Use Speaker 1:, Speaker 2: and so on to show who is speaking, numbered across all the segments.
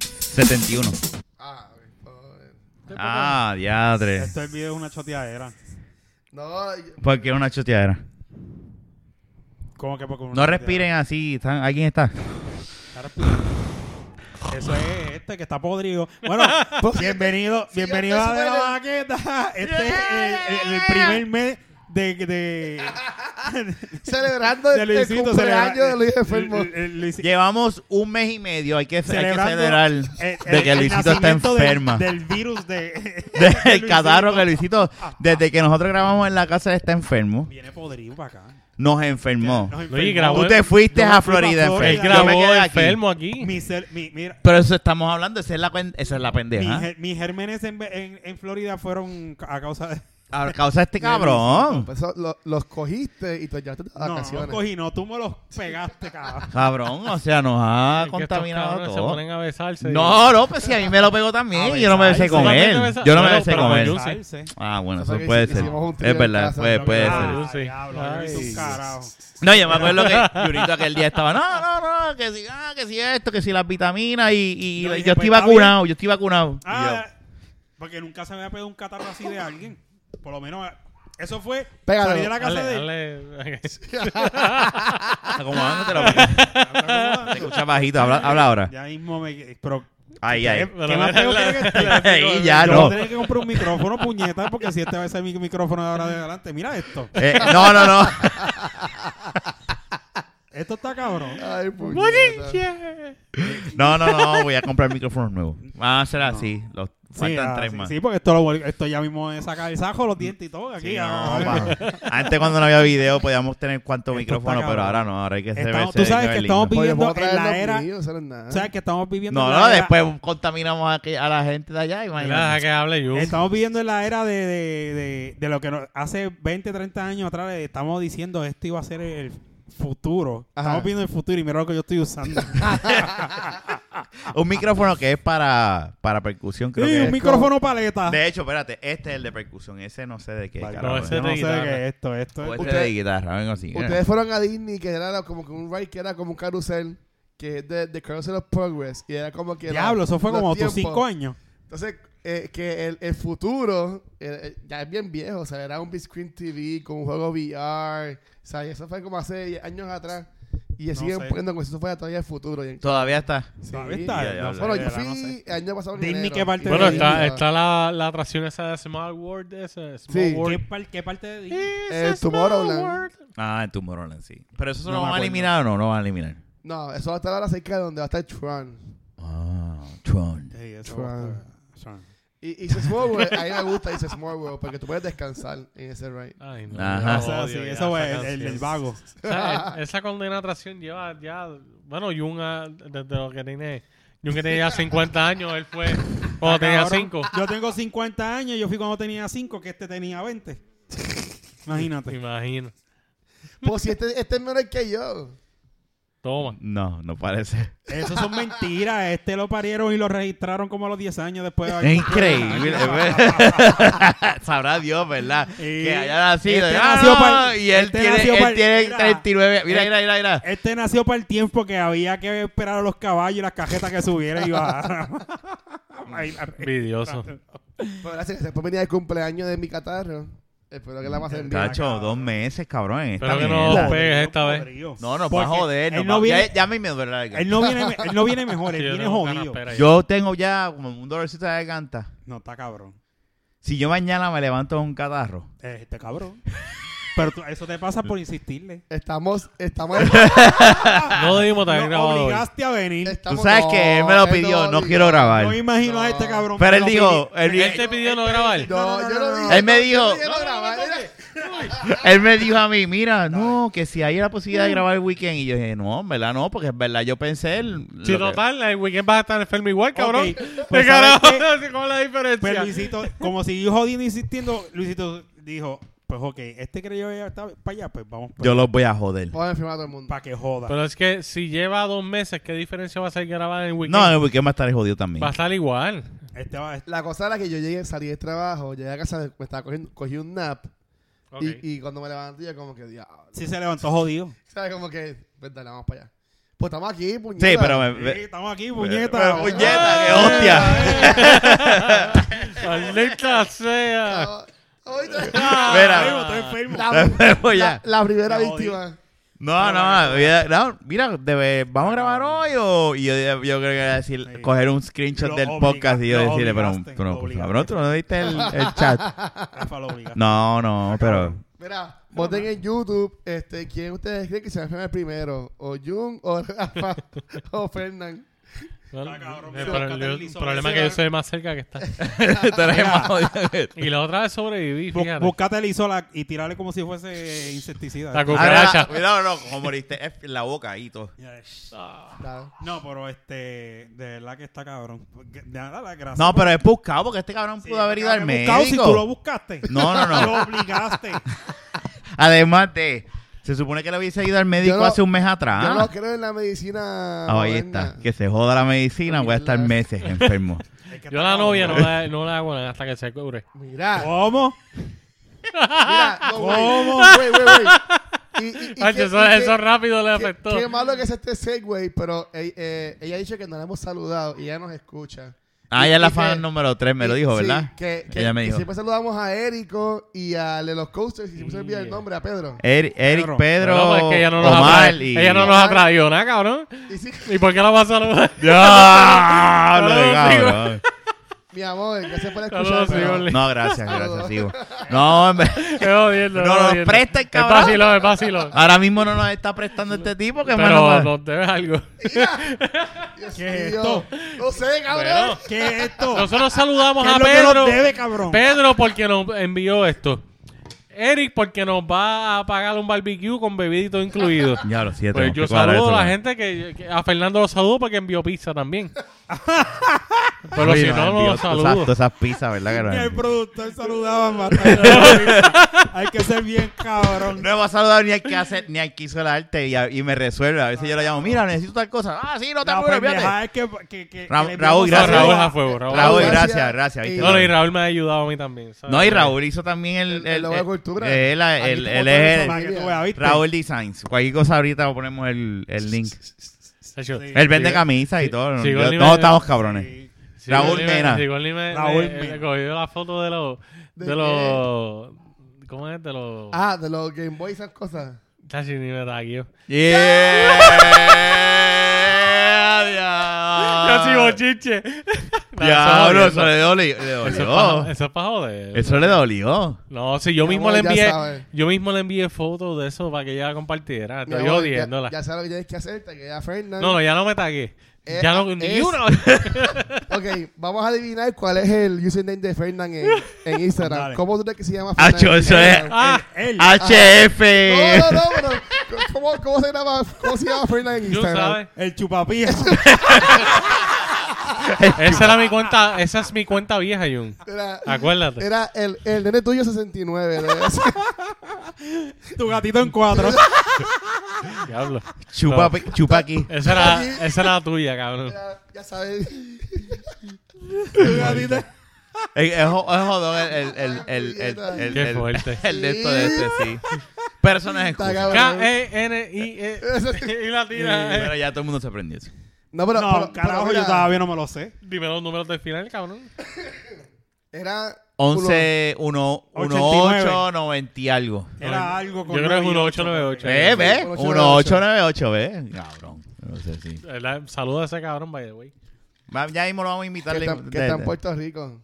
Speaker 1: 71.
Speaker 2: Ah, joder.
Speaker 1: Ah, diadre.
Speaker 3: Este video es una choteadera.
Speaker 2: No, yo-
Speaker 1: ¿Por qué una choteadera?
Speaker 3: ¿Cómo que poco? una
Speaker 1: No
Speaker 3: choteadera?
Speaker 1: respiren así. ¿están- ¿Alguien está?
Speaker 3: Está respirando. Eso es este que está podrido. Bueno, pues, bienvenido, bienvenido a
Speaker 2: estoy
Speaker 3: De la
Speaker 2: suelto.
Speaker 3: Baqueta. Este es el, el- el primer mes de... de,
Speaker 2: celebrando
Speaker 3: de
Speaker 2: el, el
Speaker 3: Luisito, celebra-
Speaker 2: cumpleaños de Luis Enfermo.
Speaker 3: el- el Luis-
Speaker 1: Llevamos un mes y medio. Hay que, hay que
Speaker 3: celebrando
Speaker 1: celebrar
Speaker 3: el-
Speaker 1: de que
Speaker 3: el
Speaker 1: Luisito está
Speaker 3: nacimiento del-
Speaker 1: enferma.
Speaker 3: Del, virus de... de
Speaker 1: Del
Speaker 3: Luisito.
Speaker 1: catarro que Luisito, desde que nosotros grabamos en la casa, él está enfermo.
Speaker 3: Ah. Viene podrido para acá.
Speaker 1: Nos enfermó.
Speaker 3: Nos
Speaker 4: Luis,
Speaker 3: enfermó.
Speaker 4: grabó-
Speaker 1: Tú te fuiste
Speaker 3: Yo me
Speaker 1: a
Speaker 3: fui pa'
Speaker 1: Florida
Speaker 3: Florida.
Speaker 4: Él
Speaker 1: enfermo.
Speaker 3: Yo me
Speaker 4: grabó
Speaker 1: quedé aquí.
Speaker 4: enfermo aquí.
Speaker 3: Mi cel- mi- mira,
Speaker 1: Pero eso estamos hablando, esa es la, cuen- esa es la
Speaker 3: mis,
Speaker 1: pendeja.
Speaker 3: ger- mis gérmenes en, en- en Florida fueron a causa de...
Speaker 1: A causa de este cabrón.
Speaker 2: Pues, eso, lo- los cogiste y te los llevaste de
Speaker 3: No, no
Speaker 2: vacaciones.
Speaker 3: los cogí, no, tú me los pegaste, cabrón.
Speaker 1: Cabrón, o sea, nos ha
Speaker 4: Es que estos
Speaker 1: contaminado
Speaker 4: cabrones Se
Speaker 1: todo.
Speaker 4: ponen Ah, a besarse.
Speaker 1: No, no, pues si a mí me lo pegó
Speaker 3: A
Speaker 1: también.
Speaker 3: ver,
Speaker 1: yo no me besé
Speaker 3: ahí
Speaker 1: con
Speaker 4: sí.
Speaker 1: él.
Speaker 4: Solamente besa-
Speaker 1: Yo no me
Speaker 4: Bueno,
Speaker 1: besé
Speaker 4: pero
Speaker 1: con
Speaker 4: con
Speaker 1: él.
Speaker 4: Jun-
Speaker 3: Salse.
Speaker 1: Ah, bueno,
Speaker 2: Eso
Speaker 1: eso
Speaker 2: que
Speaker 1: puede
Speaker 2: hici-
Speaker 1: ser.
Speaker 2: hicimos un trío
Speaker 1: Es
Speaker 2: en
Speaker 1: verdad,
Speaker 2: casa.
Speaker 1: puede, puede
Speaker 3: Ah,
Speaker 1: ser.
Speaker 4: sí.
Speaker 3: diablo, yo hice un
Speaker 4: Ay.
Speaker 3: carajo.
Speaker 1: No, yo me acuerdo que Yurito aquel día estaba, no, no, no, que si, ah, que si esto, que si las vitaminas y, y-
Speaker 3: Yo
Speaker 1: yo,
Speaker 3: dije,
Speaker 1: estoy
Speaker 3: pues, está
Speaker 1: vacunado, yo estoy vacunado. Y yo,
Speaker 3: Ah, porque nunca se me había pedido un catarro así de alguien. Por lo menos, eso fue
Speaker 2: Pégalo.
Speaker 3: salir de la casa
Speaker 4: Dale,
Speaker 3: de...
Speaker 4: dale.
Speaker 1: Ah, Acomodándote la- Te escuchas bajito, habla, habla ahora.
Speaker 3: Ya mismo me... Pero,
Speaker 1: Ahí, ahí.
Speaker 3: ¿qué más tengo que
Speaker 4: la-
Speaker 3: agregar?
Speaker 1: Ahí ya
Speaker 3: Yo voy a
Speaker 1: no.
Speaker 3: tener que comprar un micrófono, puñeta, porque si este va a ser mi micrófono de ahora de adelante. Mira esto.
Speaker 1: Eh, no, no, no.
Speaker 3: Esto está cabrón.
Speaker 2: Ay, puñeta.
Speaker 1: No, no, no. Voy a comprar micrófonos nuevos. Van a ser así. Los, faltan
Speaker 3: ah,
Speaker 1: tres
Speaker 3: sí,
Speaker 1: más.
Speaker 3: sí, porque esto, lo, vol- esto ya mismo es sacar el saco, los dientes y todo. Aquí,
Speaker 1: Sí, no,
Speaker 3: ah,
Speaker 1: mano. Antes cuando no había video podíamos tener cuantos
Speaker 3: Esto está
Speaker 1: micrófonos, pero
Speaker 3: cabrón.
Speaker 1: ahora no, ahora hay que ser
Speaker 3: Estamos- tú sabes que estamos
Speaker 2: Pues, yo puedo
Speaker 3: Viviendo
Speaker 2: traer
Speaker 3: en la
Speaker 2: los
Speaker 3: era-
Speaker 2: míos, eso no es nada.
Speaker 3: O sea, que estamos viviendo
Speaker 1: No,
Speaker 3: en la
Speaker 1: no,
Speaker 3: era-
Speaker 1: después contaminamos a, que- a la gente de allá,
Speaker 4: Mira,
Speaker 1: imagínate.
Speaker 4: deja que hable Jun.
Speaker 3: Estamos viviendo en la era de, de, de, de lo que nos- hace 20, 30 años atrás le estamos diciendo esto iba a ser el futuro.
Speaker 2: Ajá.
Speaker 3: Estamos viendo el futuro y mira lo que yo estoy usando.
Speaker 1: Un micrófono que es para, para percusión, creo
Speaker 3: Sí,
Speaker 1: que
Speaker 3: un
Speaker 1: es.
Speaker 3: micrófono paleta.
Speaker 1: De hecho, espérate, este es el de percusión, ese no sé de qué. Pues,
Speaker 3: Vale,
Speaker 1: carajo
Speaker 4: no,
Speaker 1: es.
Speaker 3: Yo
Speaker 4: ese
Speaker 3: no
Speaker 4: de
Speaker 3: sé de
Speaker 4: guitarra.
Speaker 3: qué es esto. esto
Speaker 1: O
Speaker 3: es-
Speaker 1: ese
Speaker 2: Ustedes-
Speaker 1: de guitarra, algo así.
Speaker 2: Ustedes fueron a Disney, que era como que un ride que era como un carrusel, que es de, de Carousel of Progress, y era como que...
Speaker 3: Diablo, eso fue como tus 5
Speaker 2: cinco
Speaker 3: años.
Speaker 2: Entonces, eh, que el, el futuro eh, eh, ya es bien viejo, o sea, era un big screen TV con un juego VR, o sea, y eso fue como hace años atrás, y siguen
Speaker 3: sé.
Speaker 2: poniendo como si eso fuera todavía el futuro. y-
Speaker 1: Todavía está.
Speaker 2: Sí.
Speaker 3: Todavía está,
Speaker 1: Ya, ya,
Speaker 3: no sé,
Speaker 2: Bueno, yo
Speaker 3: verdad,
Speaker 2: fui
Speaker 3: no sé.
Speaker 2: el año pasado en
Speaker 3: Disney,
Speaker 2: enero,
Speaker 3: ¿qué parte
Speaker 2: y-
Speaker 3: de
Speaker 4: Bueno,
Speaker 3: Disney?
Speaker 4: está, está la, la atracción esa de Small World, esa Small
Speaker 2: Sí.
Speaker 3: ¿Qué,
Speaker 4: World.
Speaker 3: par- qué parte de Disney?
Speaker 4: Eh,
Speaker 2: Eh, Tomorrowland.
Speaker 1: Ah, en Tomorrowland, sí. Pero eso
Speaker 3: No me
Speaker 1: lo van a
Speaker 3: acuerdo.
Speaker 1: eliminar o no, no van a eliminar.
Speaker 2: No, eso va a estar ahora cerca de donde va a estar Tron.
Speaker 1: Ah, Tron.
Speaker 3: Sí, eso
Speaker 2: Tron.
Speaker 3: está- Tron.
Speaker 2: Y, y Small World, a mí me gusta It's a Small World porque tú puedes descansar en ese ride.
Speaker 4: Ay, no,
Speaker 1: Ajá.
Speaker 4: yo
Speaker 3: O sea,
Speaker 4: odio
Speaker 3: sí,
Speaker 4: ya
Speaker 3: eso
Speaker 4: esa
Speaker 3: es el, el del
Speaker 4: canción.
Speaker 3: vago.
Speaker 4: O sea, e- esa condena atracción lleva ya. Bueno, Jun, ah, desde lo que tiene. Jun que tenía 50 años, él fue
Speaker 1: Ah,
Speaker 4: cuando tenía
Speaker 3: Cabrón,
Speaker 4: 5.
Speaker 3: Yo tengo 50 años, yo fui cuando tenía 5, que este tenía 20.
Speaker 4: Te
Speaker 3: Imagínate.
Speaker 4: imagino.
Speaker 2: Pues si este, este es menor que yo.
Speaker 4: Toma.
Speaker 1: No, no parece.
Speaker 3: Eso son mentiras. Este lo parieron y lo registraron como a los 10 años después. de haber
Speaker 1: Es
Speaker 3: cumplido los
Speaker 1: increíble.
Speaker 3: años.
Speaker 1: Sabrá Dios, ¿verdad?
Speaker 3: Y
Speaker 1: que haya nacido.
Speaker 3: este
Speaker 1: Ah,
Speaker 3: nació
Speaker 1: no,
Speaker 3: pa'l-
Speaker 1: y él
Speaker 3: este
Speaker 1: tiene,
Speaker 3: nació
Speaker 1: él
Speaker 3: pa'l-
Speaker 1: tiene
Speaker 3: mira.
Speaker 1: 39. Mira, mira, mira, mira.
Speaker 3: Este nació para el tiempo que había que esperar a los caballos y las cajetas que subieran y bajaran. Ahí la-
Speaker 4: Vidioso.
Speaker 2: Pero Pues gracias, después venía el cumpleaños de mi catarro. Espero que la pasen bien.
Speaker 1: Tacho, dos meses, cabrón. en esta
Speaker 4: Pero que no
Speaker 1: mierda.
Speaker 4: lo pegues esta vez.
Speaker 3: Podrido.
Speaker 1: No, nos va a
Speaker 3: Porque
Speaker 1: joder.
Speaker 3: Él
Speaker 1: nos
Speaker 3: no
Speaker 1: va-
Speaker 3: viene,
Speaker 1: ya, ya a mí me duele la garganta.
Speaker 3: él no viene, me- él no viene mejor, él
Speaker 4: Yo
Speaker 3: viene
Speaker 4: tengo
Speaker 3: jodido.
Speaker 4: canapera ya.
Speaker 1: Yo tengo ya como un dolorcito de garganta.
Speaker 3: No, está cabrón.
Speaker 1: Si yo mañana me levanto con un catarro.
Speaker 3: Eh, Este cabrón. Pero tú- eso te pasa por insistirle.
Speaker 2: Estamos, estamos,
Speaker 4: No debimos haber
Speaker 3: Lo
Speaker 4: grabado hoy.
Speaker 3: obligaste a venir.
Speaker 2: estamos-
Speaker 1: Tú sabes que él me lo
Speaker 2: no,
Speaker 1: pidió,
Speaker 2: él
Speaker 1: no
Speaker 2: dijo.
Speaker 1: quiero grabar.
Speaker 3: No me imagino a
Speaker 2: No.
Speaker 3: este cabrón.
Speaker 1: Pero
Speaker 3: que
Speaker 1: él
Speaker 3: lo
Speaker 1: dijo,
Speaker 3: pide.
Speaker 1: él,
Speaker 4: Él te pidió no grabar.
Speaker 2: No, yo no dije.
Speaker 1: Él me
Speaker 2: no,
Speaker 1: dijo-
Speaker 2: yo dije no grabar, era-
Speaker 1: él me dijo a mí, mira, no, que si hay la posibilidad de grabar el weekend. Y yo dije, no, en verdad no, porque en verdad yo pensé... el- lo
Speaker 4: Si
Speaker 1: que-
Speaker 4: total, el weekend vas a estar enfermo igual, cabrón.
Speaker 3: Ok,
Speaker 4: ¿Qué
Speaker 3: pues, ¿sabes
Speaker 4: carajo?
Speaker 3: qué?
Speaker 4: ¿Cuál es la diferencia?
Speaker 3: Pero Pues Luisito, como siguió jodiendo insistiendo, Luisito dijo, pues ok, este creyó que ya está para allá, pues vamos
Speaker 1: Yo los voy a joder.
Speaker 2: Vamos a enfermar a todo el mundo.
Speaker 3: para que joda.
Speaker 4: Pero es que si lleva dos meses, ¿qué diferencia va a ser grabar en el weekend?
Speaker 1: No, en el weekend va a estar jodido también.
Speaker 4: va a estar igual.
Speaker 3: Este va,
Speaker 2: La cosa era que yo llegué, salí del trabajo, llegué a casa, me estaba cogiendo, cogí un nap.
Speaker 4: Ok.
Speaker 2: Y, y cuando me levanté, yo como que, diablo.
Speaker 3: sí se levantó jodido.
Speaker 2: ¿Sabes? Como que, pues dale, vamos para allá. Pues estamos aquí, puñeta.
Speaker 1: Sí, pero me-
Speaker 3: Sí, estamos aquí, puñeta.
Speaker 1: puñeta, qué hostia.
Speaker 4: ¡Maldita sea!
Speaker 2: Ah, ahorita-
Speaker 1: Mira.
Speaker 3: Enfermo, estoy enfermo.
Speaker 2: La-
Speaker 1: Me enfermo ya.
Speaker 2: la, la primera
Speaker 3: Me jodí.
Speaker 2: víctima.
Speaker 1: No, no, mira, no, mira, debe- vamos a grabar hoy o y yo, yo creo que era decir,
Speaker 3: Sí.
Speaker 1: coger un screenshot
Speaker 3: Lo
Speaker 1: del
Speaker 3: obliga-
Speaker 1: podcast y yo
Speaker 3: lo
Speaker 1: decirle, pero,
Speaker 3: obligaste,
Speaker 1: pero,
Speaker 3: lo
Speaker 1: por
Speaker 3: obligaste.
Speaker 1: favor, tú no viste el, el chat.
Speaker 3: Rafa lo obliga.
Speaker 1: No, no, pero
Speaker 2: Mira, voten en YouTube este, quién ustedes creen que se enferma el primero. O Jun, o Rafa, o Fernán.
Speaker 4: Bueno,
Speaker 3: Ah, cabrón, se
Speaker 4: el pro-
Speaker 3: busca
Speaker 4: yo- el
Speaker 3: televisor,
Speaker 4: problema es
Speaker 3: ese
Speaker 4: que yo
Speaker 3: va-
Speaker 4: soy más cerca que está.
Speaker 1: tú eres más jodido que tú.
Speaker 4: Y la otra vez sobreviví,
Speaker 3: Bu-
Speaker 4: fíjate.
Speaker 3: Búscate el isola y tirarle como si fuese insecticida.
Speaker 4: La cu-
Speaker 1: Ahora,
Speaker 4: Cucaracha.
Speaker 1: Cuidado, no, como moriste, es la boca ahí todo.
Speaker 3: Yes.
Speaker 4: Ah,
Speaker 2: Claro.
Speaker 3: No, pero este, de verdad que está cabrón. Porque- De nada, la gracia.
Speaker 1: No, pero es buscado porque este cabrón
Speaker 3: Sí,
Speaker 1: pudo haber ido al
Speaker 3: cabrón, buscado Si tú lo
Speaker 1: médico.
Speaker 3: buscaste.
Speaker 1: No, no, no.
Speaker 3: Lo obligaste.
Speaker 1: Además de, se supone que le hubiese ido al médico
Speaker 2: no-
Speaker 1: hace un mes
Speaker 2: Yo no
Speaker 1: atrás.
Speaker 2: creo en la medicina.
Speaker 1: Ah, ahí
Speaker 2: moderna.
Speaker 1: está, que se joda la medicina, voy a estar
Speaker 2: Mierda.
Speaker 1: meses enfermo.
Speaker 3: Es que
Speaker 4: Yo a
Speaker 3: está
Speaker 4: la novia no
Speaker 3: cabrón.
Speaker 4: la, no la hago nada hasta que se cure. Oh.
Speaker 2: Mira,
Speaker 3: ¿Cómo?
Speaker 2: mira. No,
Speaker 3: ¿Cómo?
Speaker 2: Güey, güey, güey. Y- y- y
Speaker 4: Ay,
Speaker 2: qué-
Speaker 4: eso,
Speaker 2: y qué-
Speaker 4: eso rápido le
Speaker 2: qué,
Speaker 4: afectó.
Speaker 2: qué malo que es este segue, pero eh, eh, ella ha dicho que no la hemos saludado y ella nos escucha.
Speaker 1: Ah,
Speaker 2: Y-
Speaker 1: ella es la
Speaker 2: y que-
Speaker 1: fan número 3, me lo
Speaker 2: Y-
Speaker 1: dijo,
Speaker 2: sí,
Speaker 1: ¿verdad?
Speaker 2: que, que-
Speaker 1: Ella me
Speaker 2: que
Speaker 1: dijo.
Speaker 2: siempre saludamos a Érico y a de los Coasters y siempre se olvida el nombre a Pedro.
Speaker 1: Eri- Eric,
Speaker 3: Pedro.
Speaker 1: Pedro,
Speaker 4: Bueno, pues es que ella no nos ha
Speaker 1: Omar
Speaker 4: traído-
Speaker 1: y...
Speaker 4: Ella no nos ha traído nada, cabrón.
Speaker 2: Y sí,
Speaker 4: ¿Y por qué la vas a saludar?
Speaker 1: ¡Diablo,
Speaker 4: Saludos,
Speaker 1: ¡Ah! cabrón!
Speaker 2: mi amor, gracias por escuchar.
Speaker 4: Saludos,
Speaker 2: pero-
Speaker 4: Igor.
Speaker 1: No, gracias, gracias,
Speaker 2: Saludos.
Speaker 1: sigo. No, hombre,
Speaker 4: Qué jodiendo,
Speaker 1: No,
Speaker 4: qué
Speaker 1: no,
Speaker 4: jodiendo.
Speaker 1: presta el
Speaker 4: Es
Speaker 1: cabrón. Ah,
Speaker 4: vacilón, es vacilón.
Speaker 1: ahora mismo no nos está prestando este tipo que
Speaker 4: Pero
Speaker 1: mano,
Speaker 4: nos debes algo.
Speaker 2: Dios
Speaker 3: ¿Qué es
Speaker 2: mío.
Speaker 3: esto?
Speaker 2: No sé, cabrón.
Speaker 4: Bueno,
Speaker 3: ¿Qué es esto?
Speaker 4: Nosotros
Speaker 3: ¿Qué
Speaker 4: saludamos
Speaker 3: es
Speaker 4: a
Speaker 3: lo que nos
Speaker 4: Pedro.
Speaker 3: debe, cabrón?
Speaker 4: Pedro porque nos envió esto. Eric porque nos va a pagar un barbecue con bebidito incluido.
Speaker 1: Ya lo siento.
Speaker 4: Pues yo saludo a la gente que, que- a Fernando lo saludo porque envió pizza también. Pero si no, no lo saludo.
Speaker 1: Exacto, esas pizzas, ¿verdad? que
Speaker 3: Ni
Speaker 1: no-
Speaker 3: el productor saludaba más. Hay que ser bien cabrón.
Speaker 1: No me va a saludar ni al que hace, ni al que hizo el arte y, a- y me resuelve. A veces yo le llamo, mira, necesito tal cosa. Ah, sí, no te
Speaker 3: La
Speaker 1: apures, fíjate.
Speaker 3: pendejada es que, que, que-
Speaker 1: Ra-
Speaker 3: que le
Speaker 1: Raúl,
Speaker 3: enviamos
Speaker 4: No,
Speaker 1: gracias.
Speaker 3: saludos
Speaker 4: Raúl es
Speaker 3: a-
Speaker 4: a fuego.
Speaker 1: Raúl,
Speaker 4: Raúl.
Speaker 2: Raúl,
Speaker 1: gracias,
Speaker 2: gracias.
Speaker 1: gracias. ¿viste?
Speaker 4: No, no, y Raúl me ha ayudado a mí también. ¿sabes?
Speaker 1: No, y Raúl hizo también el...
Speaker 2: El- el logo de cultura.
Speaker 1: eh, él-
Speaker 3: Aquí
Speaker 1: él-
Speaker 3: como
Speaker 1: él
Speaker 3: todo
Speaker 1: es
Speaker 3: eso,
Speaker 1: el-
Speaker 3: para que tú veas, ¿viste?
Speaker 1: Raúl Designs. Cualquier cosa ahorita ponemos el, el link.
Speaker 4: De hecho,
Speaker 3: Sí.
Speaker 1: Él vende
Speaker 4: sí,
Speaker 1: camisas y
Speaker 4: sí,
Speaker 1: todo.
Speaker 4: sí,
Speaker 1: Yo-
Speaker 4: Goldie
Speaker 1: todos
Speaker 4: me-
Speaker 1: estamos cabrones.
Speaker 4: sí,
Speaker 1: Raúl
Speaker 4: Goldie
Speaker 1: Mena.
Speaker 4: Me, sí, eh, Goldie me,
Speaker 3: Raúl
Speaker 4: me-
Speaker 3: Mena.
Speaker 4: me cogió la foto de los... De,
Speaker 2: ¿De
Speaker 4: los... ¿Cómo es? De los...
Speaker 2: Ah, de los Game Boy y esas cosas.
Speaker 4: Chachi, ni me tagueó.
Speaker 1: Yeah,
Speaker 4: Chachi,
Speaker 1: diablo.
Speaker 4: bochiche.
Speaker 1: Ah. Diablo, eso
Speaker 4: eso,
Speaker 1: le dolió. le
Speaker 4: es
Speaker 1: dolió.
Speaker 4: pa- eso es para joder.
Speaker 1: Eso le dolió.
Speaker 4: No, si yo
Speaker 2: Mi
Speaker 4: mismo
Speaker 2: amor,
Speaker 4: le
Speaker 2: ya
Speaker 4: envié,
Speaker 2: sabes.
Speaker 4: yo mismo le envié fotos de eso para que ella la compartiera.
Speaker 2: Mi
Speaker 4: Estoy
Speaker 2: amor,
Speaker 4: jodiéndola.
Speaker 2: ya, ya sabes lo que tienes que hacer, te queda Fernan.
Speaker 4: No, no, ya no me tagué.
Speaker 2: Eh,
Speaker 4: ya no, ni
Speaker 2: es-
Speaker 4: una.
Speaker 2: Ok, vamos a adivinar cuál es el username de Fernan en, en Instagram.
Speaker 3: Dale.
Speaker 2: ¿Cómo tú crees que se llama
Speaker 1: Ah,
Speaker 2: Fernan? en
Speaker 1: yo, eso es-
Speaker 2: Instagram?
Speaker 4: Ah,
Speaker 3: Él.
Speaker 1: HF.
Speaker 2: No, no, no, pero ¿cómo, cómo se llama, cómo se llama Fernan en
Speaker 4: tú
Speaker 2: Instagram?
Speaker 4: sabes.
Speaker 3: El chupapía.
Speaker 4: Esa era mi cuenta, esa es mi cuenta vieja, Jun.
Speaker 2: Era,
Speaker 4: Acuérdate.
Speaker 2: era el, el nene tuyo 69. ¿no?
Speaker 3: tu gatito en cuatro.
Speaker 4: Diablo.
Speaker 1: Chupa, chupa aquí.
Speaker 4: Esa era, esa era la tuya, cabrón.
Speaker 2: Era- ya sabes.
Speaker 3: tu gatito.
Speaker 1: Es, es jo- es jodón el, el, el, el, el, el-
Speaker 4: Qué
Speaker 1: el-
Speaker 4: fuerte.
Speaker 1: el de esto de este, sí. Pero eso no es
Speaker 2: Está
Speaker 1: excusa.
Speaker 2: cabrón.
Speaker 4: eh. E K-E-N-I-E.
Speaker 2: Eso sí.
Speaker 4: Y la tira. eh.
Speaker 1: Pero ya todo el mundo se aprendió eso.
Speaker 2: No, pero,
Speaker 3: no,
Speaker 2: pero-
Speaker 3: carajo,
Speaker 2: pero mira,
Speaker 3: yo todavía no me lo sé.
Speaker 4: Dime los números del final, cabrón.
Speaker 2: Era
Speaker 1: 11, 1, 8, 90 y algo.
Speaker 3: Era algo con
Speaker 4: Yo creo que es
Speaker 3: nueve y
Speaker 4: un
Speaker 3: ocho.
Speaker 4: 898.
Speaker 1: Ve, ve.
Speaker 2: 1898,
Speaker 1: 1898, ve. Cabrón. No sé si.
Speaker 4: ¿Verdad? Saluda a ese cabrón, by the way.
Speaker 1: Va, Ya mismo lo vamos a invitar.
Speaker 2: que,
Speaker 1: le-
Speaker 2: está, que
Speaker 1: de-
Speaker 2: está en
Speaker 1: de-
Speaker 2: Puerto Rico.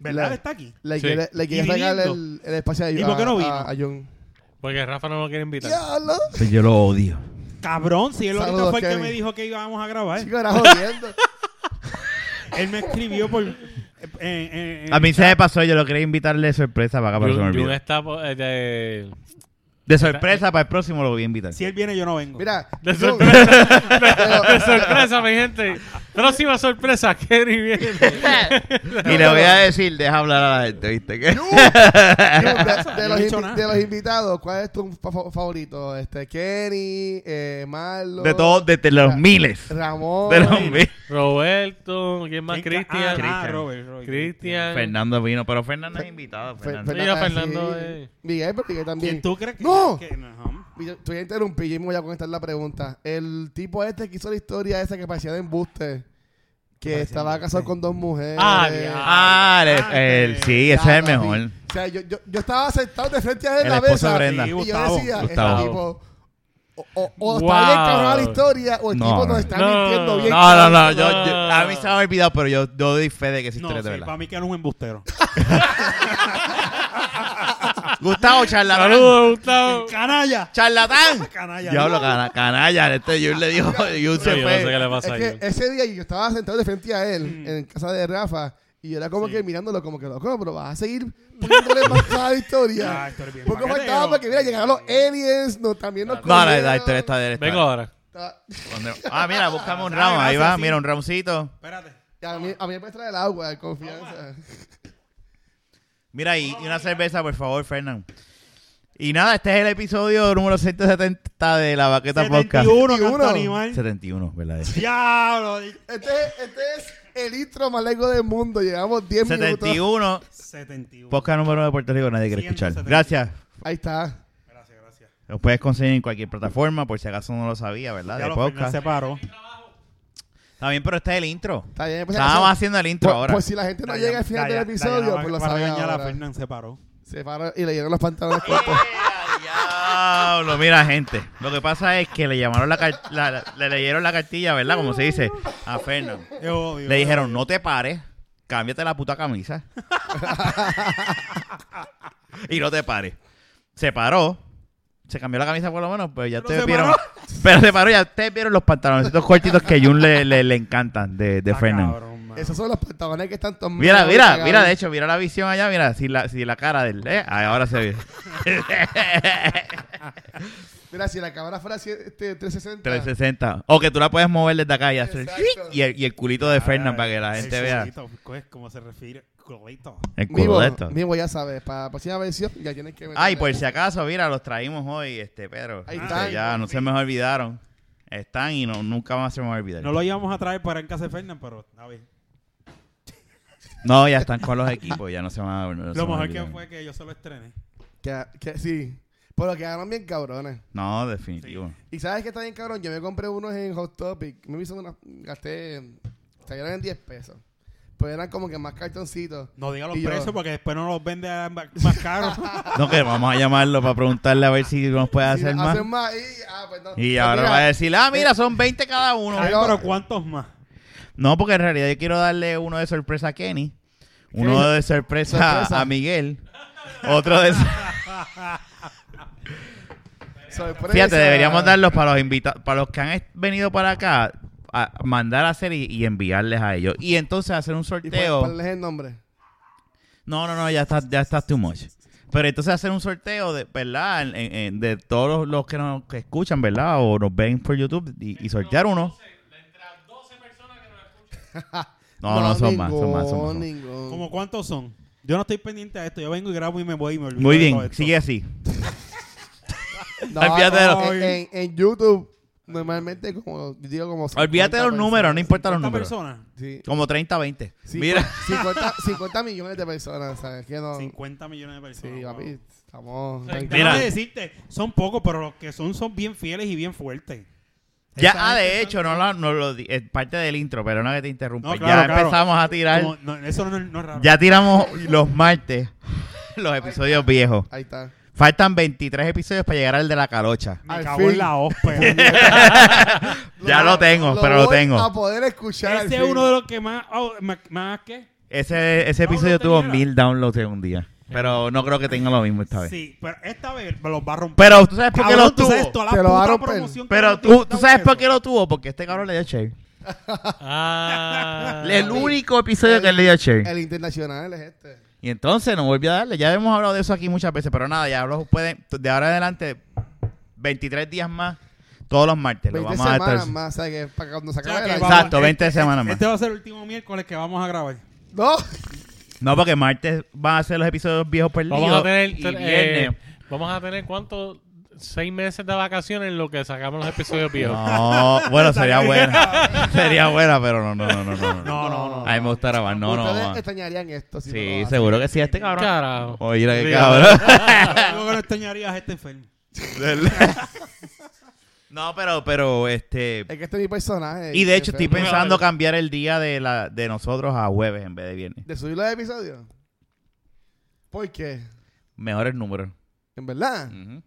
Speaker 3: ¿Verdad?
Speaker 2: La-
Speaker 3: Está aquí.
Speaker 2: Le
Speaker 4: Sí.
Speaker 2: quiere, le quiere
Speaker 3: Y
Speaker 2: sacar
Speaker 3: viniendo.
Speaker 2: el, el espacio a,
Speaker 3: ¿Y por qué no
Speaker 2: a-
Speaker 3: vino?
Speaker 2: a- a Jun.
Speaker 4: Porque Rafa no lo quiere invitar.
Speaker 2: ¡Diablo!
Speaker 1: Pues Yo lo odio.
Speaker 3: Cabrón, si él ahorita
Speaker 2: Saludos,
Speaker 3: fue el que
Speaker 2: Kevin.
Speaker 3: me dijo que íbamos a grabar.
Speaker 2: Chico, era jodiendo.
Speaker 3: Él me escribió por. eh, en- en- en-
Speaker 1: A mí se me pasó, yo lo quería invitarle de sorpresa para acá, Ah, pero se me
Speaker 4: Jun, Jun
Speaker 1: olvidó.
Speaker 4: está por- eh, de-
Speaker 1: De sorpresa para el próximo lo voy a invitar.
Speaker 3: Si él viene, yo no vengo.
Speaker 2: Mira,
Speaker 4: De
Speaker 2: Jun,
Speaker 4: sorpresa, de
Speaker 2: pero-
Speaker 4: sorpresa, mi gente. Próxima sorpresa, Kerry viene.
Speaker 1: Y le voy a decir, deja hablar a la gente, ¿viste? Que-
Speaker 2: Jun, de- de,
Speaker 3: he
Speaker 2: los
Speaker 3: dicho
Speaker 2: invi-
Speaker 3: nada.
Speaker 2: de los invitados, ¿cuál es tu fa- fa- favorito? Este, Kenny, eh, Marlo,
Speaker 1: De todos, de, de los miles.
Speaker 2: Ramón,
Speaker 1: De los miles.
Speaker 4: Roberto, ¿quién más?
Speaker 3: ¿Quién ca-
Speaker 4: Cristian.
Speaker 1: Cristian.
Speaker 3: Ah, ah, Robert, Robert,
Speaker 4: Cristian.
Speaker 1: Fernando vino, pero Fernando es invitado.
Speaker 2: Fer-
Speaker 1: Fernando.
Speaker 4: Fer- Sí, yo,
Speaker 2: ah,
Speaker 4: Fernando,
Speaker 2: sí.
Speaker 4: eh.
Speaker 2: Miguel, pero Miguel también.
Speaker 3: ¿Quién tú crees que.?
Speaker 2: ¡No!
Speaker 3: que- no.
Speaker 2: Y yo- Te voy a interrumpir, yo mismo voy a contestar la pregunta. El tipo este que hizo la historia esa que parecía de embuste, que
Speaker 3: Parecía
Speaker 2: estaba
Speaker 3: embuste.
Speaker 2: casado con dos mujeres.
Speaker 4: Ah, diablo.
Speaker 1: Ah, el- el- sí, ese es el
Speaker 2: Ya, papi.
Speaker 1: mejor.
Speaker 2: O sea, yo, yo, yo estaba sentado de frente a él en
Speaker 1: El
Speaker 2: la
Speaker 1: esposo
Speaker 2: mesa.
Speaker 1: de Brenda.
Speaker 2: Y yo
Speaker 3: Gustavo,
Speaker 2: decía,
Speaker 1: Gustavo.
Speaker 2: este tipo. O, o, o está
Speaker 4: Wow.
Speaker 2: bien cabrón la historia, o el
Speaker 1: No,
Speaker 2: tipo
Speaker 1: no.
Speaker 2: nos está
Speaker 4: No,
Speaker 2: mintiendo bien.
Speaker 1: No, no,
Speaker 2: cabrón.
Speaker 1: no. Yo, yo- a mí se me ha olvidado, pero yo, yo doy fe de que esa
Speaker 3: No,
Speaker 1: historia es de
Speaker 3: sí, para
Speaker 1: verdad.
Speaker 3: mí que era un embustero.
Speaker 1: Gustavo, charlatán.
Speaker 4: Saludos, Gustavo.
Speaker 3: ¡Canalla!
Speaker 1: ¡Charlatán!
Speaker 3: ¡Canalla!
Speaker 1: Diablo, cana- canalla. Este Jun le dijo, Jun se
Speaker 4: Yo no sé qué
Speaker 1: fue.
Speaker 4: le pasa a
Speaker 2: Es que
Speaker 4: Jun.
Speaker 2: ese día yo estaba sentado de frente a él en casa de Rafa y yo era como
Speaker 3: Sí.
Speaker 2: que mirándolo como que loco, pero vas a seguir poniéndole más a la
Speaker 3: Ah,
Speaker 2: historia.
Speaker 3: esto es bien
Speaker 2: Porque
Speaker 3: paquetero.
Speaker 2: faltaba para que mira, llegaron los aliens, no, también nos
Speaker 1: No, la, la
Speaker 2: comieron.
Speaker 1: historia está de
Speaker 4: Vengo ahora.
Speaker 2: Está-
Speaker 1: Ah, mira, buscame un
Speaker 3: Ah,
Speaker 1: round. Ahí
Speaker 3: gracias,
Speaker 1: va,
Speaker 3: sí.
Speaker 1: mira, un roundcito.
Speaker 3: Espérate.
Speaker 2: A mí, a mí me trae el agua, de confianza.
Speaker 1: Mira, y, y una cerveza, por favor, Fernán. Y nada, este es el episodio número 170 de La Baqueta Podcast.
Speaker 3: 71, canto
Speaker 2: 71.
Speaker 3: animal.
Speaker 1: 71, ¿verdad?
Speaker 3: ¡Diablo!
Speaker 2: Este, es- este es el intro más largo del mundo. Llevamos 10 minutos.
Speaker 1: 71,
Speaker 3: 71.
Speaker 1: podcast número uno de Puerto Rico, nadie quiere escuchar.
Speaker 3: 170.
Speaker 1: Gracias.
Speaker 2: Ahí está.
Speaker 3: Gracias, gracias.
Speaker 1: Lo puedes conseguir en cualquier plataforma, por si acaso no lo sabía, ¿verdad?
Speaker 3: Ya
Speaker 1: De
Speaker 3: lo Fernan
Speaker 1: podcast.
Speaker 3: se paró.
Speaker 1: Está bien, pero este es el intro.
Speaker 2: Está bien. Pues,
Speaker 1: Estábamos
Speaker 2: así-
Speaker 1: haciendo el intro
Speaker 2: pues-
Speaker 1: ahora.
Speaker 2: Pues si la gente no llega al final del episodio, pues lo saben
Speaker 3: la
Speaker 2: ahora.
Speaker 3: Fernan se paró.
Speaker 2: Se paró y le dieron los pantalones cortos.
Speaker 1: ¡Eh, diablo! Mira, gente. Lo que pasa es que le llamaron la, car- la- la- le leyeron la cartilla, ¿verdad? Como se dice, a Fernán. Le dijeron, no te pares, cámbiate la puta camisa. y no te pares. Se paró, se cambió la camisa por lo menos, pero ya
Speaker 3: Pero
Speaker 1: ustedes
Speaker 3: se
Speaker 1: vieron.
Speaker 3: paró.
Speaker 1: Pero se paró, ya ustedes vieron los pantaloncitos cortitos que a Jun le, le, le encantan de,
Speaker 3: Ah,
Speaker 1: de Fernan.
Speaker 2: Esos son los pantalones que están tomando.
Speaker 1: Mira, mira, mira, de hecho, mira la visión allá, mira, si la, si la cara del. eh, ay, ahora se ve.
Speaker 2: Mira, si la cámara fuera así, este, 360.
Speaker 1: 360. O que tú la puedes mover desde acá y hacer.
Speaker 2: Exacto.
Speaker 1: Y el, y el culito
Speaker 3: Ah,
Speaker 1: de Fernan para que la gente vea.
Speaker 3: ¿Cómo se refiere? Culito.
Speaker 1: El culo
Speaker 2: Vivo,
Speaker 1: de esto.
Speaker 2: vivo, ya sabes. Para la próxima versión, ya tienes que
Speaker 1: Ay, pues.
Speaker 2: meterle.
Speaker 1: por si acaso, mira, los traímos hoy, este, Pedro.
Speaker 2: Ahí
Speaker 1: Este,
Speaker 2: están.
Speaker 1: ya no se me olvidaron. Están y no, nunca más se me olvidaron.
Speaker 3: No lo íbamos a traer para en casa de Fernan, pero está bien.
Speaker 1: No, ya están con los equipos, ya no se van a no se
Speaker 3: Lo
Speaker 1: me
Speaker 3: mejor que
Speaker 1: olvidaron.
Speaker 3: fue que yo se lo estrené.
Speaker 2: Que, que, sí. Pero quedaron bien cabrones.
Speaker 1: No, definitivo.
Speaker 2: Y sabes que está bien cabrón. Yo me compré unos en Hot Topic. Me hizo una. Gasté. Salieron en 10 pesos. Pues eran como que más cartoncitos.
Speaker 3: No diga los
Speaker 2: Y yo-
Speaker 3: precios porque después no los vende a- más caros.
Speaker 1: No, que vamos a llamarlo para preguntarle a ver si nos puede
Speaker 2: Y
Speaker 1: hacer más.
Speaker 2: Hacen más. Y, ah, pues no.
Speaker 1: Y
Speaker 2: Pues
Speaker 1: ahora
Speaker 2: mira,
Speaker 1: va a decir, ah, mira, son 20 cada uno.
Speaker 3: Ay, pero ¿cuántos más?
Speaker 1: No, porque en realidad yo quiero darle uno de sorpresa a Kenny, uno
Speaker 2: ¿Qué?
Speaker 1: de sorpresa,
Speaker 2: Sorpresa.
Speaker 1: a Miguel, otro de...
Speaker 2: sorpresa.
Speaker 1: Fíjate, deberíamos darlos para los invitados, para los que han est- venido para acá, a mandar a hacer y, y enviarles a ellos. Y entonces hacer un
Speaker 2: Y pon-
Speaker 1: sorteo.
Speaker 2: ponles el nombre.
Speaker 1: No, no, no, ya está, ya está too much. Pero entonces hacer un sorteo, de, ¿verdad? En- en- en- de todos los, los que nos que escuchan, ¿verdad? O nos ven por YouTube y, y sortear uno. No, no, son más, son más, son más, son más.
Speaker 2: ningún.
Speaker 3: ¿Cómo cuántos son? Yo no estoy pendiente a esto. Yo vengo y grabo y me voy y me olvido.
Speaker 1: Muy
Speaker 3: de todo
Speaker 1: bien,
Speaker 3: esto.
Speaker 1: sigue así.
Speaker 2: No,
Speaker 1: Olvídate de los-
Speaker 2: en, en- en YouTube, normalmente, como yo digo, como. 50
Speaker 1: Olvídate de los
Speaker 2: personas.
Speaker 1: números, no importa los
Speaker 3: ¿Cuántas
Speaker 1: números.
Speaker 3: personas?
Speaker 2: Sí.
Speaker 1: Como 30, 20.
Speaker 2: Mira.
Speaker 1: Mira,
Speaker 2: 50, 50 millones de personas, ¿sabes? Que no.
Speaker 3: 50 millones de personas.
Speaker 2: Ah. Sí,
Speaker 3: wow.
Speaker 2: papi, estamos.
Speaker 3: Déjame
Speaker 1: Mira.
Speaker 3: decirte, son pocos, pero los que son son bien fieles y bien fuertes.
Speaker 1: ya,
Speaker 3: Esa
Speaker 1: ah, de
Speaker 3: gente
Speaker 1: hecho, no, lo- no lo di- es parte del intro, pero no que te interrumpa.
Speaker 3: No, claro,
Speaker 1: ya
Speaker 3: claro.
Speaker 1: empezamos a tirar.
Speaker 3: Como- no, eso no, no es raro.
Speaker 1: Ya tiramos los martes los episodios viejos.
Speaker 2: Ahí está.
Speaker 1: Faltan 23 episodios para llegar al de la calocha.
Speaker 3: Me
Speaker 2: Al
Speaker 3: cago
Speaker 2: fin.
Speaker 3: en la ópera.
Speaker 1: Ya lo tengo, pero lo
Speaker 2: voy
Speaker 1: tengo.
Speaker 2: A poder escuchar.
Speaker 3: Ese es uno de los que más... oh, ma- ¿Más qué?
Speaker 1: Ese, ese episodio
Speaker 3: Download
Speaker 1: tuvo
Speaker 3: tenía.
Speaker 1: mil downloads en un día. Pero no creo que tenga lo mismo esta vez.
Speaker 3: Sí, pero esta vez me los va a romper.
Speaker 1: Pero tú sabes Pues, por qué
Speaker 3: Cabrón,
Speaker 1: lo
Speaker 3: tú sabes
Speaker 1: tuvo.
Speaker 3: toda la
Speaker 2: Te lo va a
Speaker 3: puta
Speaker 2: romper.
Speaker 3: promoción que
Speaker 1: Pero
Speaker 3: le
Speaker 1: tú,
Speaker 3: metieron
Speaker 1: tú sabes
Speaker 3: a
Speaker 1: por
Speaker 3: eso.
Speaker 1: qué lo tuvo. Porque este cabrón le dio share.
Speaker 4: Ah.
Speaker 1: El único episodio que él le dio share.
Speaker 2: El internacional es este.
Speaker 1: Y entonces no volvió a darle. Ya hemos hablado de eso aquí muchas veces. Pero nada, ya los pueden. De ahora en adelante, 23 días más. Todos los martes. Lo
Speaker 2: 20
Speaker 1: vamos a
Speaker 2: semanas
Speaker 1: estar.
Speaker 2: más, ¿sabes? Que para cuando se
Speaker 3: O sea,
Speaker 2: acabe
Speaker 3: que
Speaker 2: el año.
Speaker 3: vamos-
Speaker 1: Exacto, 20 semanas más.
Speaker 3: Este va a ser el último miércoles que vamos a grabar.
Speaker 2: No.
Speaker 1: No, porque martes van a ser los episodios viejos perdidos.
Speaker 4: Vamos a tener.
Speaker 1: y viernes.
Speaker 4: tre- eh, vamos a tener cuánto. Seis meses de vacaciones en lo que sacamos los episodios viejos.
Speaker 1: No, bueno, sería buena. sería buena, pero no, no, no, no, no. no.
Speaker 3: No, no, no.
Speaker 1: A mí me gusta grabar, no, no.
Speaker 2: Ustedes
Speaker 1: no.
Speaker 2: extrañarían esto. Si no lo
Speaker 1: Sí,
Speaker 2: hacen.
Speaker 1: seguro que sí, este cabrón.
Speaker 4: Carajo.
Speaker 1: Oye, mira qué
Speaker 4: Sí,
Speaker 1: cabrón.
Speaker 3: Algo que no extrañaría es este enfermo.
Speaker 1: no, pero, pero, este.
Speaker 2: Es que este es mi personaje.
Speaker 1: Y de hecho,
Speaker 2: Yo
Speaker 1: estoy
Speaker 2: sé,
Speaker 1: pensando cambiar el día de, la, de nosotros a jueves en vez de viernes.
Speaker 2: ¿De subir los episodios? ¿Por qué?
Speaker 1: Mejores números.
Speaker 2: ¿En verdad?
Speaker 4: Mm.
Speaker 1: Ujú.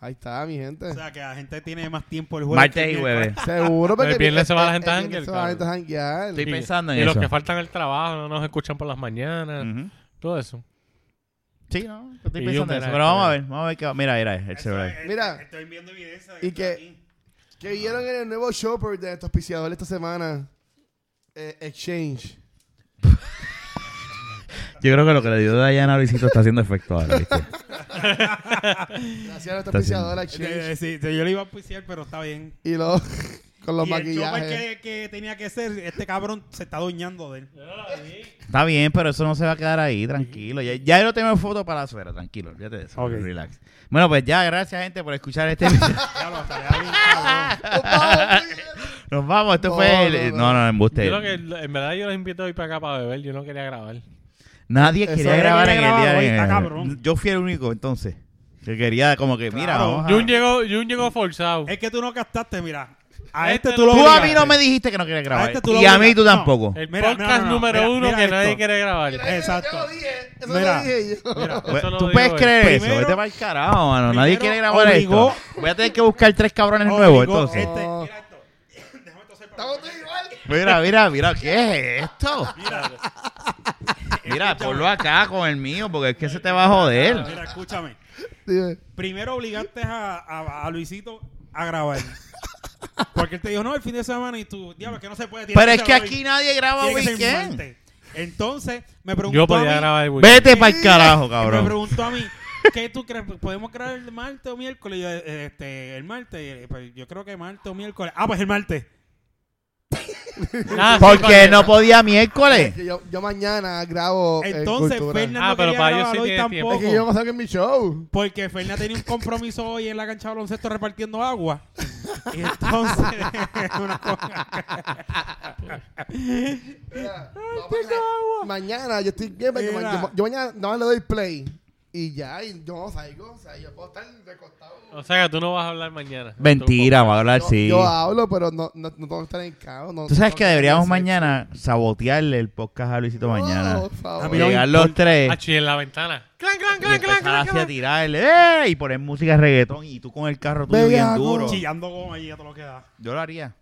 Speaker 2: Ahí está, mi gente.
Speaker 3: O sea, que la gente tiene más tiempo el jueves.
Speaker 1: Martes
Speaker 3: que
Speaker 1: y
Speaker 3: el
Speaker 1: jueves.
Speaker 2: Seguro,
Speaker 4: El viernes se va
Speaker 2: el-
Speaker 4: la gente
Speaker 2: el
Speaker 4: a
Speaker 2: viernes
Speaker 4: janguear,
Speaker 2: Se va la gente a janguear.
Speaker 1: Estoy
Speaker 4: Y-
Speaker 1: pensando en
Speaker 4: Y los
Speaker 1: eso. Mm.
Speaker 4: que faltan al trabajo no nos escuchan por las mañanas.
Speaker 1: Ujú.
Speaker 4: Todo eso.
Speaker 1: Sí, no, estoy
Speaker 4: Y
Speaker 1: pensando
Speaker 4: yo,
Speaker 1: en eso.
Speaker 4: mira,
Speaker 1: Pero vamos a
Speaker 4: mira.
Speaker 1: ver, vamos a ver qué va. Mira, mira, el
Speaker 3: miércoles.
Speaker 1: celular.
Speaker 3: Eso es,
Speaker 2: Mira.
Speaker 3: Estoy viendo evidencia.
Speaker 2: Y que- Que vieron en el nuevo shopper de estos auspiciadores esta semana. Eh, Exchange.
Speaker 1: Yo creo que lo que le dio Dayana a Luisito está haciendo efecto ahora. ¿viste?
Speaker 2: Gracias a estos
Speaker 1: Está
Speaker 2: auspiciadores Exchange.
Speaker 3: Sí, sí, yo lo iba a auspiciar, pero está bien.
Speaker 2: Y los con los
Speaker 3: y el
Speaker 2: maquillajes.
Speaker 3: chopper que, que tenía que ser, este cabrón se está doñando de él.
Speaker 1: Está bien, pero eso no se va a quedar ahí, tranquilo. Ya, ya yo tengo foto para la suegra, tranquilo. Olvídate de eso.
Speaker 3: Ok.
Speaker 1: Relax. Bueno, pues ya, gracias, gente, por escuchar este episodio.
Speaker 3: Ya lo estaría bien, cabrón.
Speaker 1: Nos vamos, esto
Speaker 2: No,
Speaker 1: fue. el-
Speaker 2: no,
Speaker 1: No,
Speaker 2: no.
Speaker 1: no, embuste.
Speaker 4: Yo lo que, en verdad yo los invito hoy para acá para beber. Yo no quería grabar.
Speaker 1: Nadie
Speaker 2: Eso
Speaker 1: quería
Speaker 2: es,
Speaker 1: grabar en
Speaker 3: nadie
Speaker 1: el día
Speaker 3: grababa,
Speaker 1: de
Speaker 3: está cabrón.
Speaker 1: Yo fui el único, entonces. Que quería, como que, mira,
Speaker 3: Claro.
Speaker 1: vamos a-
Speaker 4: Jun llegó, Jun llegó forzado.
Speaker 3: Es que tú no captaste, mira. A este
Speaker 4: Este
Speaker 3: tú lo
Speaker 1: Tú a mí
Speaker 3: obligaste.
Speaker 1: no me dijiste que no querías
Speaker 3: A
Speaker 1: grabar.
Speaker 3: este tú lo
Speaker 1: Y a mí
Speaker 3: obligaste.
Speaker 1: tú
Speaker 3: No.
Speaker 1: tampoco.
Speaker 4: El
Speaker 3: Mira, no,
Speaker 4: podcast
Speaker 3: no, no,
Speaker 4: número
Speaker 3: mira,
Speaker 4: uno
Speaker 3: mira
Speaker 4: que
Speaker 3: esto.
Speaker 4: nadie quiere grabar.
Speaker 3: Mira, Exacto.
Speaker 2: Yo lo dije. Eso
Speaker 3: Mira.
Speaker 2: lo dije yo.
Speaker 4: Eso lo
Speaker 1: Pues, ¿Tú
Speaker 4: digo
Speaker 1: puedes
Speaker 4: yo.
Speaker 1: creer eso?
Speaker 3: Primero-
Speaker 1: Vete para el carajo, mano. Nadie
Speaker 3: primero
Speaker 1: quiere grabar
Speaker 3: obligó-
Speaker 1: esto. Voy a tener que buscar tres cabrones nuevos,
Speaker 3: Obligó
Speaker 1: entonces.
Speaker 3: Este,
Speaker 2: No.
Speaker 3: mira esto. Déjame esto hacer para-
Speaker 2: Estamos todos igual.
Speaker 1: Mira, mira, mira, ¿qué es esto?
Speaker 3: Mira,
Speaker 1: Mira, ponlo acá con el mío, porque es que se te va a joder.
Speaker 3: mira, escúchame.
Speaker 2: Dime.
Speaker 3: Primero obligaste a, a- a Luisito a grabar. Porque él te dijo, no, el fin de semana y tú, diablo, que no se puede. tiene
Speaker 1: Pero es que
Speaker 3: ser hoy,
Speaker 1: aquí nadie graba
Speaker 3: tiene que ser
Speaker 1: weekend.
Speaker 3: martes". Entonces, me preguntó
Speaker 4: Yo
Speaker 3: a mí,
Speaker 4: podía grabar el weekend.
Speaker 1: Vete para el carajo,
Speaker 3: Me
Speaker 1: cabrón.
Speaker 3: preguntó a mí, ¿qué tú crees? Pues, ¿Podemos grabar el martes o miércoles? Y yo, eh, este, el martes, y él, pues, yo creo que martes o miércoles. Ah, pues el martes.
Speaker 4: Ah, sí,
Speaker 1: Porque
Speaker 4: para-
Speaker 1: no podía miércoles.
Speaker 2: Que yo, yo mañana grabo. eh,
Speaker 3: Entonces,
Speaker 2: cultura.
Speaker 3: Fernan
Speaker 4: Ah,
Speaker 3: no
Speaker 4: pero
Speaker 3: quería
Speaker 4: para ellos
Speaker 3: grabar
Speaker 4: sí
Speaker 3: hoy
Speaker 4: tiene tiempo.
Speaker 3: tampoco.
Speaker 2: Es que yo me saco en mi show.
Speaker 3: Porque Fernan tenía un compromiso hoy en la cancha de baloncesto repartiendo agua. Y entonces, una cosa-
Speaker 2: Mira, no, mañana- Mañana yo estoy bien. porque
Speaker 3: Mira.
Speaker 2: ma- Yo, yo mañana no le doy play. Y ya, y yo no salgo. O sea, yo puedo estar recostado.
Speaker 4: O sea que tú no vas a hablar mañana.
Speaker 1: Mentira, va a hablar,
Speaker 2: Yo,
Speaker 1: sí.
Speaker 2: yo hablo, pero no, no, no tengo que estar en caos. No,
Speaker 1: Tú sabes
Speaker 2: no
Speaker 1: que
Speaker 2: tengo
Speaker 1: deberíamos
Speaker 2: hacer-
Speaker 1: mañana sabotearle el podcast a Luisito
Speaker 2: No,
Speaker 1: mañana.
Speaker 2: por favor.
Speaker 3: A mí no
Speaker 1: Llegar
Speaker 3: me
Speaker 1: los
Speaker 3: importa.
Speaker 1: tres.
Speaker 4: Achi en la ventana. Clan, clan,
Speaker 1: Y
Speaker 4: clan, clan,
Speaker 1: empezar
Speaker 4: clan,
Speaker 1: así a
Speaker 4: clan.
Speaker 1: tirarle ¡eh! y poner música de reggaetón y tú con el carro tuyo bien
Speaker 2: Bellaco.
Speaker 1: duro.
Speaker 3: chillando goma allí a todo lo que da.
Speaker 1: Yo lo haría.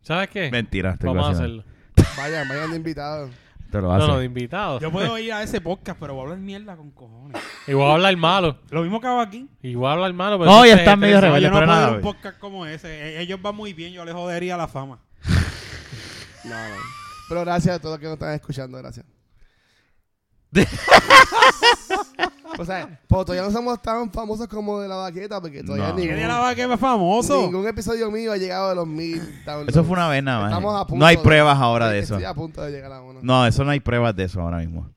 Speaker 4: ¿Sabes qué?
Speaker 1: Mentira, estoy
Speaker 4: Vamos a
Speaker 1: vacilando.
Speaker 4: hacerlo.
Speaker 2: Vayan, vayan de invitados.
Speaker 1: Te lo
Speaker 4: No,
Speaker 1: haces.
Speaker 4: no, de invitado.
Speaker 3: Yo puedo ir a ese podcast, pero voy a hablar mierda con cojones.
Speaker 4: Y voy a hablar malo.
Speaker 3: Lo mismo que hago aquí.
Speaker 4: Y voy a hablar malo. pero
Speaker 1: No,
Speaker 4: este
Speaker 1: ya
Speaker 4: es
Speaker 1: estás
Speaker 4: el
Speaker 1: medio
Speaker 4: tres-
Speaker 1: rebelde.
Speaker 3: yo no
Speaker 1: pero
Speaker 3: puedo
Speaker 1: nada,
Speaker 3: ir a un
Speaker 1: güey.
Speaker 3: podcast como ese. E- Ellos van muy bien, yo les jodería la fama.
Speaker 2: No, no. Pero gracias a todos los que nos están escuchando, gracias. o sea, pues todavía no somos tan famosos como de la vaqueta, porque todavía
Speaker 1: No.
Speaker 2: ningún,
Speaker 3: Tiene la vaca que es famoso.
Speaker 2: ningún episodio mío ha llegado a los mil downloads.
Speaker 1: Eso fue una vez nada más.
Speaker 2: Estamos a punto
Speaker 1: no hay
Speaker 2: de-
Speaker 1: pruebas ahora de eso.
Speaker 2: Estoy a punto de llegar a uno.
Speaker 1: No, eso no hay pruebas de eso ahora mismo.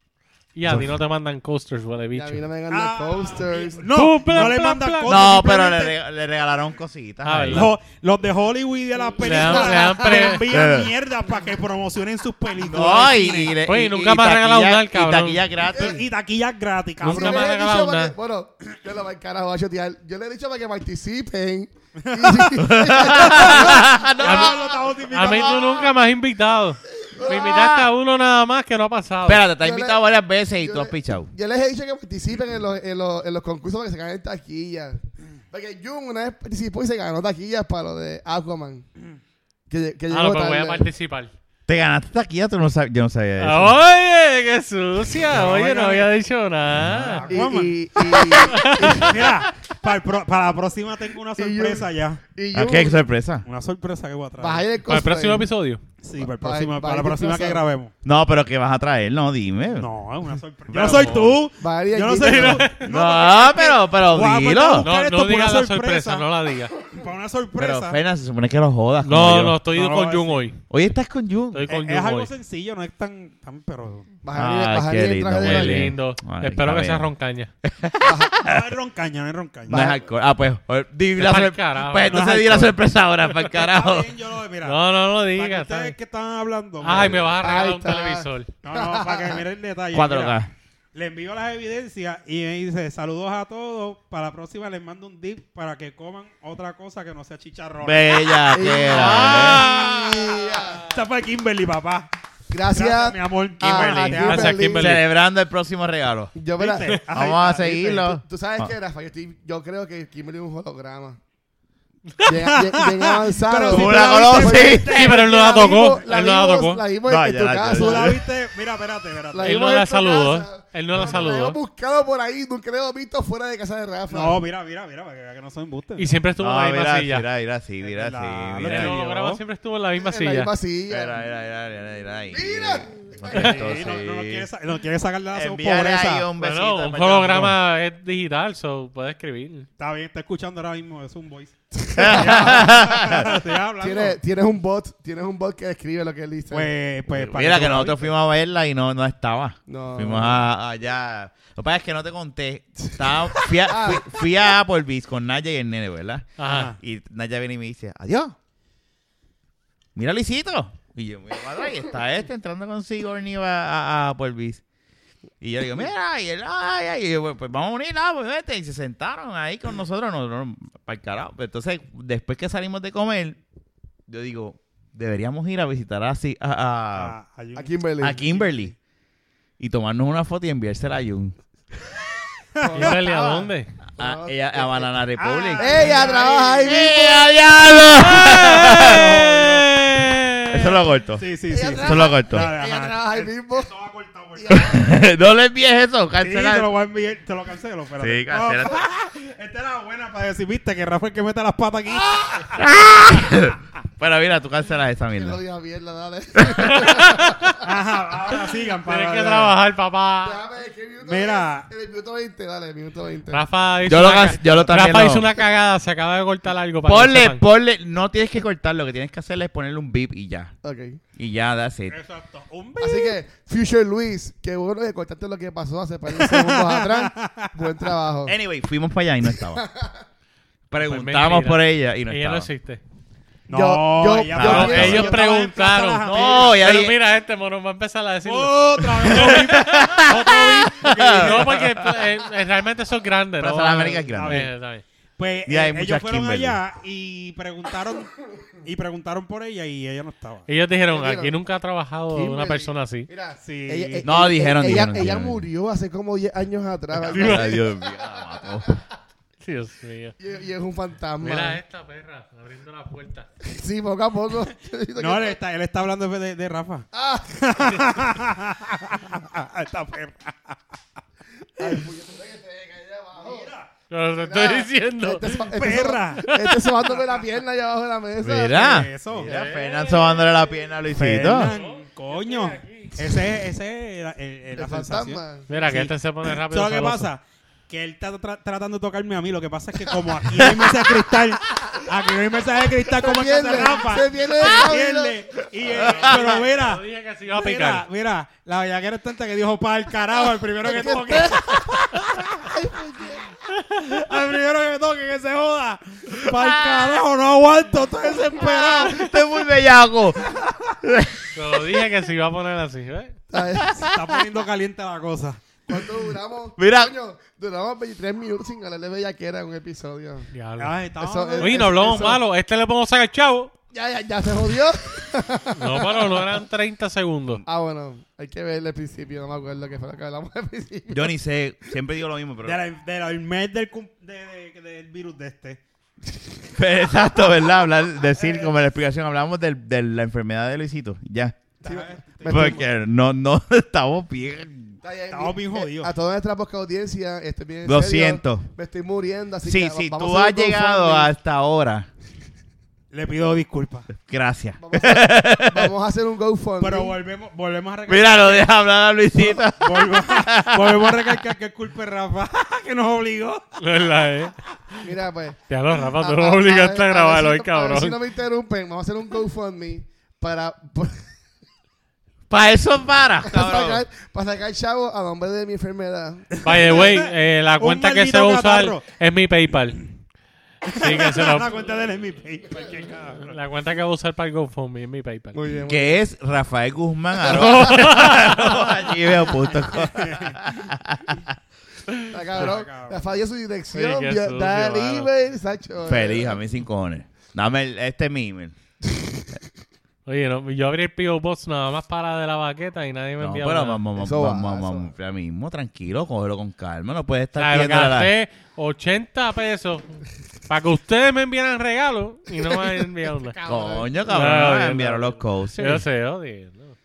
Speaker 4: Y a ti no te mandan coasters, huele
Speaker 2: Y a
Speaker 4: bicho.
Speaker 2: mí no me ganan
Speaker 3: Ah,
Speaker 2: coasters.
Speaker 3: No,
Speaker 4: Pum, plan,
Speaker 3: no le
Speaker 4: plan,
Speaker 3: mandan
Speaker 4: plan.
Speaker 3: cosas.
Speaker 1: No, pero le,
Speaker 3: simplemente
Speaker 1: rega- le regalaron cositas.
Speaker 4: Ah,
Speaker 1: ahí.
Speaker 4: ¿verdad?
Speaker 1: no,
Speaker 3: lo- los de Hollywood y de las
Speaker 4: le dan
Speaker 3: películas
Speaker 4: pre-
Speaker 3: le envían
Speaker 1: Eh.
Speaker 3: mierda para que promocionen sus películas.
Speaker 1: y, y, le-
Speaker 4: Oye,
Speaker 1: y-
Speaker 4: nunca
Speaker 1: y
Speaker 4: me ha regalado
Speaker 1: taquilla-
Speaker 4: nada el cabrón.
Speaker 1: Y taquilla gratis.
Speaker 3: Y taquillas gratis,
Speaker 4: Nunca
Speaker 3: cabrón.
Speaker 4: me
Speaker 2: le
Speaker 4: ha
Speaker 2: he dicho
Speaker 4: regalado
Speaker 2: para
Speaker 4: nada.
Speaker 2: que- Bueno, yo lo voy al carajo a chotear. Yo le he dicho para que participen.
Speaker 3: Ah, lo estamos
Speaker 4: A mí
Speaker 3: tipificando.
Speaker 4: tú nunca me has invitado.
Speaker 3: Ah.
Speaker 4: Me invitaste a uno nada más que no ha pasado.
Speaker 1: Espérate, te has
Speaker 2: Yo le-
Speaker 1: invitado varias veces y
Speaker 2: yo
Speaker 1: tú has
Speaker 2: le-
Speaker 1: pichado.
Speaker 2: Yo les he dicho que participen en los, en los, en los concursos para que se ganen taquillas. Porque Jun una vez participó y se ganó taquillas para lo de Aquaman. Que, que
Speaker 4: Mm. Ah,
Speaker 2: llegó
Speaker 4: no, pues voy a
Speaker 2: tarde.
Speaker 4: participar. Ah,
Speaker 1: Te ganaste taquilla, tú no sabes. Yo no sabía eso.
Speaker 4: Oye, qué sucia.
Speaker 3: No,
Speaker 4: Oye, no
Speaker 3: venga,
Speaker 4: había dicho nada.
Speaker 2: Y-
Speaker 3: Aquaman.
Speaker 2: y- y-
Speaker 3: Mira, para, el pro- para la próxima tengo una
Speaker 2: yo-
Speaker 3: sorpresa ya.
Speaker 2: y
Speaker 1: Ah,
Speaker 2: Jun,
Speaker 1: qué sorpresa.
Speaker 3: Una sorpresa que voy a traer.
Speaker 2: vas a ir al
Speaker 4: Para el
Speaker 2: cosplay.
Speaker 4: próximo episodio.
Speaker 3: Sí, para,
Speaker 2: Vas-
Speaker 3: el próximo-
Speaker 2: vas-
Speaker 3: para la
Speaker 2: vas-
Speaker 3: próxima que
Speaker 2: vas-
Speaker 3: grabemos.
Speaker 1: No, pero ¿qué vas a traer? No, dime.
Speaker 3: No, es una sorpresa. Yo
Speaker 4: Pero-
Speaker 3: no soy tú.
Speaker 2: Vas a ir
Speaker 3: Yo no
Speaker 2: aquí,
Speaker 3: soy
Speaker 2: pero-
Speaker 3: tú.
Speaker 1: No, pero, pero
Speaker 3: Guau, pues,
Speaker 1: dilo.
Speaker 3: Buscar
Speaker 4: No,
Speaker 3: esto
Speaker 4: no
Speaker 3: por
Speaker 4: digas
Speaker 3: una
Speaker 4: la sorpresa,
Speaker 3: sorpresa.
Speaker 4: no la digas.
Speaker 3: Para una
Speaker 1: Pero,
Speaker 3: sorpresa.
Speaker 1: Fena, se supone que lo jodas. como
Speaker 4: No,
Speaker 1: yo.
Speaker 4: no, estoy
Speaker 3: No lo voy
Speaker 4: con
Speaker 3: a
Speaker 4: Jun
Speaker 3: decir.
Speaker 4: hoy.
Speaker 1: Hoy estás con Jun.
Speaker 4: Estoy
Speaker 3: es,
Speaker 4: con
Speaker 3: es
Speaker 4: Jun
Speaker 3: algo
Speaker 4: hoy.
Speaker 3: sencillo, no es tan, tan pero
Speaker 2: Vas a ir-
Speaker 1: Ay,
Speaker 2: vas a
Speaker 1: qué
Speaker 2: ir en
Speaker 1: lindo,
Speaker 2: traje de
Speaker 1: muy
Speaker 4: Qué
Speaker 2: baño.
Speaker 4: lindo.
Speaker 1: Ay,
Speaker 4: Espero
Speaker 1: está
Speaker 4: que sea
Speaker 1: bien.
Speaker 4: roncaña.
Speaker 3: no es roncaña, no es roncaña.
Speaker 1: No es alcohol. Ah, pues, o- di la
Speaker 4: pa'l
Speaker 1: sor-
Speaker 4: carajo.
Speaker 1: pues
Speaker 4: No
Speaker 1: entonces
Speaker 3: es
Speaker 1: di la
Speaker 3: alcohol.
Speaker 1: sorpresa ahora, para el
Speaker 3: Está
Speaker 1: carajo.
Speaker 3: bien, yo lo mira.
Speaker 4: No, no lo
Speaker 3: para que
Speaker 4: digas.
Speaker 3: ustedes que están hablando.
Speaker 4: Ay, me
Speaker 3: mira.
Speaker 4: vas a
Speaker 2: Ahí
Speaker 4: regalar un
Speaker 2: está.
Speaker 4: televisor.
Speaker 3: No, no, para que miren el detalle. mira.
Speaker 1: 4K.
Speaker 3: Le envío las evidencias y me dice, saludos a todos. Para la próxima les mando un dip para que coman otra cosa que no sea chicharrón.
Speaker 1: Bella que Ah, era.
Speaker 4: Ah.
Speaker 3: Esta fue Kimberly, papá.
Speaker 2: Gracias. Ah,
Speaker 3: Gracias, mi amor.
Speaker 1: Ah,
Speaker 2: a- a
Speaker 4: Kimberly. Gracias, Kimberly.
Speaker 1: Celebrando el próximo regalo.
Speaker 2: Yo,
Speaker 3: ¿Viste?
Speaker 2: ¿verdad?
Speaker 3: Ay,
Speaker 1: Vamos a
Speaker 3: ¿viste?
Speaker 1: seguirlo.
Speaker 2: Tú, tú sabes
Speaker 1: Ah.
Speaker 2: qué, Rafa, yo, estoy- yo creo que Kimberly es un holograma. Bien, bien- bien avanzado.
Speaker 3: Pero
Speaker 1: Tú
Speaker 3: si
Speaker 1: la conoces.
Speaker 4: Sí, pero él no la tocó.
Speaker 2: La
Speaker 4: Él no la
Speaker 2: vimos-
Speaker 4: tocó.
Speaker 2: La vimos
Speaker 1: No,
Speaker 2: en
Speaker 1: ya,
Speaker 2: tu
Speaker 1: ya,
Speaker 2: casa.
Speaker 3: Tú la viste. Mira, espérate, espérate.
Speaker 2: La-
Speaker 4: Él no
Speaker 2: vimos en
Speaker 4: la
Speaker 2: tu
Speaker 4: saludó. ¿eh?
Speaker 2: casa.
Speaker 4: Él no la
Speaker 2: La hemos
Speaker 4: saludó.
Speaker 2: buscado por ahí, nunca la hemos visto fuera de casa de Rafa.
Speaker 3: No, mira, mira, mira, para que vea que no son embustes.
Speaker 4: Y siempre estuvo
Speaker 1: No,
Speaker 4: en la misma
Speaker 1: mira,
Speaker 4: silla.
Speaker 1: mira, mira, sí, mira,
Speaker 3: Es verdad,
Speaker 1: sí,
Speaker 3: lo
Speaker 1: mira.
Speaker 4: el
Speaker 3: que no-
Speaker 4: holograma
Speaker 3: yo.
Speaker 4: siempre estuvo en la misma
Speaker 2: en
Speaker 4: silla.
Speaker 2: la misma silla.
Speaker 1: Mira, mira, mira, mira, mira, ahí.
Speaker 2: Mira.
Speaker 1: Contestó,
Speaker 3: Sí, no, no, no
Speaker 1: sí.
Speaker 3: quiere, sa- no quiere sacar la su
Speaker 1: Envíale ahí
Speaker 3: pobreza.
Speaker 1: un besito. pues,
Speaker 4: Bueno, un holograma es digital, so puede escribir.
Speaker 3: Está bien, está escuchando ahora mismo. Es un voice. Estoy
Speaker 2: Tienes,
Speaker 3: hablando.
Speaker 2: tienes un bot, tienes un bot que describe lo que él dice.
Speaker 3: Pues, pues, para
Speaker 1: Mira
Speaker 3: tú
Speaker 1: que
Speaker 3: la
Speaker 1: nosotros fuimos a verla y no, no estaba.
Speaker 2: No.
Speaker 1: Fuimos a- allá. Lo que pasa es que no te conté. Estaba, fui, a, fui, fui a Applebee's con Naya y el nene, ¿verdad?
Speaker 4: Ajá.
Speaker 1: Y Naya viene y me dice, adiós. Mira Luisito. Y yo, mira, para atrás, y está este entrando con Sigourney a, a, a Applebee's. Y yo le digo, mira, y él, ay, ay, y yo, pues, pues vamos a unir, ah, pues vete. Y se sentaron ahí con nosotros, nosotros, para el carajo. Pues, Entonces, después que salimos de comer, yo digo, deberíamos ir a visitar así a, a-
Speaker 3: Ah, hay un-
Speaker 2: a Kimberly.
Speaker 1: a Kimberly y tomarnos una foto y enviársela a Jun.
Speaker 4: Kimberly, ¿a dónde?
Speaker 1: A, ella, a Banana Republic.
Speaker 3: Ah.
Speaker 2: Ella trabaja ahí mismo.
Speaker 1: ¡Eh, a diablo! Eso lo corto.
Speaker 3: Sí, sí, sí.
Speaker 2: Ella
Speaker 1: Eso lo corto.
Speaker 3: Dale, ajá.
Speaker 2: Ella trabaja ahí mismo.
Speaker 3: Eso va cortado, güey.
Speaker 1: no le envíes eso,
Speaker 3: Sí, te lo
Speaker 1: cancela.
Speaker 3: voy a enviar, te lo cancelo, espérate.
Speaker 1: Sí, cancela.
Speaker 3: No, esta era buena para decir, viste, que Rafael que mete las patas aquí.
Speaker 1: Pero mira, tú cancelas esa
Speaker 2: Que lo
Speaker 1: mierda.
Speaker 2: diga mierda, dale.
Speaker 3: Ajá, ahora sigan para.
Speaker 4: Tienes que trabajar, papá.
Speaker 2: Déjame ver qué minuto
Speaker 3: Mira.
Speaker 2: es. En el minuto 20, dale, minuto 20.
Speaker 4: Rafa hizo,
Speaker 1: Yo lo,
Speaker 4: una,
Speaker 1: can-
Speaker 4: ca-
Speaker 1: yo lo también
Speaker 4: Rafa
Speaker 1: lo-
Speaker 4: hizo una cagada, se acaba de cortar algo. Para que lo
Speaker 1: Ponle,
Speaker 4: sepan.
Speaker 1: ponle, no tienes que cortar, lo que tienes que hacer es ponerle un beep y ya.
Speaker 2: Ok.
Speaker 1: Y ya, that's it.
Speaker 3: Exacto. Un
Speaker 2: Así que, Future Luis, que bueno que cortaste lo que pasó hace par de segundos atrás. Buen trabajo.
Speaker 1: Anyway, fuimos para allá y no estaba.
Speaker 4: Pues
Speaker 1: Preguntamos
Speaker 4: mentira.
Speaker 1: por ella y no
Speaker 4: Ella no
Speaker 1: estaba.
Speaker 4: existe.
Speaker 3: No,
Speaker 2: Yo- yo-
Speaker 3: ella-
Speaker 1: yo-
Speaker 3: Ah,
Speaker 1: yo-
Speaker 3: ellos
Speaker 4: yo-
Speaker 3: preguntaron.
Speaker 1: No, ella
Speaker 4: Pero
Speaker 1: di-
Speaker 4: mira, este mono va a empezar a decirlo.
Speaker 1: Oh.
Speaker 3: Otra vez. otro beep, otro beep.
Speaker 4: No, porque eh, eh, realmente eso es grande.
Speaker 1: Plaza
Speaker 4: ¿no?
Speaker 1: de América es
Speaker 4: Está
Speaker 1: grande.
Speaker 4: bien, está bien.
Speaker 3: Pues
Speaker 1: Y hay
Speaker 3: eh, ellos
Speaker 1: muchas
Speaker 3: fueron
Speaker 1: Kimberly.
Speaker 3: allá y preguntaron y preguntaron por ella y ella no estaba.
Speaker 4: Ellos dijeron,
Speaker 2: Dijeron,
Speaker 4: aquí nunca ha trabajado una
Speaker 2: Kimberly.
Speaker 4: persona así.
Speaker 2: Mira,
Speaker 3: Sí.
Speaker 2: ella- eh,
Speaker 1: No,
Speaker 2: eh,
Speaker 1: dijeron,
Speaker 2: ella,
Speaker 1: dijeron,
Speaker 2: Ella
Speaker 1: dijeron.
Speaker 2: murió hace como 10 años atrás.
Speaker 1: Ay, Dios mío, la mató.
Speaker 4: Dios mío.
Speaker 2: y, y es un fantasma.
Speaker 4: Mira eh. esta perra abriendo la puerta.
Speaker 2: Sí, poco a poco.
Speaker 3: No, él está, él está hablando de, de Rafa.
Speaker 2: Ah.
Speaker 3: Esta perra.
Speaker 2: Ay, puñetera que te deja allá abajo.
Speaker 4: No, te estoy diciendo.
Speaker 2: Este es- este es-
Speaker 3: Perra.
Speaker 2: Este sobándome la pierna allá abajo de la mesa.
Speaker 1: Mira,
Speaker 3: Eso.
Speaker 1: mira Fernan sobándole la pierna a Luisito.
Speaker 3: Fernan, coño. Ese, ese es el, el- el-
Speaker 2: El
Speaker 3: la sensación.
Speaker 2: fantasma.
Speaker 4: Mira, que
Speaker 3: Sí.
Speaker 4: este se pone rápido.
Speaker 3: ¿Sabes lo que
Speaker 4: celoso.
Speaker 3: pasa? Que él está tra- tratando de tocarme a mí. Lo que pasa es que como aquí hay mesa de cristal, aquí no hay mesa de cristal como en casa de
Speaker 2: pierde,
Speaker 3: Rafa.
Speaker 2: se pierde de
Speaker 3: pierde. Y, eh, pero mira,
Speaker 4: Yo dije que se iba a
Speaker 3: mira,
Speaker 4: picar.
Speaker 3: mira, la bellaquera es tanta que dijo, para el carajo, el primero que toque. al primero que toque, que se joda. Para
Speaker 2: Ah.
Speaker 3: el carajo, no aguanto, estoy desesperado.
Speaker 1: Este es muy bellaco.
Speaker 4: Te lo dije que se iba a poner así, ¿eh? ¿ves?
Speaker 2: Ay,
Speaker 3: Está poniendo caliente la cosa.
Speaker 2: ¿Cuánto duramos?
Speaker 1: Mira.
Speaker 2: Coño, duramos 23 minutos sin hablar de bellaquera en un episodio.
Speaker 4: Diablo.
Speaker 3: Ay, estamos-
Speaker 2: Eso es-
Speaker 4: Oye, no hablamos malo. Este le podemos sacar chavo.
Speaker 2: Ya, ya, ya se jodió.
Speaker 4: No, pero no eran 30 segundos.
Speaker 2: Ah, bueno, hay que ver el principio. No me acuerdo qué fue lo que hablamos al principio.
Speaker 1: Yo ni sé, siempre digo lo mismo, pero.
Speaker 3: de la, de la- el mes del, cum- de- de- del virus de este.
Speaker 1: Pero Exacto, ¿verdad? Hablar, decir como la explicación, hablamos del- de la enfermedad de Luisito, ya.
Speaker 2: Me
Speaker 1: Porque no, no estamos bien.
Speaker 2: Está bien,
Speaker 3: Estamos bien
Speaker 2: eh,
Speaker 3: jodidos.
Speaker 2: A toda nuestra poca audiencia, estoy bien
Speaker 1: Lo
Speaker 2: serio,
Speaker 1: siento.
Speaker 2: Me estoy muriendo, así
Speaker 1: Sí,
Speaker 2: que
Speaker 1: si
Speaker 2: vamos
Speaker 1: tú
Speaker 2: a
Speaker 1: has
Speaker 2: hacer un
Speaker 1: llegado
Speaker 2: GoFundMe.
Speaker 1: hasta ahora,
Speaker 3: Le pido disculpas.
Speaker 1: gracias.
Speaker 2: Vamos a, vamos a hacer un GoFundMe.
Speaker 3: Pero volvemos, volvemos a recalcar.
Speaker 1: Mira, no deja hablar a Luisito.
Speaker 3: Volvemos, volvemos a recalcar que es culpa de Rafa que nos obligó.
Speaker 4: ¿Verdad, eh?
Speaker 2: Mira, pues.
Speaker 4: Ya lo, Rafa, tú
Speaker 2: a-
Speaker 3: Ah,
Speaker 4: no
Speaker 2: a-
Speaker 4: obligaste a
Speaker 2: ver-
Speaker 4: grabarlo,
Speaker 2: ver
Speaker 4: eh,
Speaker 2: si- a ver Si no
Speaker 4: cabrón.
Speaker 2: me interrumpen, vamos a hacer un GoFundMe para,
Speaker 1: Para eso para.
Speaker 2: para,
Speaker 1: cabrón.
Speaker 2: sacar, para sacar chavo a nombre de mi enfermedad.
Speaker 3: ah,
Speaker 4: By the way, eh, la
Speaker 3: Un
Speaker 4: cuenta que se
Speaker 3: maldito
Speaker 4: va a usar
Speaker 3: catarro.
Speaker 4: es mi PayPal. Sí, que se lo-
Speaker 3: la cuenta de él es mi PayPal. qué cabrón.
Speaker 4: la cuenta que voy a usar para el GoFundMe es mi PayPal.
Speaker 2: Muy bien.
Speaker 1: Que es Rafael Guzmán arroba- arroba gmail.com.
Speaker 2: Está cabrón. La falló su dirección.
Speaker 4: Sí, qué
Speaker 2: dio-
Speaker 4: sucio,
Speaker 2: da el
Speaker 4: mano.
Speaker 2: email, Sacho.
Speaker 1: Feliz, a mí sin cojones. Dame el- este es mi email.
Speaker 4: Oye, no, yo abrí el P.O. Box nada más para de la baqueta y nadie me
Speaker 1: No,
Speaker 4: envía
Speaker 1: pero
Speaker 4: nada.
Speaker 1: vamos, vamos,
Speaker 2: Eso va,
Speaker 1: vamos,
Speaker 2: eso
Speaker 1: vamos, ya mismo, tranquilo, cógelo con calma. No puedes estar
Speaker 4: Claro,
Speaker 1: pidiéndole a la-
Speaker 4: gasté 80 pesos para que ustedes me enviaran regalos y no me han enviado nada.
Speaker 1: Coño,
Speaker 4: No,
Speaker 1: cabrón, me
Speaker 4: bien,
Speaker 1: enviaron
Speaker 4: no.
Speaker 1: los coaches.
Speaker 4: Yo sé, odio. ¿no?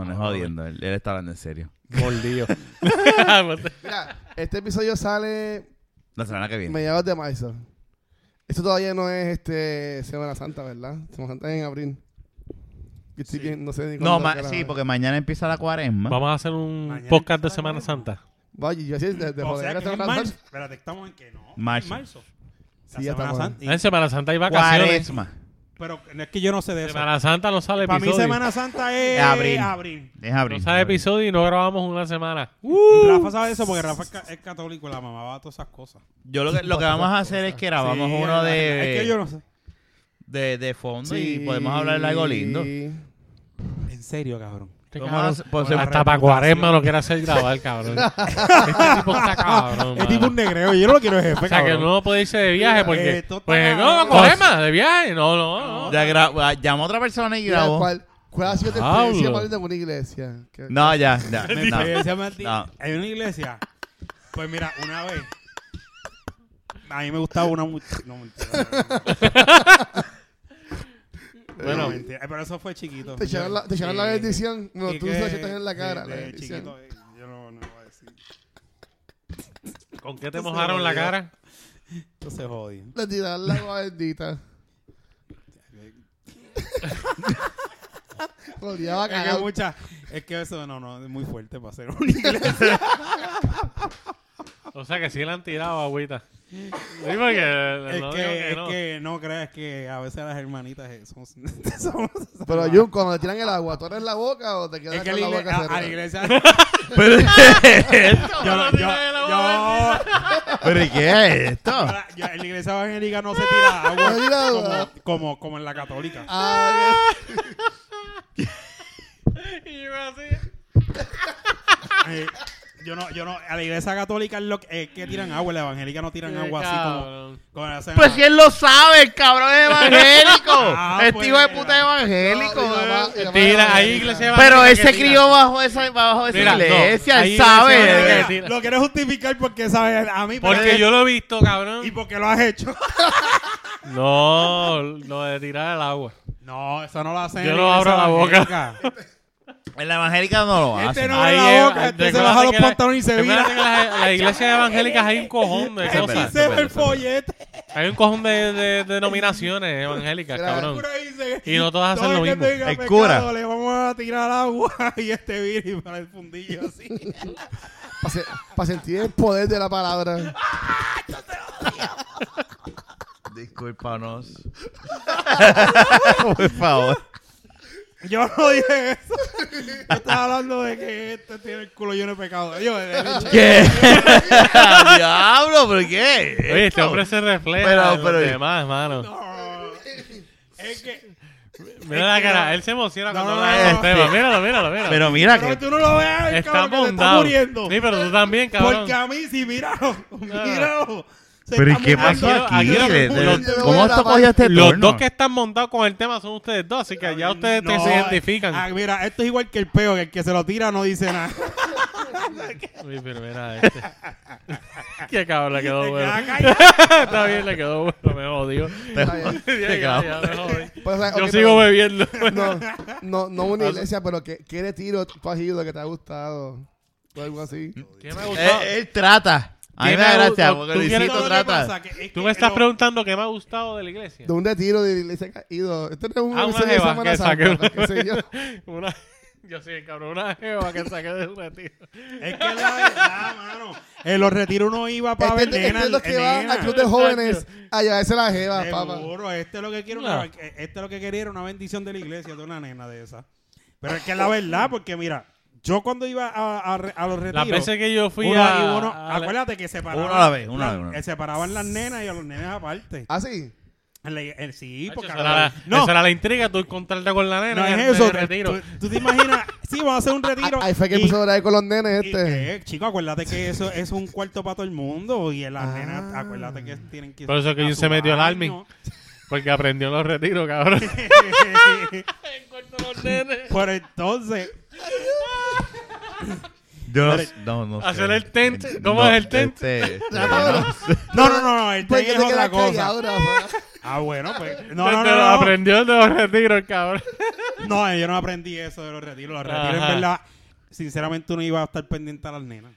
Speaker 1: No, no es jodiendo, él, él está hablando en serio.
Speaker 4: Mordido.
Speaker 2: Mira, este episodio sale
Speaker 1: La semana que viene.
Speaker 2: mediados de marzo. Esto todavía no es este Semana Santa, ¿verdad? Semana Santa es en abril. Yo estoy bien, no sé ni
Speaker 1: No,
Speaker 2: cuándo
Speaker 1: ma-
Speaker 2: carajo
Speaker 1: sí,
Speaker 2: es.
Speaker 1: porque mañana empieza la cuaresma.
Speaker 4: Vamos a hacer un
Speaker 3: Mañana
Speaker 4: podcast de
Speaker 3: está la
Speaker 4: Semana Santa.
Speaker 2: Vaya, yo así de, de
Speaker 3: O
Speaker 2: joder
Speaker 3: sea
Speaker 2: a
Speaker 3: que en
Speaker 2: Semana
Speaker 3: marzo.
Speaker 2: Santa.
Speaker 3: Espérate, estamos en que no.
Speaker 1: Marzo.
Speaker 3: En marzo. La
Speaker 2: Sí, ya
Speaker 3: Semana
Speaker 2: estamos.
Speaker 3: Santa.
Speaker 4: En Semana Santa hay vacaciones.
Speaker 1: cuaresma.
Speaker 3: Pero no es que yo no sé de eso.
Speaker 4: Semana Santa no sale
Speaker 3: Para mí
Speaker 4: episodio.
Speaker 3: Semana Santa es
Speaker 1: Abril.
Speaker 3: abril.
Speaker 1: Es abril.
Speaker 4: No sale episodio y no grabamos una semana.
Speaker 2: Uh.
Speaker 3: Rafa sabe eso porque Rafa es ca- es católico y la mamá va a todas esas cosas.
Speaker 1: Yo lo que, lo que Ah, vamos a hacer es que grabamos
Speaker 3: Sí,
Speaker 1: uno
Speaker 3: Es que yo
Speaker 1: de,
Speaker 3: no sé.
Speaker 1: de, de fondo
Speaker 2: Sí.
Speaker 1: y podemos hablar de algo lindo.
Speaker 3: En serio, cabrón.
Speaker 4: Este
Speaker 1: ¿Cómo
Speaker 4: cabrón,
Speaker 1: no se- pues
Speaker 3: se-
Speaker 4: hasta para cuaresma lo quiere hacer grabar, cabrón. este tipo está cabrón.
Speaker 3: Es tipo
Speaker 4: mano.
Speaker 3: un negreo. Yo no lo quiero jefe,
Speaker 4: O sea, que
Speaker 3: cabrón.
Speaker 4: no puede irse de viaje porque.
Speaker 3: esto está
Speaker 4: pues no,
Speaker 3: cabrón.
Speaker 4: cuaresma, de viaje. No, no, no.
Speaker 1: Ya gra- ah, llamó a otra persona y
Speaker 2: Mira,
Speaker 1: grabó.
Speaker 2: ¿cuál, ¿Cuál ha sido tu
Speaker 4: Diablo.
Speaker 2: experiencia más linda en una iglesia? ¿Qué-
Speaker 1: No, ya, ya.
Speaker 3: Mi
Speaker 1: no.
Speaker 3: experiencia, Martín,
Speaker 1: No.
Speaker 3: Hay una iglesia. Pues mira, una vez. A mí me gustaba una mu- No, mentira.
Speaker 4: Bueno.
Speaker 3: bueno, mentira. Eh, Pero eso fue chiquito.
Speaker 2: Te echaron la, te echaron la
Speaker 3: Eh,
Speaker 2: bendición. No,
Speaker 3: y
Speaker 2: tú
Speaker 3: que-
Speaker 2: se la echaste en la cara.
Speaker 3: de-
Speaker 2: la
Speaker 3: de
Speaker 2: bendición.
Speaker 3: chiquito, eh, yo no, no voy a decir.
Speaker 4: ¿Con qué te mojaron la cara?
Speaker 3: Entonces jodí.
Speaker 2: Le tiraron la agua bendita. Odiaba
Speaker 3: Es que
Speaker 2: cagado.
Speaker 3: mucha, es que eso no, no, es muy fuerte para ser una iglesia.
Speaker 4: O sea, que sí le han tirado agüita. Sí, porque.
Speaker 3: es,
Speaker 4: no
Speaker 3: que,
Speaker 4: digo que
Speaker 3: es
Speaker 4: no.
Speaker 3: que no creas que a veces las hermanitas eh, son, son-
Speaker 2: Pero Jun, cuando te tiran el agua, ¿tú eres la boca o te quedas
Speaker 3: es que
Speaker 2: con
Speaker 3: la
Speaker 2: la
Speaker 3: igle-
Speaker 2: boca
Speaker 3: a, a
Speaker 2: cerrada?
Speaker 3: la iglesia
Speaker 1: ¿Pero,
Speaker 3: yo, no- yo, yo,
Speaker 1: ¿Pero ¿y qué es esto?
Speaker 3: Ahora, yo- en la iglesia evangélica no se tira
Speaker 2: No tira
Speaker 3: agua
Speaker 2: agua.
Speaker 3: como, como, como en la católica.
Speaker 2: Ah,
Speaker 4: Y yo así.
Speaker 3: Eh, yo no, yo no, a la iglesia católica es lo que, es que tiran agua, en la evangélica no tiran
Speaker 4: Qué
Speaker 3: agua así como,
Speaker 4: cabrón.
Speaker 3: como la hacen
Speaker 1: Pues
Speaker 3: a-
Speaker 1: si él lo sabe, el cabrón es evangélico.
Speaker 3: Ah,
Speaker 1: este
Speaker 3: pues,
Speaker 1: hijo de
Speaker 3: mira.
Speaker 1: puta es evangélico.
Speaker 2: No, y la
Speaker 1: eh.
Speaker 2: va- y la va-
Speaker 4: Tira, hay iglesia
Speaker 1: Pero él
Speaker 4: evangélica
Speaker 1: se
Speaker 4: que
Speaker 1: crió
Speaker 4: tira.
Speaker 1: bajo esa, bajo esa
Speaker 4: Mira, no,
Speaker 1: iglesia,
Speaker 4: hay
Speaker 1: él sabe.
Speaker 4: iglesia
Speaker 1: eh.
Speaker 4: evangélica.
Speaker 3: Mira, Lo quieres justificar porque sabes a mí pero-
Speaker 4: Porque yo lo he visto, cabrón.
Speaker 3: y porque lo has hecho.
Speaker 4: No, lo de tirar el agua.
Speaker 3: No, eso no lo hacen.
Speaker 4: Yo
Speaker 3: en
Speaker 4: no abro
Speaker 3: iglesia
Speaker 4: la boca.
Speaker 3: evangélica.
Speaker 1: En la evangélica no lo hace.
Speaker 3: Este no abre la boca, este se baja los pantalones y se
Speaker 4: Las
Speaker 3: vira.
Speaker 4: la iglesias evangélicas hay un cojón de
Speaker 1: Ay,
Speaker 3: Y
Speaker 4: cosas.
Speaker 1: espérate,
Speaker 3: se ve el
Speaker 1: espérate.
Speaker 3: follete.
Speaker 4: Hay un cojón de, de- denominaciones evangélicas,
Speaker 2: Claro.
Speaker 4: cabrón.
Speaker 3: Pura dice,
Speaker 4: Y no todas hacen
Speaker 3: todo
Speaker 4: lo
Speaker 3: el que
Speaker 4: mismo.
Speaker 3: tenga
Speaker 1: El
Speaker 3: pecado
Speaker 1: cura.
Speaker 3: Le vamos a tirar agua y este vira y para el fundillo así.
Speaker 2: Para sentir el poder de la palabra.
Speaker 1: Discúlpanos. Por favor.
Speaker 3: Yo no dije eso. Yo estaba hablando de que este tiene el culo lleno de pecado. Yo, eh, de leche.
Speaker 1: ¿Qué? Diablo, ¿por qué?
Speaker 4: Oye, este
Speaker 1: Esto.
Speaker 4: hombre se refleja
Speaker 1: Pero-
Speaker 4: en
Speaker 1: pero-
Speaker 4: los demás, hermano.
Speaker 3: No. eh, Es que.
Speaker 4: Mira la cara, él se emociona
Speaker 3: No,
Speaker 4: cuando
Speaker 3: no,
Speaker 4: habla
Speaker 3: no,
Speaker 4: de
Speaker 3: no.
Speaker 4: este tema. Míralo, míralo, míralo.
Speaker 1: Pero mira
Speaker 4: este
Speaker 3: Pero
Speaker 1: que.
Speaker 3: tú no lo veas, el
Speaker 4: está
Speaker 3: cabrón, que se está
Speaker 4: bondado.
Speaker 3: muriendo. Pues,
Speaker 4: Sí, pero tú también, cabrón. Ah.
Speaker 3: Porque a mí, sí, míralo. Míralo. Se
Speaker 1: Pero ¿y
Speaker 3: está
Speaker 1: qué
Speaker 3: muriendo.
Speaker 1: pasó aquí?
Speaker 4: aquí lo-
Speaker 1: De- de-
Speaker 2: los-
Speaker 1: ¿Cómo esto cogió este
Speaker 4: Los dos
Speaker 1: torno?
Speaker 4: que están montados con el tema son ustedes dos, así que ya ustedes te
Speaker 3: No,
Speaker 4: se identifican.
Speaker 3: ah, mira, esto es igual que el peo, que el que se lo tira no dice nada. ah,
Speaker 4: Uy, pero mira este. Qué cabrón, le quedó bueno.
Speaker 3: queda
Speaker 4: Está bien, le quedó bueno, me jodió.
Speaker 2: Está bien.
Speaker 4: Ya, ya,
Speaker 1: cabrón.
Speaker 4: ya, me jodí.
Speaker 2: Pues, o sea,
Speaker 4: Yo
Speaker 2: ok, pero-
Speaker 4: sigo bebiendo.
Speaker 2: no, no, no una iglesia, pero ¿qué, qué retiro tú has ido que te ha gustado? O algo así.
Speaker 4: ¿Qué me
Speaker 1: Él,
Speaker 4: gustó?
Speaker 1: él trata. A mí me
Speaker 4: Tiene
Speaker 1: da gracia
Speaker 4: algo-
Speaker 1: porque
Speaker 4: tú quieres-
Speaker 1: Luisito
Speaker 4: todo lo
Speaker 3: que
Speaker 1: trata.
Speaker 3: pasa que es
Speaker 4: Tú
Speaker 3: que
Speaker 4: me estás
Speaker 3: lo-
Speaker 4: preguntando qué me ha gustado de la iglesia.
Speaker 2: De un retiro de iglesia que has ido. Este no es un
Speaker 4: Ah, una
Speaker 2: episodio de
Speaker 4: jeva
Speaker 2: Semana
Speaker 4: que
Speaker 2: Santa,
Speaker 4: saqué una-
Speaker 2: qué sé yo.
Speaker 4: Una- Yo soy el cabrón, una jeva que saqué de un retiro.
Speaker 3: Es que la verdad, mano. En los retiros uno iba para
Speaker 2: Este,
Speaker 3: ver
Speaker 2: este
Speaker 3: nena.
Speaker 2: es lo que va
Speaker 3: nena.
Speaker 2: al club de jóvenes a llevarse la jeva, Ah, papá.
Speaker 3: Seguro, este es lo que quiere
Speaker 4: No.
Speaker 3: una, este es lo que quería era una bendición de la iglesia de una nena de esa. Pero es que la verdad, porque mira, Yo cuando iba a, a, re- a los retiros...
Speaker 4: Las veces que yo fui
Speaker 3: uno
Speaker 4: a,
Speaker 3: y uno-
Speaker 4: a-
Speaker 3: acuérdate que separaban...
Speaker 1: Uno a la vez, uno a la vez,
Speaker 3: la-
Speaker 1: uno a la vez.
Speaker 3: Separaban eh, las nenas y a los nenes aparte.
Speaker 2: ¿Ah, sí?
Speaker 3: En la- en- sí,
Speaker 4: Hacho,
Speaker 3: porque...
Speaker 4: esa, era la,
Speaker 3: no,
Speaker 4: esa era la intriga, tú encontrarte con la
Speaker 3: no
Speaker 4: nena. y
Speaker 3: es
Speaker 4: el- el
Speaker 3: eso.
Speaker 4: retiro.
Speaker 3: Tú, tú te imaginas... sí, vamos a hacer un retiro.
Speaker 2: Ah, Ahí fue que
Speaker 3: y-
Speaker 2: empezó a hablar con los nenes
Speaker 3: y
Speaker 2: este.
Speaker 3: que, chico, acuérdate que eso es un cuarto para todo el mundo y las
Speaker 2: Ah.
Speaker 3: nenas, acuérdate que tienen que...
Speaker 4: Por eso es que
Speaker 3: a
Speaker 4: Jun se
Speaker 3: su
Speaker 4: metió al
Speaker 3: baño.
Speaker 4: Army. Porque aprendió en los retiros, cabrón.
Speaker 3: Por entonces,
Speaker 1: Dios, no, no. sé.
Speaker 4: Hacer el tent.
Speaker 1: Eh,
Speaker 4: ¿Cómo es el tent?
Speaker 1: este, este, no
Speaker 2: Cabrón.
Speaker 1: sé.
Speaker 3: No, no, no, no, el
Speaker 2: Pues
Speaker 3: tren
Speaker 2: que
Speaker 3: este
Speaker 2: te
Speaker 3: es otra
Speaker 2: quedas
Speaker 3: cosa.
Speaker 2: callado, ¿no?
Speaker 3: Ah, bueno, pues. No,
Speaker 4: No,
Speaker 3: no, no. No,
Speaker 4: Aprendió de los retiros, el cabrón.
Speaker 3: No, yo no aprendí eso de los retiros. Los retiros,
Speaker 4: Ajá.
Speaker 3: en verdad, sinceramente, uno iba a estar pendiente a las nenas.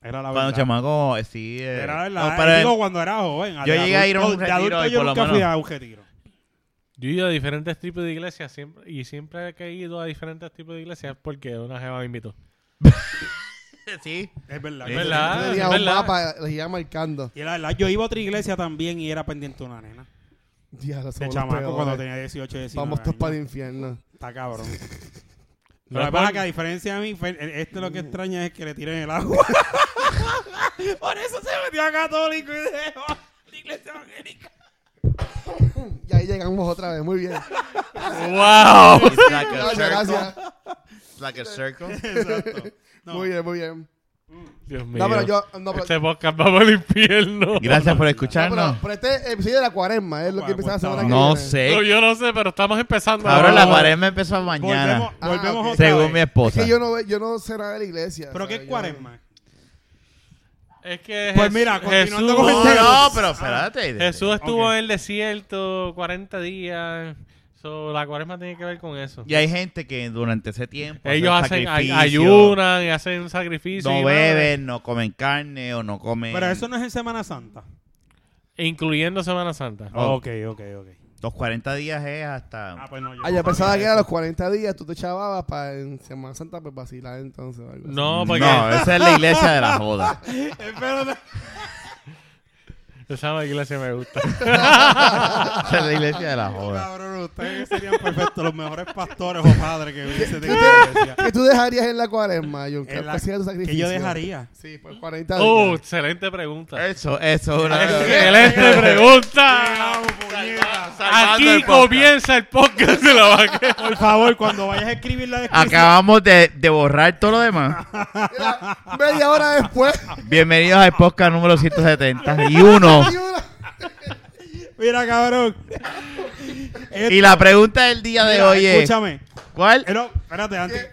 Speaker 3: Era la
Speaker 1: Cuando
Speaker 3: verdad.
Speaker 1: chamaco, eh, sí. eh,
Speaker 3: Era la
Speaker 1: no,
Speaker 3: verdad.
Speaker 1: pero-
Speaker 3: Digo, cuando era joven.
Speaker 1: Yo
Speaker 3: de
Speaker 1: llegué a ir a un
Speaker 3: adulto- de
Speaker 1: retiro
Speaker 3: adulto
Speaker 1: y
Speaker 3: yo
Speaker 1: por lo
Speaker 3: nunca fui
Speaker 1: menos-
Speaker 3: a un retiro.
Speaker 4: Yo he ido a diferentes tipos de iglesias siempre, y siempre que he ido a diferentes tipos de iglesias es porque una jeva me invitó.
Speaker 1: sí.
Speaker 3: Es verdad.
Speaker 1: Es
Speaker 3: yo-
Speaker 4: verdad. Ah,
Speaker 2: Le
Speaker 4: es
Speaker 2: di a un
Speaker 4: verdad.
Speaker 2: mapa, les iba marcando.
Speaker 3: Y la verdad, yo iba a otra iglesia también y era pendiente una nena.
Speaker 2: Diablo,
Speaker 3: De
Speaker 2: somos los
Speaker 3: chamaco cuando
Speaker 2: peores.
Speaker 3: tenía 18, 19
Speaker 2: Vamos todos
Speaker 3: años.
Speaker 2: para el infierno.
Speaker 3: Está cabrón.
Speaker 4: No
Speaker 3: Lo
Speaker 4: es
Speaker 3: que pasa
Speaker 4: por-
Speaker 3: es que a diferencia de mí, Fer, eh, este lo que extraña es que le tiren el agua. por eso se metió a católico y dejó la iglesia evangélica.
Speaker 2: Y ahí llegamos otra vez, muy bien.
Speaker 4: ¡Wow!
Speaker 1: It's like a
Speaker 2: Gracias,
Speaker 1: circle.
Speaker 2: gracias.
Speaker 1: It's like a circle.
Speaker 3: Exacto. No.
Speaker 2: Muy bien, muy bien.
Speaker 4: Dios mío.
Speaker 2: No, pero yo. No, pero,
Speaker 4: Este podcast va para el infierno.
Speaker 1: Gracias por
Speaker 2: no, pero,
Speaker 1: escucharnos.
Speaker 2: pero este episodio de la cuaresma es lo que empieza la semana que
Speaker 1: No
Speaker 2: viene.
Speaker 4: No,
Speaker 1: sé.
Speaker 4: yo no sé, pero estamos empezando.
Speaker 1: Ahora eh. la
Speaker 4: ahora.
Speaker 1: cuaresma empezó mañana.
Speaker 3: Volvemos,
Speaker 2: Ah,
Speaker 3: volvemos
Speaker 2: ok.
Speaker 3: otra
Speaker 1: Según
Speaker 3: vez.
Speaker 1: mi
Speaker 2: Es
Speaker 1: esposa.
Speaker 2: que yo no, ve- yo no sé nada de la iglesia.
Speaker 3: ¿Pero
Speaker 2: ¿sabes?
Speaker 3: qué es
Speaker 2: Yo-
Speaker 3: cuaresma?
Speaker 4: Es que
Speaker 3: Pues
Speaker 4: Jes-
Speaker 3: mira, continuando
Speaker 4: Jesús,
Speaker 3: con el
Speaker 1: No,
Speaker 3: tema.
Speaker 1: no, pero espérate.
Speaker 4: Jesús estuvo
Speaker 3: Ok.
Speaker 4: en el desierto 40 días. So, la cuaresma tiene que ver con eso.
Speaker 1: Y hay gente que durante ese tiempo.
Speaker 4: Ellos hacen, ay-
Speaker 1: sacrificios,
Speaker 4: ayunan y hacen sacrificios. y
Speaker 1: No
Speaker 4: nada.
Speaker 1: beben, no comen carne o no comen.
Speaker 3: Pero eso no es en Semana Santa.
Speaker 4: Incluyendo Semana Santa.
Speaker 1: Oh.
Speaker 3: Ok, ok, ok.
Speaker 1: Los 40 días es hasta.
Speaker 3: Ah, pues no, yo
Speaker 2: Ah,
Speaker 3: no
Speaker 2: yo pensaba
Speaker 3: sabía
Speaker 2: que a
Speaker 3: eso.
Speaker 2: los 40 días tú te echabas para en Semana Santa pues, vacilar entonces. o algo así.
Speaker 4: No, porque
Speaker 1: No, eh. esa es la iglesia de la joda.
Speaker 3: Espérate.
Speaker 4: esa iglesia me gusta.
Speaker 1: Esa es la iglesia de la joda.
Speaker 3: Cabrón, ustedes serían perfectos, los mejores pastores o padres que hubiese tenido iglesia.
Speaker 2: ¿Qué tú dejarías en la cuaresma, Jun? ¿Qué
Speaker 3: En la-
Speaker 2: hacías tu
Speaker 3: Que
Speaker 2: sacrificio?
Speaker 3: yo dejaría.
Speaker 2: Sí, por 40 días.
Speaker 4: Oh, excelente pregunta.
Speaker 1: Eso, eso es una.
Speaker 4: Excelente pregunta.
Speaker 1: Eh. Salvando el
Speaker 4: Aquí
Speaker 1: podcast.
Speaker 4: comienza el podcast de la vaquera.
Speaker 3: Por favor, cuando vayas a escribir la descripción.
Speaker 1: Acabamos de, de borrar todo lo demás.
Speaker 2: Mira, media hora después.
Speaker 1: Bienvenidos al podcast número 170 y uno.
Speaker 2: y una-
Speaker 3: Mira, cabrón. Esto-
Speaker 1: Y la pregunta del día de
Speaker 3: Mira,
Speaker 1: hoy es:
Speaker 3: Escúchame.
Speaker 1: ¿Cuál?
Speaker 3: Eh, no, espérate, antes.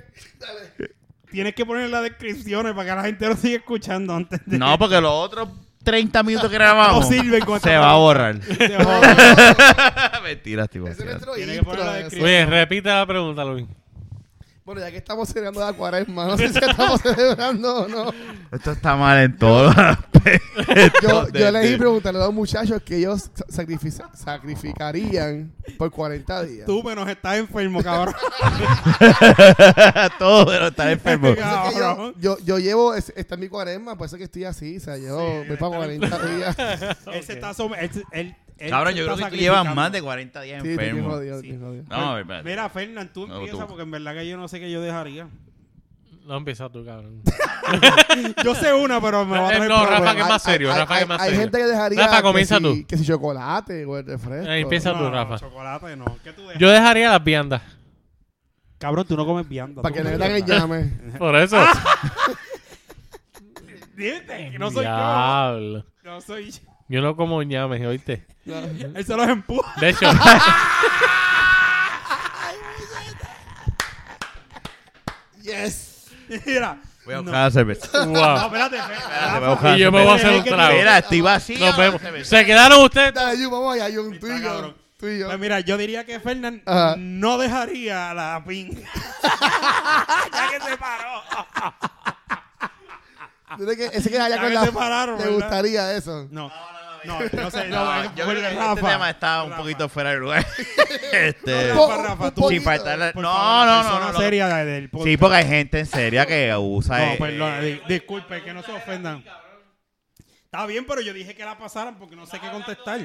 Speaker 2: Eh,
Speaker 3: Tienes que poner las descripciones para que la gente lo siga escuchando antes de.
Speaker 1: No, porque los otros 30 minutos que grabamos
Speaker 3: No sirven con
Speaker 1: se
Speaker 3: esta-
Speaker 1: va a borrar.
Speaker 3: Te jodas.
Speaker 1: Mentiras, tipo.
Speaker 2: Ese es nuestro
Speaker 3: Tiene que
Speaker 2: intro
Speaker 3: poner la
Speaker 2: de eso.
Speaker 3: descripción.
Speaker 4: Oye, repite la pregunta, Luis.
Speaker 2: Bueno, ya que estamos celebrando la cuaresma, no sé si estamos celebrando o no.
Speaker 1: Esto está mal en todo.
Speaker 2: Yo, yo leí preguntarle a los muchachos que ellos sa- sacrifici- sacrificarían por 40 días.
Speaker 3: Tú menos estás enfermo, cabrón.
Speaker 1: todo, pero está enfermo.
Speaker 2: Eso es que yo,
Speaker 3: cabrón.
Speaker 2: yo, yo llevo, es- está en mi cuaresma, por eso es que estoy así, o sea, yo voy para 40 días.
Speaker 3: Él se está som- él se- él- él
Speaker 1: Cabrón,
Speaker 3: se
Speaker 1: yo
Speaker 3: está
Speaker 1: creo que tú
Speaker 3: sacrificando.
Speaker 1: llevas más de 40 días
Speaker 2: Sí, estoy
Speaker 1: enfermo.
Speaker 2: jodido,
Speaker 3: Sí.
Speaker 2: estoy jodido.
Speaker 1: No, a ver,
Speaker 3: Mira, Fernan, tú
Speaker 1: No,
Speaker 3: empieza
Speaker 1: tú.
Speaker 3: porque en verdad que yo no sé qué yo dejaría.
Speaker 4: No empieza tú, cabrón.
Speaker 3: Yo sé una, pero me va a
Speaker 4: Eh,
Speaker 3: traer
Speaker 4: no,
Speaker 3: problemas.
Speaker 4: Rafa, que
Speaker 2: Hay-
Speaker 4: más serio,
Speaker 2: hay-
Speaker 4: Rafa,
Speaker 2: hay-
Speaker 4: que más
Speaker 2: Hay
Speaker 4: serio.
Speaker 2: gente que dejaría
Speaker 4: Rafa,
Speaker 2: que
Speaker 4: comienza
Speaker 2: si-
Speaker 4: tú.
Speaker 2: que si chocolate o el refresco.
Speaker 4: Eh, empieza tú,
Speaker 3: No, no,
Speaker 4: Rafa.
Speaker 3: chocolate no. ¿Qué tú dejas?
Speaker 4: Yo dejaría las viandas.
Speaker 3: Cabrón, tú no comes vianda.
Speaker 2: Para que le
Speaker 3: le
Speaker 2: den el llame.
Speaker 4: Por eso.
Speaker 3: Dite, que no soy
Speaker 4: Diablo.
Speaker 3: yo. No soy yo.
Speaker 4: Yo no como ñames, ¿oíste?
Speaker 3: Él se los empuja.
Speaker 4: De hecho.
Speaker 2: Yes.
Speaker 3: Mira.
Speaker 1: Voy a
Speaker 3: no.
Speaker 1: buscar la cerveza.
Speaker 3: No,
Speaker 4: wow.
Speaker 3: espérate,
Speaker 1: Te
Speaker 3: espérate.
Speaker 1: voy a buscar
Speaker 4: Y yo me voy a hacer
Speaker 3: Pero
Speaker 4: un
Speaker 3: es que-
Speaker 4: trago.
Speaker 1: Mira, estoy vacío.
Speaker 4: Nos vemos. Se quedaron ustedes.
Speaker 2: Dale, Jun, vamos allá, Jun, tú y
Speaker 3: Está
Speaker 2: yo.
Speaker 3: cabrón.
Speaker 2: Tú y yo.
Speaker 3: Pues mira, yo diría que Fernan
Speaker 2: Ajá.
Speaker 3: no dejaría la pinga. ya que se paró.
Speaker 2: Yo sé que ese que allá
Speaker 3: Ya
Speaker 2: con
Speaker 3: que
Speaker 2: la.
Speaker 3: se pararon,
Speaker 2: Te
Speaker 3: ¿verdad?
Speaker 2: gustaría eso.
Speaker 3: No. No, no sé. No,
Speaker 1: No,
Speaker 3: eh,
Speaker 1: yo creo
Speaker 3: vuelve,
Speaker 1: que este
Speaker 3: Rafa.
Speaker 1: tema está un
Speaker 3: Rafa.
Speaker 1: poquito fuera de lugar. este,
Speaker 3: No,
Speaker 2: Un-
Speaker 3: Rafa,
Speaker 2: un
Speaker 3: tú-
Speaker 1: sin
Speaker 2: poquito.
Speaker 1: faltar la-
Speaker 3: Por
Speaker 1: No,
Speaker 3: favor, la
Speaker 1: no, no,
Speaker 3: persona
Speaker 1: no, no.
Speaker 3: seria del podcast.
Speaker 1: Sí, porque hay gente en serio que abusa.
Speaker 3: No,
Speaker 1: eh,
Speaker 3: perdón, di- disculpe, que no se ofendan. Está bien, pero yo dije que la pasaran porque no sé qué contestar.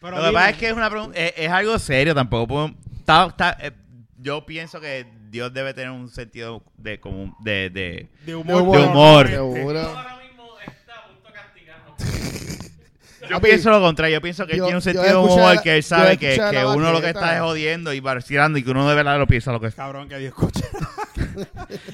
Speaker 3: Pero
Speaker 1: Lo que
Speaker 3: dime,
Speaker 1: pasa es que es una pregunta, es, es algo serio, tampoco puedo- está- está, eh, yo pienso que Dios debe tener un sentido de común, de, de...
Speaker 3: De este,
Speaker 1: humor. De humor.
Speaker 2: Seguro.
Speaker 4: Ahora mismo está a punto de castigarnos.
Speaker 1: Yo
Speaker 2: Papi,
Speaker 1: pienso lo contrario, yo pienso que él
Speaker 2: yo-
Speaker 1: tiene un
Speaker 2: yo he
Speaker 1: sentido de humor
Speaker 2: escuchado la-
Speaker 1: que él
Speaker 2: yo he
Speaker 1: sabe que,
Speaker 2: escuchado
Speaker 1: que
Speaker 2: la
Speaker 1: uno lo que
Speaker 2: baqueta.
Speaker 1: está es jodiendo y vacilando y que uno de verdad lo piensa lo que
Speaker 3: Cabrón, que Dios escucha.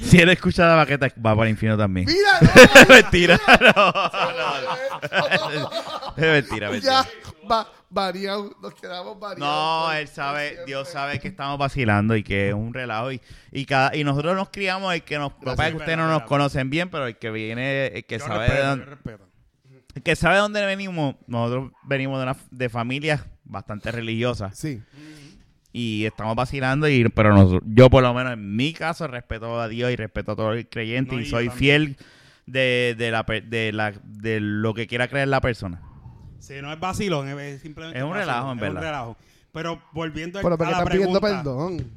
Speaker 1: Si él escucha la baqueta, va para el infierno también.
Speaker 2: Mira,
Speaker 1: mentira, no, no, no. Es mentira,
Speaker 2: no,
Speaker 1: mentira.
Speaker 2: ya, va, variado, nos quedamos variados.
Speaker 1: No,
Speaker 2: por-
Speaker 1: él sabe,
Speaker 2: por
Speaker 1: Dios
Speaker 2: siempre.
Speaker 1: sabe que estamos vacilando y que es un relajo. Y, y cada, y nosotros nos criamos, el que nos, lo que pasa es que ustedes no nos conocen bien, pero el que viene, el que
Speaker 3: Yo
Speaker 1: sabe de
Speaker 3: respeto,
Speaker 1: dónde,
Speaker 3: yo respeto.
Speaker 1: el que sabe de dónde venimos, nosotros venimos de, una, de familias bastante religiosas.
Speaker 2: Sí.
Speaker 1: y estamos vacilando y pero nos- yo por lo menos en mi caso respeto a Dios y respeto a todo el creyente
Speaker 3: No,
Speaker 1: y
Speaker 3: y
Speaker 1: soy
Speaker 3: yo
Speaker 1: fiel de, de la per- de la de lo que quiera creer la persona
Speaker 3: Sí, no es vacilón, es- es simplemente
Speaker 1: Es un
Speaker 3: vacilón,
Speaker 1: relajo, en
Speaker 3: es un
Speaker 1: verdad.
Speaker 3: relajo. Pero volviendo al-
Speaker 2: Pero
Speaker 3: a
Speaker 2: porque
Speaker 3: la
Speaker 2: están pidiendo
Speaker 3: pregunta.
Speaker 2: perdón.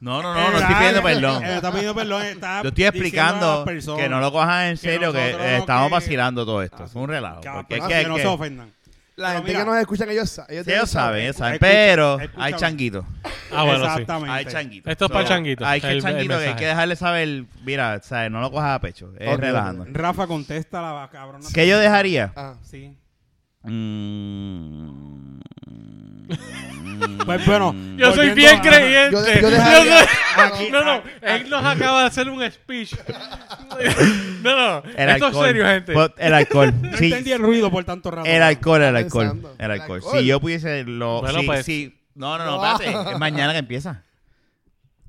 Speaker 1: no no no no estoy pidiendo perdón
Speaker 3: Eh, está pidiendo perdón. Está
Speaker 1: yo estoy
Speaker 3: diciendo a
Speaker 1: explicando
Speaker 3: las personas
Speaker 1: que no lo cojan en serio que,
Speaker 3: nosotros
Speaker 1: eh,
Speaker 3: no
Speaker 1: estamos
Speaker 3: que-
Speaker 1: vacilando todo esto es un relajo
Speaker 3: que, ah,
Speaker 1: porque es
Speaker 3: que,
Speaker 1: que,
Speaker 3: no
Speaker 1: que-
Speaker 3: se ofendan.
Speaker 2: La
Speaker 3: Pero
Speaker 2: gente
Speaker 3: mira,
Speaker 2: que nos escucha, ellos, sa-
Speaker 1: sí,
Speaker 2: ellos
Speaker 1: ellos saben ellos saben
Speaker 3: Escucha,
Speaker 1: pero
Speaker 3: escucha.
Speaker 1: hay changuitos
Speaker 4: Ah, bueno, sí.
Speaker 3: Exactamente.
Speaker 1: hay changuitos
Speaker 4: Esto es para
Speaker 1: So,
Speaker 4: changuitos,
Speaker 1: hay que
Speaker 4: el- el
Speaker 1: changuito que hay
Speaker 4: mensaje.
Speaker 1: que dejarle saber mira sabes no lo cojas a pecho es
Speaker 2: Ok,
Speaker 1: relajando
Speaker 2: ok.
Speaker 3: Rafa, contesta la cabrona.
Speaker 1: ¿qué yo dejaría?
Speaker 2: Ah,
Speaker 3: Sí.
Speaker 1: Mm.
Speaker 3: Pues bueno.
Speaker 4: Yo soy
Speaker 3: volviendo
Speaker 4: bien
Speaker 3: a-
Speaker 4: creyente.
Speaker 2: yo, de- yo dejaría.
Speaker 4: Yo soy-
Speaker 2: Ah, no.
Speaker 4: No, no, él nos acaba de hacer un speech. No, no,
Speaker 1: El
Speaker 4: esto es
Speaker 1: alcohol.
Speaker 4: serio, gente.
Speaker 1: Pot- El alcohol.
Speaker 3: No
Speaker 1: Sí,
Speaker 3: entendí el ruido por tanto rato.
Speaker 1: el alcohol, el alcohol.
Speaker 2: Pensando.
Speaker 1: El alcohol.
Speaker 2: El alcohol.
Speaker 1: Si yo pudiese lo.
Speaker 4: Bueno,
Speaker 1: sí,
Speaker 4: pues.
Speaker 1: sí. No, no, no, espérate. Es mañana que empieza.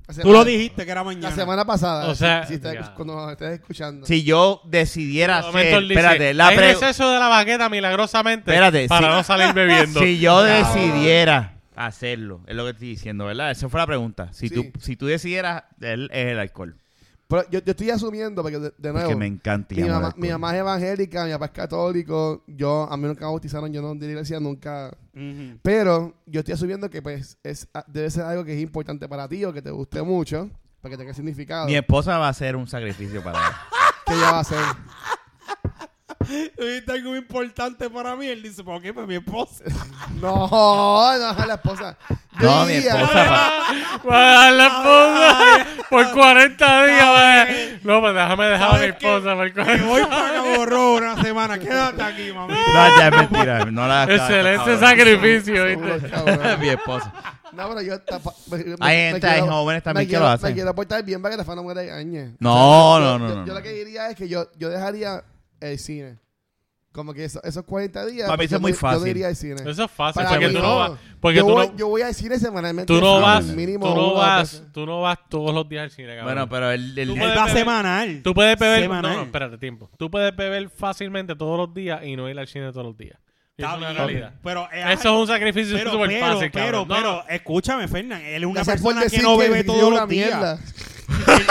Speaker 2: Hace-
Speaker 3: Tú lo dijiste que era mañana.
Speaker 2: La semana pasada.
Speaker 4: O sea,
Speaker 2: si está-
Speaker 4: ya.
Speaker 2: cuando nos estés escuchando.
Speaker 1: Si yo decidiera
Speaker 4: De momento
Speaker 1: hacer.
Speaker 4: él dice,
Speaker 1: Ah, Espérate, la
Speaker 4: hay
Speaker 1: pre-
Speaker 4: receso de la baqueta milagrosamente
Speaker 1: Espérate,
Speaker 4: para
Speaker 1: sí.
Speaker 4: no salir bebiendo.
Speaker 1: Si yo decidiera hacerlo, es lo que estoy diciendo, ¿verdad? Esa fue la pregunta. Si,
Speaker 2: Sí.
Speaker 1: tú, si tú decidieras, él es el alcohol.
Speaker 2: Pero yo, yo estoy asumiendo, porque de, de nuevo.
Speaker 1: Porque me encanta. y
Speaker 2: mi
Speaker 1: amo el
Speaker 2: mamá,
Speaker 1: alcohol.
Speaker 2: mi mamá es evangélica, mi papá es católico. Yo, a mí nunca me bautizaron, yo no de iglesia, nunca.
Speaker 3: Ujú.
Speaker 2: Pero yo estoy asumiendo que pues es, a- debe ser algo que es importante para ti o que te guste mucho, para que tenga significado.
Speaker 1: Mi esposa va a hacer un sacrificio para él.
Speaker 2: que ella va a hacer.
Speaker 3: ¿Tuviste algo importante para mí? Él dice, ¿por qué? Pues mi esposa.
Speaker 2: No, no, la esposa. Yo
Speaker 1: No, mi
Speaker 2: diría-
Speaker 1: esposa va-
Speaker 4: Va a dar la esposa por 40 días. va a- No, pues déjame dejar a mi
Speaker 3: ¿Sabes qué?
Speaker 4: esposa por
Speaker 3: Me
Speaker 4: 40
Speaker 3: voy para Cabo Rojo una semana. Quédate aquí, mami.
Speaker 1: No, ya es mentira. No la
Speaker 4: Excelente
Speaker 1: cabrón.
Speaker 4: sacrificio, ¿viste?
Speaker 2: Seguro, cabrón.
Speaker 1: Mi esposa.
Speaker 2: No, pero yo tapa- me- me-
Speaker 1: Hay
Speaker 2: me
Speaker 1: gente, hay
Speaker 2: quiero-
Speaker 1: jóvenes también
Speaker 2: me
Speaker 1: que lo
Speaker 2: quiero-
Speaker 1: hacen.
Speaker 2: Me quiero portar bien para que la fan no me regañe.
Speaker 1: No,
Speaker 2: yo-
Speaker 1: no,
Speaker 2: yo-
Speaker 1: no, no.
Speaker 2: Yo lo que diría es que yo, yo dejaría el cine. Como que eso- esos 40 días.
Speaker 1: Para mí
Speaker 2: pues,
Speaker 1: eso
Speaker 2: yo
Speaker 1: es muy
Speaker 2: me-
Speaker 1: fácil.
Speaker 2: Yo diría el cine.
Speaker 4: Eso es fácil,
Speaker 2: Para
Speaker 4: porque
Speaker 2: mí
Speaker 4: tú no
Speaker 2: no.
Speaker 4: vas. Porque
Speaker 2: yo,
Speaker 4: tú
Speaker 2: voy,
Speaker 4: no,
Speaker 2: yo voy al cine semanalmente.
Speaker 4: tú
Speaker 1: no,
Speaker 4: no vas.
Speaker 2: mínimo pues,
Speaker 4: Tú
Speaker 2: una
Speaker 4: no
Speaker 2: o dos
Speaker 4: vas,
Speaker 2: veces.
Speaker 4: tú no vas todos los días al cine, cabrón.
Speaker 3: pues,
Speaker 1: Bueno, pero el, el-
Speaker 4: Tú
Speaker 1: el-
Speaker 3: Él va semanal.
Speaker 4: Tú puedes beber. No,
Speaker 3: Semanal.
Speaker 4: no, espérate, tiempo. Tú puedes beber fácilmente todos los días y no ir al cine todos los días. Y
Speaker 3: Está
Speaker 4: es una
Speaker 3: bien,
Speaker 4: realidad.
Speaker 3: Pero, eh,
Speaker 4: Eso es un sacrificio
Speaker 3: pero,
Speaker 4: súper
Speaker 3: pero,
Speaker 4: fácil,
Speaker 3: pero,
Speaker 4: cabrón. No, no.
Speaker 3: pero, escúchame, Fernán. Él es una
Speaker 2: Gracias por
Speaker 3: persona que
Speaker 2: decir
Speaker 3: no bebe
Speaker 2: el video
Speaker 3: todos
Speaker 2: es
Speaker 3: los
Speaker 2: una
Speaker 3: días.
Speaker 2: mierda.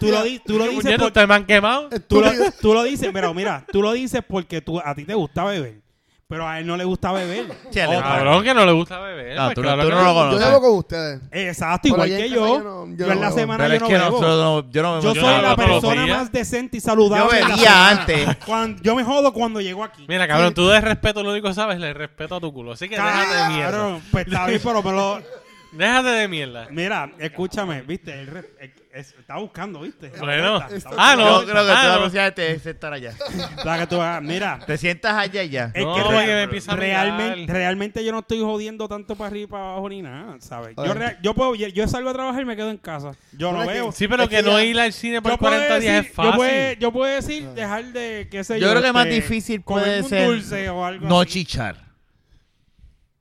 Speaker 3: Tú lo, di- tú lo
Speaker 4: Oye,
Speaker 3: dices
Speaker 4: puñeta,
Speaker 3: por-
Speaker 4: ¿Ustedes me han quemado?
Speaker 3: tú, lo, tú lo dices, pero mira, tú lo dices porque tú, a ti te gusta beber, pero a él no le gusta beber.
Speaker 1: Che, le-
Speaker 4: Oh, cabrón, que no le gusta beber.
Speaker 1: No,
Speaker 4: pues,
Speaker 1: tú no-
Speaker 4: claro
Speaker 1: tú
Speaker 4: que
Speaker 1: no lo
Speaker 2: Yo
Speaker 1: conoces.
Speaker 2: debo con ustedes.
Speaker 3: Exacto,
Speaker 2: Pero
Speaker 3: igual
Speaker 2: ahí en
Speaker 3: que
Speaker 2: casa
Speaker 3: yo.
Speaker 2: yo no- yo
Speaker 3: Yo,
Speaker 2: no
Speaker 3: en la
Speaker 2: bebo.
Speaker 3: semana
Speaker 1: Pero
Speaker 3: yo
Speaker 1: es
Speaker 3: no
Speaker 1: que
Speaker 3: bebo.
Speaker 1: nosotros no- yo no me
Speaker 3: yo
Speaker 4: yo
Speaker 3: soy
Speaker 4: no
Speaker 3: la
Speaker 4: bebo todos los
Speaker 3: persona
Speaker 4: días.
Speaker 3: más decente y saludable.
Speaker 1: Yo
Speaker 3: de la
Speaker 1: bebía
Speaker 3: semana.
Speaker 1: antes.
Speaker 3: Cuando- yo me jodo cuando llego aquí.
Speaker 4: Mira, cabrón, tú de respeto lo único que sabes es el respeto a tu culo. Así que déjate de mierda.
Speaker 3: Cabrón, pues está bien, pero me lo...
Speaker 4: Déjate de mierda.
Speaker 3: Mira, escúchame, viste, él re- él- es- está buscando, viste. La
Speaker 4: Bueno.
Speaker 3: puerta, está
Speaker 4: Ah,
Speaker 1: Yo
Speaker 4: no.
Speaker 1: creo que
Speaker 4: ah,
Speaker 1: tú la
Speaker 4: no.
Speaker 1: próxima vez te es este, estar allá.
Speaker 3: buscando. Para que tú hagas- mira,
Speaker 1: Te sientas allá y ya.
Speaker 3: Es
Speaker 4: No,
Speaker 3: que
Speaker 4: porque
Speaker 3: real-
Speaker 4: me empieza a
Speaker 3: realmente,
Speaker 4: mirar.
Speaker 3: realmente yo no estoy jodiendo tanto para arriba y para abajo ni nada, ¿sabes? Yo,
Speaker 2: Oye.
Speaker 3: real- yo, puedo, yo, yo salgo a trabajar y me quedo en casa. Yo no
Speaker 2: Bueno, es que-
Speaker 3: veo.
Speaker 4: Sí, pero
Speaker 2: Es
Speaker 4: que,
Speaker 2: que
Speaker 4: no
Speaker 2: ya-
Speaker 4: ir al cine por
Speaker 3: Yo puedo,
Speaker 4: 40 días
Speaker 3: decir,
Speaker 4: es
Speaker 3: yo,
Speaker 4: fácil.
Speaker 3: puedo, yo puedo decir, dejar de, qué sé yo.
Speaker 1: Yo creo que más
Speaker 3: este,
Speaker 1: difícil
Speaker 3: comerme
Speaker 1: puede
Speaker 3: un
Speaker 1: ser
Speaker 3: dulce o algo
Speaker 1: no
Speaker 3: así.
Speaker 1: chichar.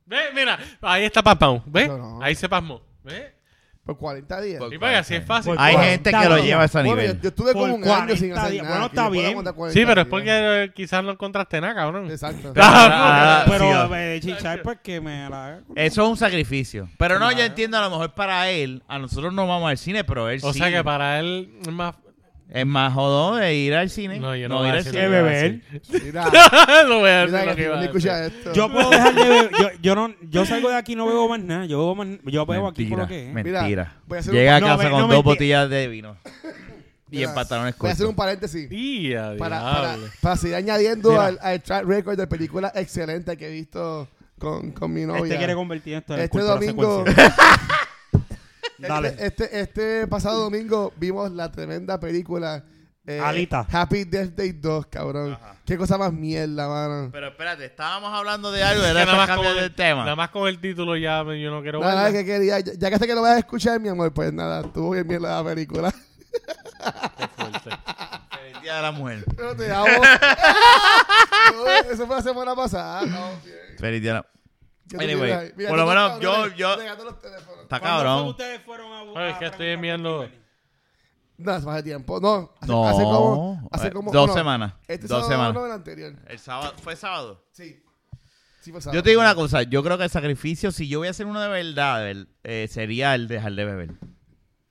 Speaker 4: Ve, mira, ahí está Pampau. ¿Ves?
Speaker 2: Yo no.
Speaker 4: Ahí se pasmó. ¿Ves?
Speaker 2: Por 40 días.
Speaker 1: Por-
Speaker 4: Y porque así es fácil.
Speaker 1: Hay
Speaker 3: Por
Speaker 1: gente que
Speaker 3: 40
Speaker 1: lo
Speaker 3: días.
Speaker 1: lleva a ese
Speaker 2: Bueno, yo,
Speaker 1: nivel.
Speaker 2: yo estuve
Speaker 3: Por
Speaker 2: como un año
Speaker 3: 40
Speaker 2: sin hacer
Speaker 3: días.
Speaker 2: nada.
Speaker 3: Bueno,
Speaker 2: que yo
Speaker 3: está
Speaker 2: puedo
Speaker 3: bien.
Speaker 2: aguantar 40
Speaker 4: Sí, pero es
Speaker 2: días.
Speaker 4: porque eh, quizás no contraste nada, cabrón.
Speaker 2: Exacto.
Speaker 1: Ah,
Speaker 3: Pero
Speaker 1: sí, va.
Speaker 3: eh, chichar, pues que me la.
Speaker 1: Eso es un sacrificio. Pero no, yo entiendo, a lo mejor para él, a nosotros no vamos al cine, pero él
Speaker 4: O
Speaker 1: sí.
Speaker 4: sea que para él es más...
Speaker 1: Es más jodón de ir al cine.
Speaker 4: No, yo no voy
Speaker 1: ir
Speaker 4: a
Speaker 1: al
Speaker 4: decir
Speaker 1: cine.
Speaker 3: Que
Speaker 4: iba a
Speaker 3: beber.
Speaker 2: Mira,
Speaker 4: no voy a decir
Speaker 2: mira
Speaker 4: lo que
Speaker 2: que
Speaker 4: iba
Speaker 2: no
Speaker 4: a decir.
Speaker 2: escucha esto.
Speaker 3: Yo puedo dejar de beber. Yo, yo, no, yo salgo de aquí y no bebo más nada. Yo bebo, más, yo bebo aquí por
Speaker 1: Mentira,
Speaker 3: lo que es.
Speaker 1: mentira.
Speaker 2: Mira, voy a hacer
Speaker 1: Llega a
Speaker 3: un-
Speaker 1: casa
Speaker 3: No,
Speaker 1: con
Speaker 3: no,
Speaker 1: dos
Speaker 3: mentira.
Speaker 1: botellas de vino. Y
Speaker 2: Mira,
Speaker 1: en pantalones
Speaker 2: Voy a hacer
Speaker 1: cortos.
Speaker 2: un paréntesis.
Speaker 4: Día,
Speaker 2: para, para,
Speaker 4: diablo.
Speaker 2: para seguir añadiendo
Speaker 3: Mira.
Speaker 2: al, al track record de películas excelentes que he visto con, con mi novia.
Speaker 3: Este quiere Este convertir esto en
Speaker 2: Este
Speaker 3: cultura
Speaker 2: domingo.
Speaker 3: secuencial. Dale.
Speaker 2: Este, este, este pasado domingo vimos la tremenda película eh,
Speaker 3: Alita.
Speaker 2: Happy Death Day 2, cabrón.
Speaker 1: Ajá.
Speaker 2: Qué cosa más mierda, mano.
Speaker 1: Pero espérate, estábamos hablando de algo,
Speaker 4: Es que
Speaker 1: era para
Speaker 4: nada, más
Speaker 1: cambiar
Speaker 4: con
Speaker 1: el
Speaker 4: el,
Speaker 1: tema.
Speaker 4: nada más con el título ya me- yo no quiero
Speaker 2: Nada,
Speaker 4: verla.
Speaker 2: que quería, ya ya que sé que lo vas a escuchar, mi amor, pues nada, estuvo bien mierda la película.
Speaker 1: El día de la mujer.
Speaker 2: Pero te amo. Eso fue la semana pasada. estamos bien.
Speaker 1: Feliz día de la-
Speaker 2: ¿Qué tú
Speaker 1: Anyway,
Speaker 2: tienes ahí? Mira,
Speaker 1: por
Speaker 2: tú
Speaker 1: lo
Speaker 2: estás,
Speaker 1: menos yo-
Speaker 2: cabrones,
Speaker 1: yo-
Speaker 2: pegando los teléfonos.
Speaker 3: ¿Cuándo fue
Speaker 1: Está
Speaker 3: que
Speaker 1: cabrón.
Speaker 3: ustedes furon a-
Speaker 4: Oye, es
Speaker 3: a
Speaker 4: que estoy
Speaker 3: preguntar
Speaker 4: enviando-
Speaker 3: por Kimberly?
Speaker 2: No, hace más de tiempo. No, hace,
Speaker 1: No.
Speaker 2: hace como.
Speaker 1: Eh,
Speaker 2: Hace como
Speaker 1: dos
Speaker 2: no,
Speaker 1: semanas.
Speaker 2: Este
Speaker 1: dos
Speaker 2: sábado
Speaker 1: semanas.
Speaker 2: no, el anterior.
Speaker 1: El sábado, ¿Fue sábado?
Speaker 2: Sí. Sí, fue sábado.
Speaker 1: Yo te digo una cosa, yo creo que el sacrificio, si yo voy a hacer uno de verdad, de ver- eh, sería el dejar de beber.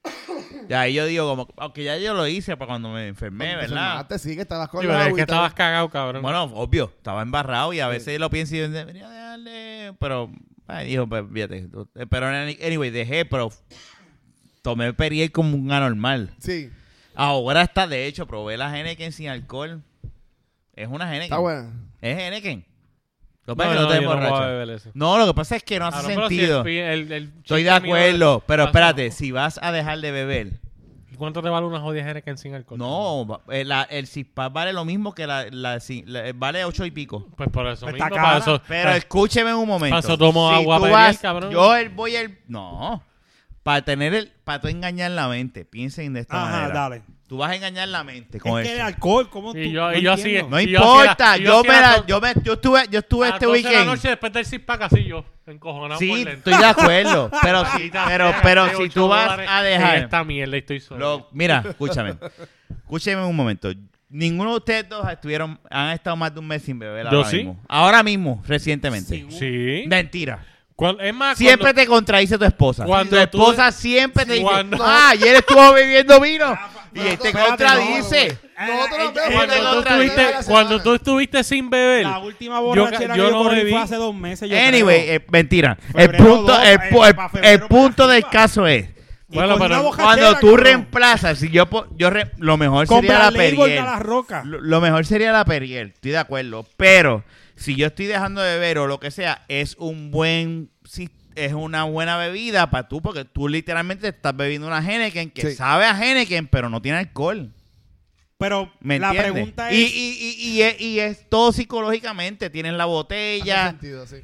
Speaker 1: Ya ahí yo digo, como, aunque ya yo lo hice para cuando me enfermé,
Speaker 2: Cuando te
Speaker 1: ¿verdad?
Speaker 2: enfermaste, sí, que estabas con
Speaker 4: Sí, pero
Speaker 2: la
Speaker 4: es que
Speaker 2: agüita.
Speaker 4: estabas cagado, cabrón.
Speaker 1: Bueno, obvio, estaba embarrado y a veces lo pienso y yo, debería dejarle, pero, ay, dijo, pues, fíjate. tú- eh, Pero, any- anyway, dejé, pero tomé Perrier como un anormal.
Speaker 2: Sí,
Speaker 1: Ahora está, de hecho, probé la Henneken sin alcohol. Es una Henneken.
Speaker 2: está buena.
Speaker 1: Es Henneken. Lo que
Speaker 4: no,
Speaker 1: pasa es que
Speaker 4: no,
Speaker 1: no te
Speaker 4: yo no voy a
Speaker 1: emborrachas.
Speaker 4: beber eso.
Speaker 1: No, lo que pasa es que no hace
Speaker 4: Ah, no, pero si
Speaker 1: sentido.
Speaker 4: el pi- el- el
Speaker 1: Estoy de
Speaker 4: chiste mío
Speaker 1: acuerdo, pero
Speaker 4: pasa-
Speaker 1: espérate, si vas a dejar de beber,
Speaker 4: ¿Y cuánto te vale una jodida Henneken sin alcohol?
Speaker 1: no, va- eh, la- el CISPAP vale lo mismo que la, la- si- la- eh, vale ocho y pico.
Speaker 4: Pues por eso
Speaker 3: Pues
Speaker 4: mismo,
Speaker 3: está
Speaker 4: para
Speaker 3: cara,
Speaker 4: eso-
Speaker 1: Pero
Speaker 4: para-
Speaker 1: escúcheme un momento.
Speaker 4: Paso, tomo Ah. agua
Speaker 1: tú
Speaker 4: para
Speaker 1: vas-
Speaker 4: beber, cabrón.
Speaker 1: Yo el- voy el no, para tener el para tú engañar la mente, piensen de esta
Speaker 3: Ajá,
Speaker 1: manera.
Speaker 3: dale.
Speaker 1: Tú vas a engañar la mente con
Speaker 3: Es que el
Speaker 1: esto.
Speaker 3: alcohol, ¿cómo tú?
Speaker 4: Y yo- y yo así-
Speaker 3: entiendo.
Speaker 1: No
Speaker 4: si yo
Speaker 1: importa,
Speaker 4: hiciera- si yo
Speaker 1: yo, me
Speaker 4: hiciera
Speaker 1: la-
Speaker 4: to-
Speaker 1: yo me yo estuve yo estuve
Speaker 4: a las
Speaker 1: este
Speaker 4: 12 de
Speaker 1: weekend.
Speaker 4: la noche después del six-pack así yo, encojonado
Speaker 1: Sí,
Speaker 4: por dentro.
Speaker 1: estoy de acuerdo, pero si,
Speaker 4: Maldita
Speaker 1: pero,
Speaker 4: sea,
Speaker 1: pero
Speaker 4: gasté
Speaker 1: si
Speaker 4: ocho
Speaker 1: tú vas
Speaker 4: dólares
Speaker 1: a
Speaker 4: en este
Speaker 1: dejar
Speaker 4: esta mierda y estoy solo.
Speaker 1: Lo- mira, escúchame. Escúcheme un momento. Ninguno de ustedes dos estuvieron, han estado más de un mes sin beber
Speaker 4: Yo
Speaker 1: ahora
Speaker 4: sí.
Speaker 1: mismo. Ahora mismo, recientemente.
Speaker 4: Sí.
Speaker 1: Mentira.
Speaker 4: Cuan- es más,
Speaker 1: Siempre
Speaker 4: cuando-
Speaker 1: te contradice tu esposa.
Speaker 4: Cuando
Speaker 1: tu
Speaker 4: tú-
Speaker 1: esposa siempre te dice,
Speaker 4: Cuando-
Speaker 1: ah, ayer estuvo bebiendo vino. y él te
Speaker 2: Espérate,
Speaker 1: contradice.
Speaker 2: no, no. Nosotros nos
Speaker 3: Eh, eh,
Speaker 2: vemos
Speaker 1: te
Speaker 4: cuando, tú
Speaker 1: contradice
Speaker 4: estuviste,
Speaker 2: la semana.
Speaker 4: cuando tú estuviste sin
Speaker 1: eh,
Speaker 4: beber.
Speaker 3: La última borrachera
Speaker 4: yo
Speaker 3: que yo
Speaker 4: no
Speaker 3: corrí
Speaker 4: bebí.
Speaker 3: fue hace dos meses. yo
Speaker 1: anyway,
Speaker 3: creo.
Speaker 1: eh, mentira. El
Speaker 3: Febrero
Speaker 1: punto,
Speaker 3: dos,
Speaker 1: el,
Speaker 3: eh,
Speaker 1: pu- el-
Speaker 3: pa' febrero
Speaker 1: el punto
Speaker 3: para
Speaker 1: del
Speaker 3: arriba.
Speaker 1: caso es,
Speaker 3: Y
Speaker 4: Bueno,
Speaker 3: con
Speaker 4: pero
Speaker 3: una borrachera,
Speaker 1: cuando tú
Speaker 3: cabrón.
Speaker 1: reemplazas, si yo, po- yo re- lo mejor
Speaker 4: pues
Speaker 1: sería
Speaker 3: Compra
Speaker 1: la
Speaker 3: Label
Speaker 1: Perrier.
Speaker 3: a la roca.
Speaker 1: Lo, lo mejor sería la Perrier, estoy de acuerdo. Pero si yo estoy dejando de beber o lo que sea, es un buen si- es una buena bebida para tú, porque tú literalmente estás bebiendo una Henneken que
Speaker 2: Sí.
Speaker 1: sabe a Henneken, pero no tiene alcohol.
Speaker 3: Pero
Speaker 1: ¿Me
Speaker 3: la
Speaker 1: entiendes?
Speaker 3: pregunta
Speaker 1: Y,
Speaker 3: es,
Speaker 1: y- y- y es, y es todo psicológicamente. Tienes la
Speaker 2: Hace
Speaker 1: botella.
Speaker 2: sentido, sí.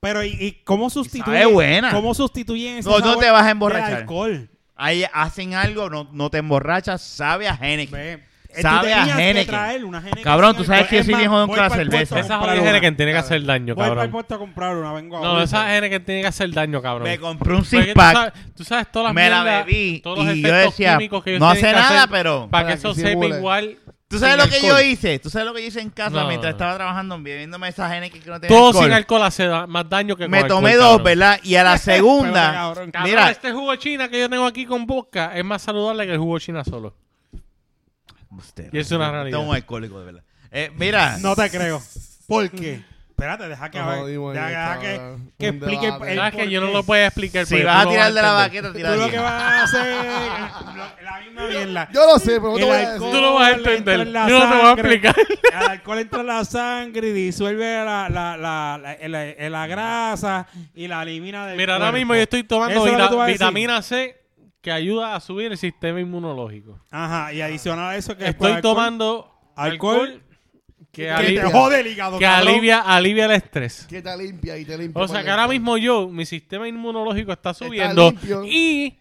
Speaker 3: pero ¿y, y cómo
Speaker 1: sabe
Speaker 3: sustituyen?
Speaker 1: buena.
Speaker 3: ¿Cómo sustituyen ese
Speaker 1: No, no
Speaker 3: sabor
Speaker 1: te vas a
Speaker 3: de
Speaker 1: emborrachar.
Speaker 3: alcohol?
Speaker 1: Ahí hacen algo, no, no te emborrachas, sabe a Henneken.
Speaker 3: Ve, eh, tú
Speaker 1: Sabe a
Speaker 3: tenías que
Speaker 1: Henneken.
Speaker 3: traer una Henneken
Speaker 1: Cabrón,
Speaker 3: sin
Speaker 1: tú sabes
Speaker 3: alcohol.
Speaker 1: que yo
Speaker 3: Es
Speaker 1: soy
Speaker 3: más,
Speaker 1: bien jodón
Speaker 3: voy
Speaker 1: con la
Speaker 3: pa'l puesto a
Speaker 1: cerveza.
Speaker 4: esa
Speaker 3: comprar
Speaker 4: jodida
Speaker 3: una.
Speaker 4: Henneken tiene que hacer daño,
Speaker 3: Voy para
Speaker 4: cabrón.
Speaker 3: el puesto a comprar una, vengo
Speaker 4: No,
Speaker 3: ahora.
Speaker 4: esa Henneken tiene que hacer daño, cabrón.
Speaker 1: Me compré un
Speaker 4: Porque
Speaker 1: six
Speaker 4: tú
Speaker 1: pack.
Speaker 4: sabes, tú sabes todas las
Speaker 1: Me la
Speaker 4: mierdas,
Speaker 1: bebí
Speaker 4: todos los
Speaker 1: y yo
Speaker 4: efectos
Speaker 1: decía,
Speaker 4: químicos que
Speaker 1: no hace
Speaker 4: tienen que
Speaker 1: nada,
Speaker 4: hacer
Speaker 1: pero-
Speaker 4: Para
Speaker 2: Para
Speaker 4: que
Speaker 2: que
Speaker 4: eso sepa
Speaker 2: simule.
Speaker 4: igual.
Speaker 1: ¿Tú sabes
Speaker 4: sin
Speaker 1: lo que yo
Speaker 4: alcohol.
Speaker 1: hice? ¿Tú sabes lo que yo hice en casa
Speaker 4: No, no, no.
Speaker 1: mientras estaba trabajando bebiéndome esa Henneken que no tenía
Speaker 4: Todo
Speaker 1: alcohol?
Speaker 4: sin alcohol hace da- más daño que con
Speaker 1: Me
Speaker 4: alcohol,
Speaker 1: tomé dos,
Speaker 4: cabrón.
Speaker 1: ¿verdad? Y a la
Speaker 3: Pero,
Speaker 1: segunda,
Speaker 3: cabrón,
Speaker 4: Cabrón,
Speaker 1: mira,
Speaker 4: este jugo china que yo tengo aquí con vodka es más saludable que el jugo china solo.
Speaker 1: Usted,
Speaker 4: Y es una realidad.
Speaker 1: Tengo un alcohólico, de verdad. Eh, mira,
Speaker 3: No te creo. ¿Por qué? Espérate, deja que,
Speaker 2: Nos
Speaker 3: a ver,
Speaker 2: jodimos
Speaker 3: deja,
Speaker 2: en
Speaker 3: deja
Speaker 2: esta,
Speaker 3: que,
Speaker 2: cabrón.
Speaker 3: que
Speaker 2: Un
Speaker 3: explique el,
Speaker 2: debate.
Speaker 3: el
Speaker 4: Sabes que
Speaker 3: por
Speaker 4: yo no
Speaker 3: qué.
Speaker 4: lo puedo explicar.
Speaker 1: si
Speaker 4: porque
Speaker 1: vas
Speaker 4: pues, tú
Speaker 1: a
Speaker 4: no
Speaker 1: tirar de la
Speaker 4: entender.
Speaker 1: baqueta, tira
Speaker 3: Tú lo que
Speaker 1: bien.
Speaker 3: vas a hacer es la misma mierda.
Speaker 2: Yo lo sé, pero no
Speaker 3: El
Speaker 2: te voy a
Speaker 3: alcohol
Speaker 4: Tú lo vas a
Speaker 3: entra
Speaker 4: entender.
Speaker 3: en la
Speaker 4: Yo no te voy a
Speaker 3: sangre.
Speaker 4: explicar.
Speaker 3: El alcohol entra en la sangre y disuelve la, la, la, la, la- la grasa y la elimina del
Speaker 4: Mira, ahora
Speaker 3: cuerpo.
Speaker 4: mismo yo estoy tomando
Speaker 3: Eso es lo que
Speaker 4: vita-
Speaker 3: tú vas a decir.
Speaker 4: vitamina C que ayuda a subir el sistema inmunológico.
Speaker 3: Ajá, y adicional a eso que después
Speaker 4: Estoy
Speaker 3: Eh, pues, alcohol-
Speaker 4: tomando
Speaker 3: alcohol,
Speaker 4: alcohol que,
Speaker 3: que
Speaker 4: alivia,
Speaker 3: te jode el hígado,
Speaker 4: que
Speaker 3: cabrón.
Speaker 4: alivia, alivia el estrés.
Speaker 2: Que te limpia y te limpia.
Speaker 4: O sea
Speaker 2: por
Speaker 4: que ahora
Speaker 2: dentro.
Speaker 4: mismo yo, mi sistema inmunológico está subiendo
Speaker 2: limpio.
Speaker 4: y...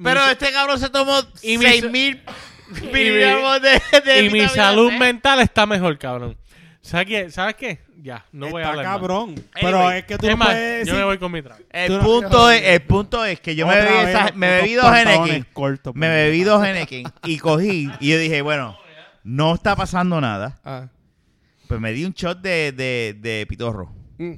Speaker 1: Pero
Speaker 4: mi-
Speaker 1: este cabrón se tomó
Speaker 4: Y mi-
Speaker 1: 6 mil miligramos de, de
Speaker 4: y mi
Speaker 1: vitamina
Speaker 4: salud
Speaker 1: C.
Speaker 4: mental está mejor, cabrón. ¿Sabes qué? ¿Sabes qué? Ya, no voy a
Speaker 3: Está
Speaker 4: hablar más.
Speaker 3: cabrón.
Speaker 1: Ey,
Speaker 3: Pero
Speaker 1: güey.
Speaker 3: es que tú
Speaker 4: Es
Speaker 3: no
Speaker 4: más,
Speaker 3: puedes
Speaker 4: yo me
Speaker 3: decir-
Speaker 4: voy con mi trago.
Speaker 1: El
Speaker 3: Tú no-
Speaker 1: punto, es, el punto es que yo me
Speaker 3: Otra
Speaker 1: bebí,
Speaker 3: vez
Speaker 1: esa-
Speaker 3: los
Speaker 1: me
Speaker 3: putos
Speaker 1: bebí dos
Speaker 3: pantalones
Speaker 1: Henneken.
Speaker 3: cortos,
Speaker 1: Me
Speaker 3: puñeta.
Speaker 1: bebí dos Henneken y cogí y yo dije, bueno, no está pasando nada.
Speaker 2: Ah.
Speaker 1: Pues me di un shot de, de, de pitorro.
Speaker 2: Mm.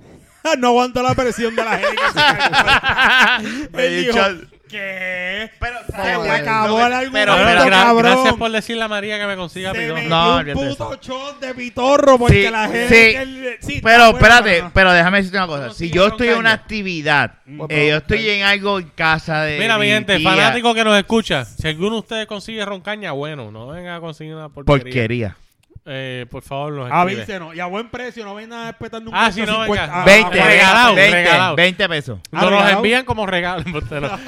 Speaker 3: no aguanto la presión de la gente.
Speaker 1: me di un shot.
Speaker 3: ¿Qué?
Speaker 1: Pero,
Speaker 2: Se
Speaker 1: bueno,
Speaker 3: acabó
Speaker 1: lo
Speaker 3: el
Speaker 1: que-
Speaker 3: argumento.
Speaker 1: pero,
Speaker 4: Pero,
Speaker 1: pero,
Speaker 4: gra-
Speaker 3: cabrón.
Speaker 4: gracias por decirle a María que me consiga
Speaker 3: Se
Speaker 4: pidón.
Speaker 3: metió
Speaker 1: No,
Speaker 3: un
Speaker 1: olvídate de
Speaker 3: puto
Speaker 1: eso.
Speaker 3: shot de pitorro porque
Speaker 1: Sí,
Speaker 3: la gente...
Speaker 1: sí,
Speaker 3: que el- sí,
Speaker 1: Pero
Speaker 3: está bueno,
Speaker 1: espérate,
Speaker 3: pero-
Speaker 1: pero déjame decirte una cosa.
Speaker 4: ¿Cómo
Speaker 1: Si
Speaker 4: sigue
Speaker 1: yo
Speaker 4: con
Speaker 1: estoy en una
Speaker 4: caña?
Speaker 1: actividad,
Speaker 3: Mm.
Speaker 2: Bueno,
Speaker 1: eh, yo estoy
Speaker 2: ok.
Speaker 1: en algo en casa de.
Speaker 4: Mira, mi gente,
Speaker 1: tía,
Speaker 4: fanático que nos escucha, si alguno de ustedes consigue roncaña, bueno, no venga a conseguir una porquería.
Speaker 1: Porquería.
Speaker 4: eh, por favor, los
Speaker 3: Ah,
Speaker 4: escribe.
Speaker 3: Avísenos. Y a buen precio, no vengan espetando un
Speaker 4: Ah,
Speaker 3: costo
Speaker 4: sí,
Speaker 3: 50.
Speaker 4: no, venga.
Speaker 3: Ah,
Speaker 1: 20,
Speaker 3: ah,
Speaker 4: regalado,
Speaker 1: 20,
Speaker 4: regalado.
Speaker 1: 20 pesos.
Speaker 3: Ah,
Speaker 4: Nos los
Speaker 3: regalado.
Speaker 4: envían como regalo. Usted no-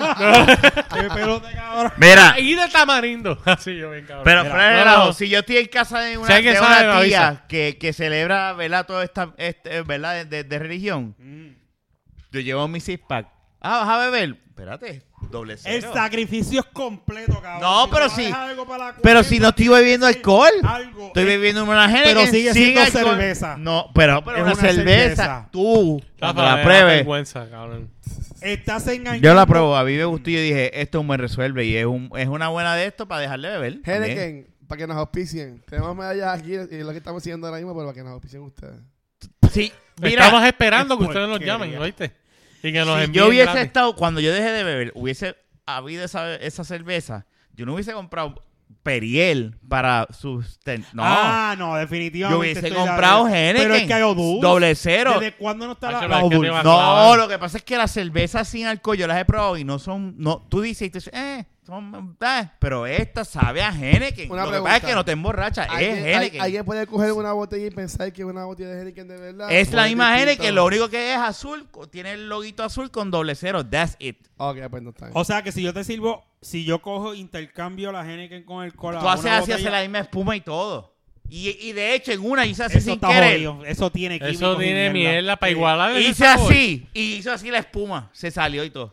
Speaker 3: Qué pelota, cabrón.
Speaker 1: Mira,
Speaker 4: y de tamarindo. Así yo bien cabrón.
Speaker 1: pero,
Speaker 4: Mira,
Speaker 1: pero,
Speaker 4: no,
Speaker 1: relajo,
Speaker 4: no.
Speaker 1: si yo estoy en casa de
Speaker 4: Si
Speaker 1: una,
Speaker 4: alguien
Speaker 1: de una
Speaker 4: sabe, me avisa.
Speaker 1: tía que, que celebra, ¿verdad? Toda esta, este, ¿verdad? De, de- de religión,
Speaker 3: Mm.
Speaker 1: yo llevo mi six pack. Ah, vas a beber. Espérate, doble
Speaker 3: El
Speaker 1: cero.
Speaker 3: sacrificio es completo, cabrón.
Speaker 1: No, pero
Speaker 3: tú vas a
Speaker 1: sí.
Speaker 3: dejar algo para la
Speaker 1: Pero
Speaker 3: comida,
Speaker 1: si no estoy bebiendo alcohol.
Speaker 3: algo.
Speaker 1: Estoy bebiendo una Heineken.
Speaker 3: Eh, Pero sigue siendo
Speaker 1: alcohol.
Speaker 3: cerveza.
Speaker 1: No, pero, pero
Speaker 3: Es
Speaker 1: una,
Speaker 3: una
Speaker 1: cerveza,
Speaker 3: cerveza.
Speaker 1: Tú, cuando
Speaker 4: Rafa, eh, me
Speaker 1: la
Speaker 4: da
Speaker 1: pruebes.
Speaker 4: vergüenza, cabrón.
Speaker 3: Estás engañando.
Speaker 1: Yo la pruebo, a mí me gustó y yo dije, esto es un buen resuelve y es, un, es una buena de esto para dejarle beber. También.
Speaker 2: Heineken, para que nos auspicien. Tenemos medallas aquí, y lo que estamos siguiendo ahora mismo, pero para que nos auspicien ustedes.
Speaker 1: Sí,
Speaker 4: Estamos
Speaker 1: mira,
Speaker 4: esperando que
Speaker 3: qué
Speaker 4: ustedes nos
Speaker 3: porquería.
Speaker 4: llamen, ¿oíste? Y que nos
Speaker 1: si
Speaker 4: envíen.
Speaker 1: yo hubiese
Speaker 4: gratis.
Speaker 1: estado, cuando yo dejé de beber, hubiese habido esa, esa cerveza, yo no hubiese comprado Periel para sustentar. No,
Speaker 3: Ah, no, definitivamente.
Speaker 1: yo hubiese
Speaker 3: estoy de
Speaker 1: comprado
Speaker 3: acuerdo.
Speaker 1: Heineken.
Speaker 3: Pero es que hay Odul.
Speaker 1: Doble cero.
Speaker 3: ¿Desde cuándo no está
Speaker 4: Ah,
Speaker 3: la,
Speaker 4: chaval,
Speaker 3: la
Speaker 4: es que
Speaker 3: Odul?
Speaker 4: te va-
Speaker 1: No,
Speaker 4: claro.
Speaker 1: lo que pasa es que las cervezas sin alcohol yo las he probado y no son, no, tú dices, y tú dices, eh, son, eh, pero esta sabe a Heineken.
Speaker 2: Una
Speaker 1: lo que
Speaker 2: pregunta.
Speaker 1: pasa es que no te emborracha, es
Speaker 2: ¿Alguien,
Speaker 1: Heineken.
Speaker 2: al- alguien puede coger una botella y pensar que es una botella de Heineken de verdad.
Speaker 1: es
Speaker 2: ¿O
Speaker 1: la misma
Speaker 2: distinto?
Speaker 1: Heineken, lo único que es azul, co- tiene el loguito azul con doble cero, that's it.
Speaker 2: Ok, pues no está bien.
Speaker 3: O sea, que si yo te sirvo, si yo cojo, intercambio la Heineken con el
Speaker 4: Ah,
Speaker 3: cola.
Speaker 1: Tú haces así, haces la misma espuma y todo. Y, y de hecho, en una hice así
Speaker 3: Eso
Speaker 1: sin
Speaker 3: está
Speaker 1: querer.
Speaker 3: jodido. Eso tiene que
Speaker 4: Eso tiene mierda para igualar. ese
Speaker 1: Hice
Speaker 4: sabor.
Speaker 1: así, y hizo así la espuma, se salió y todo.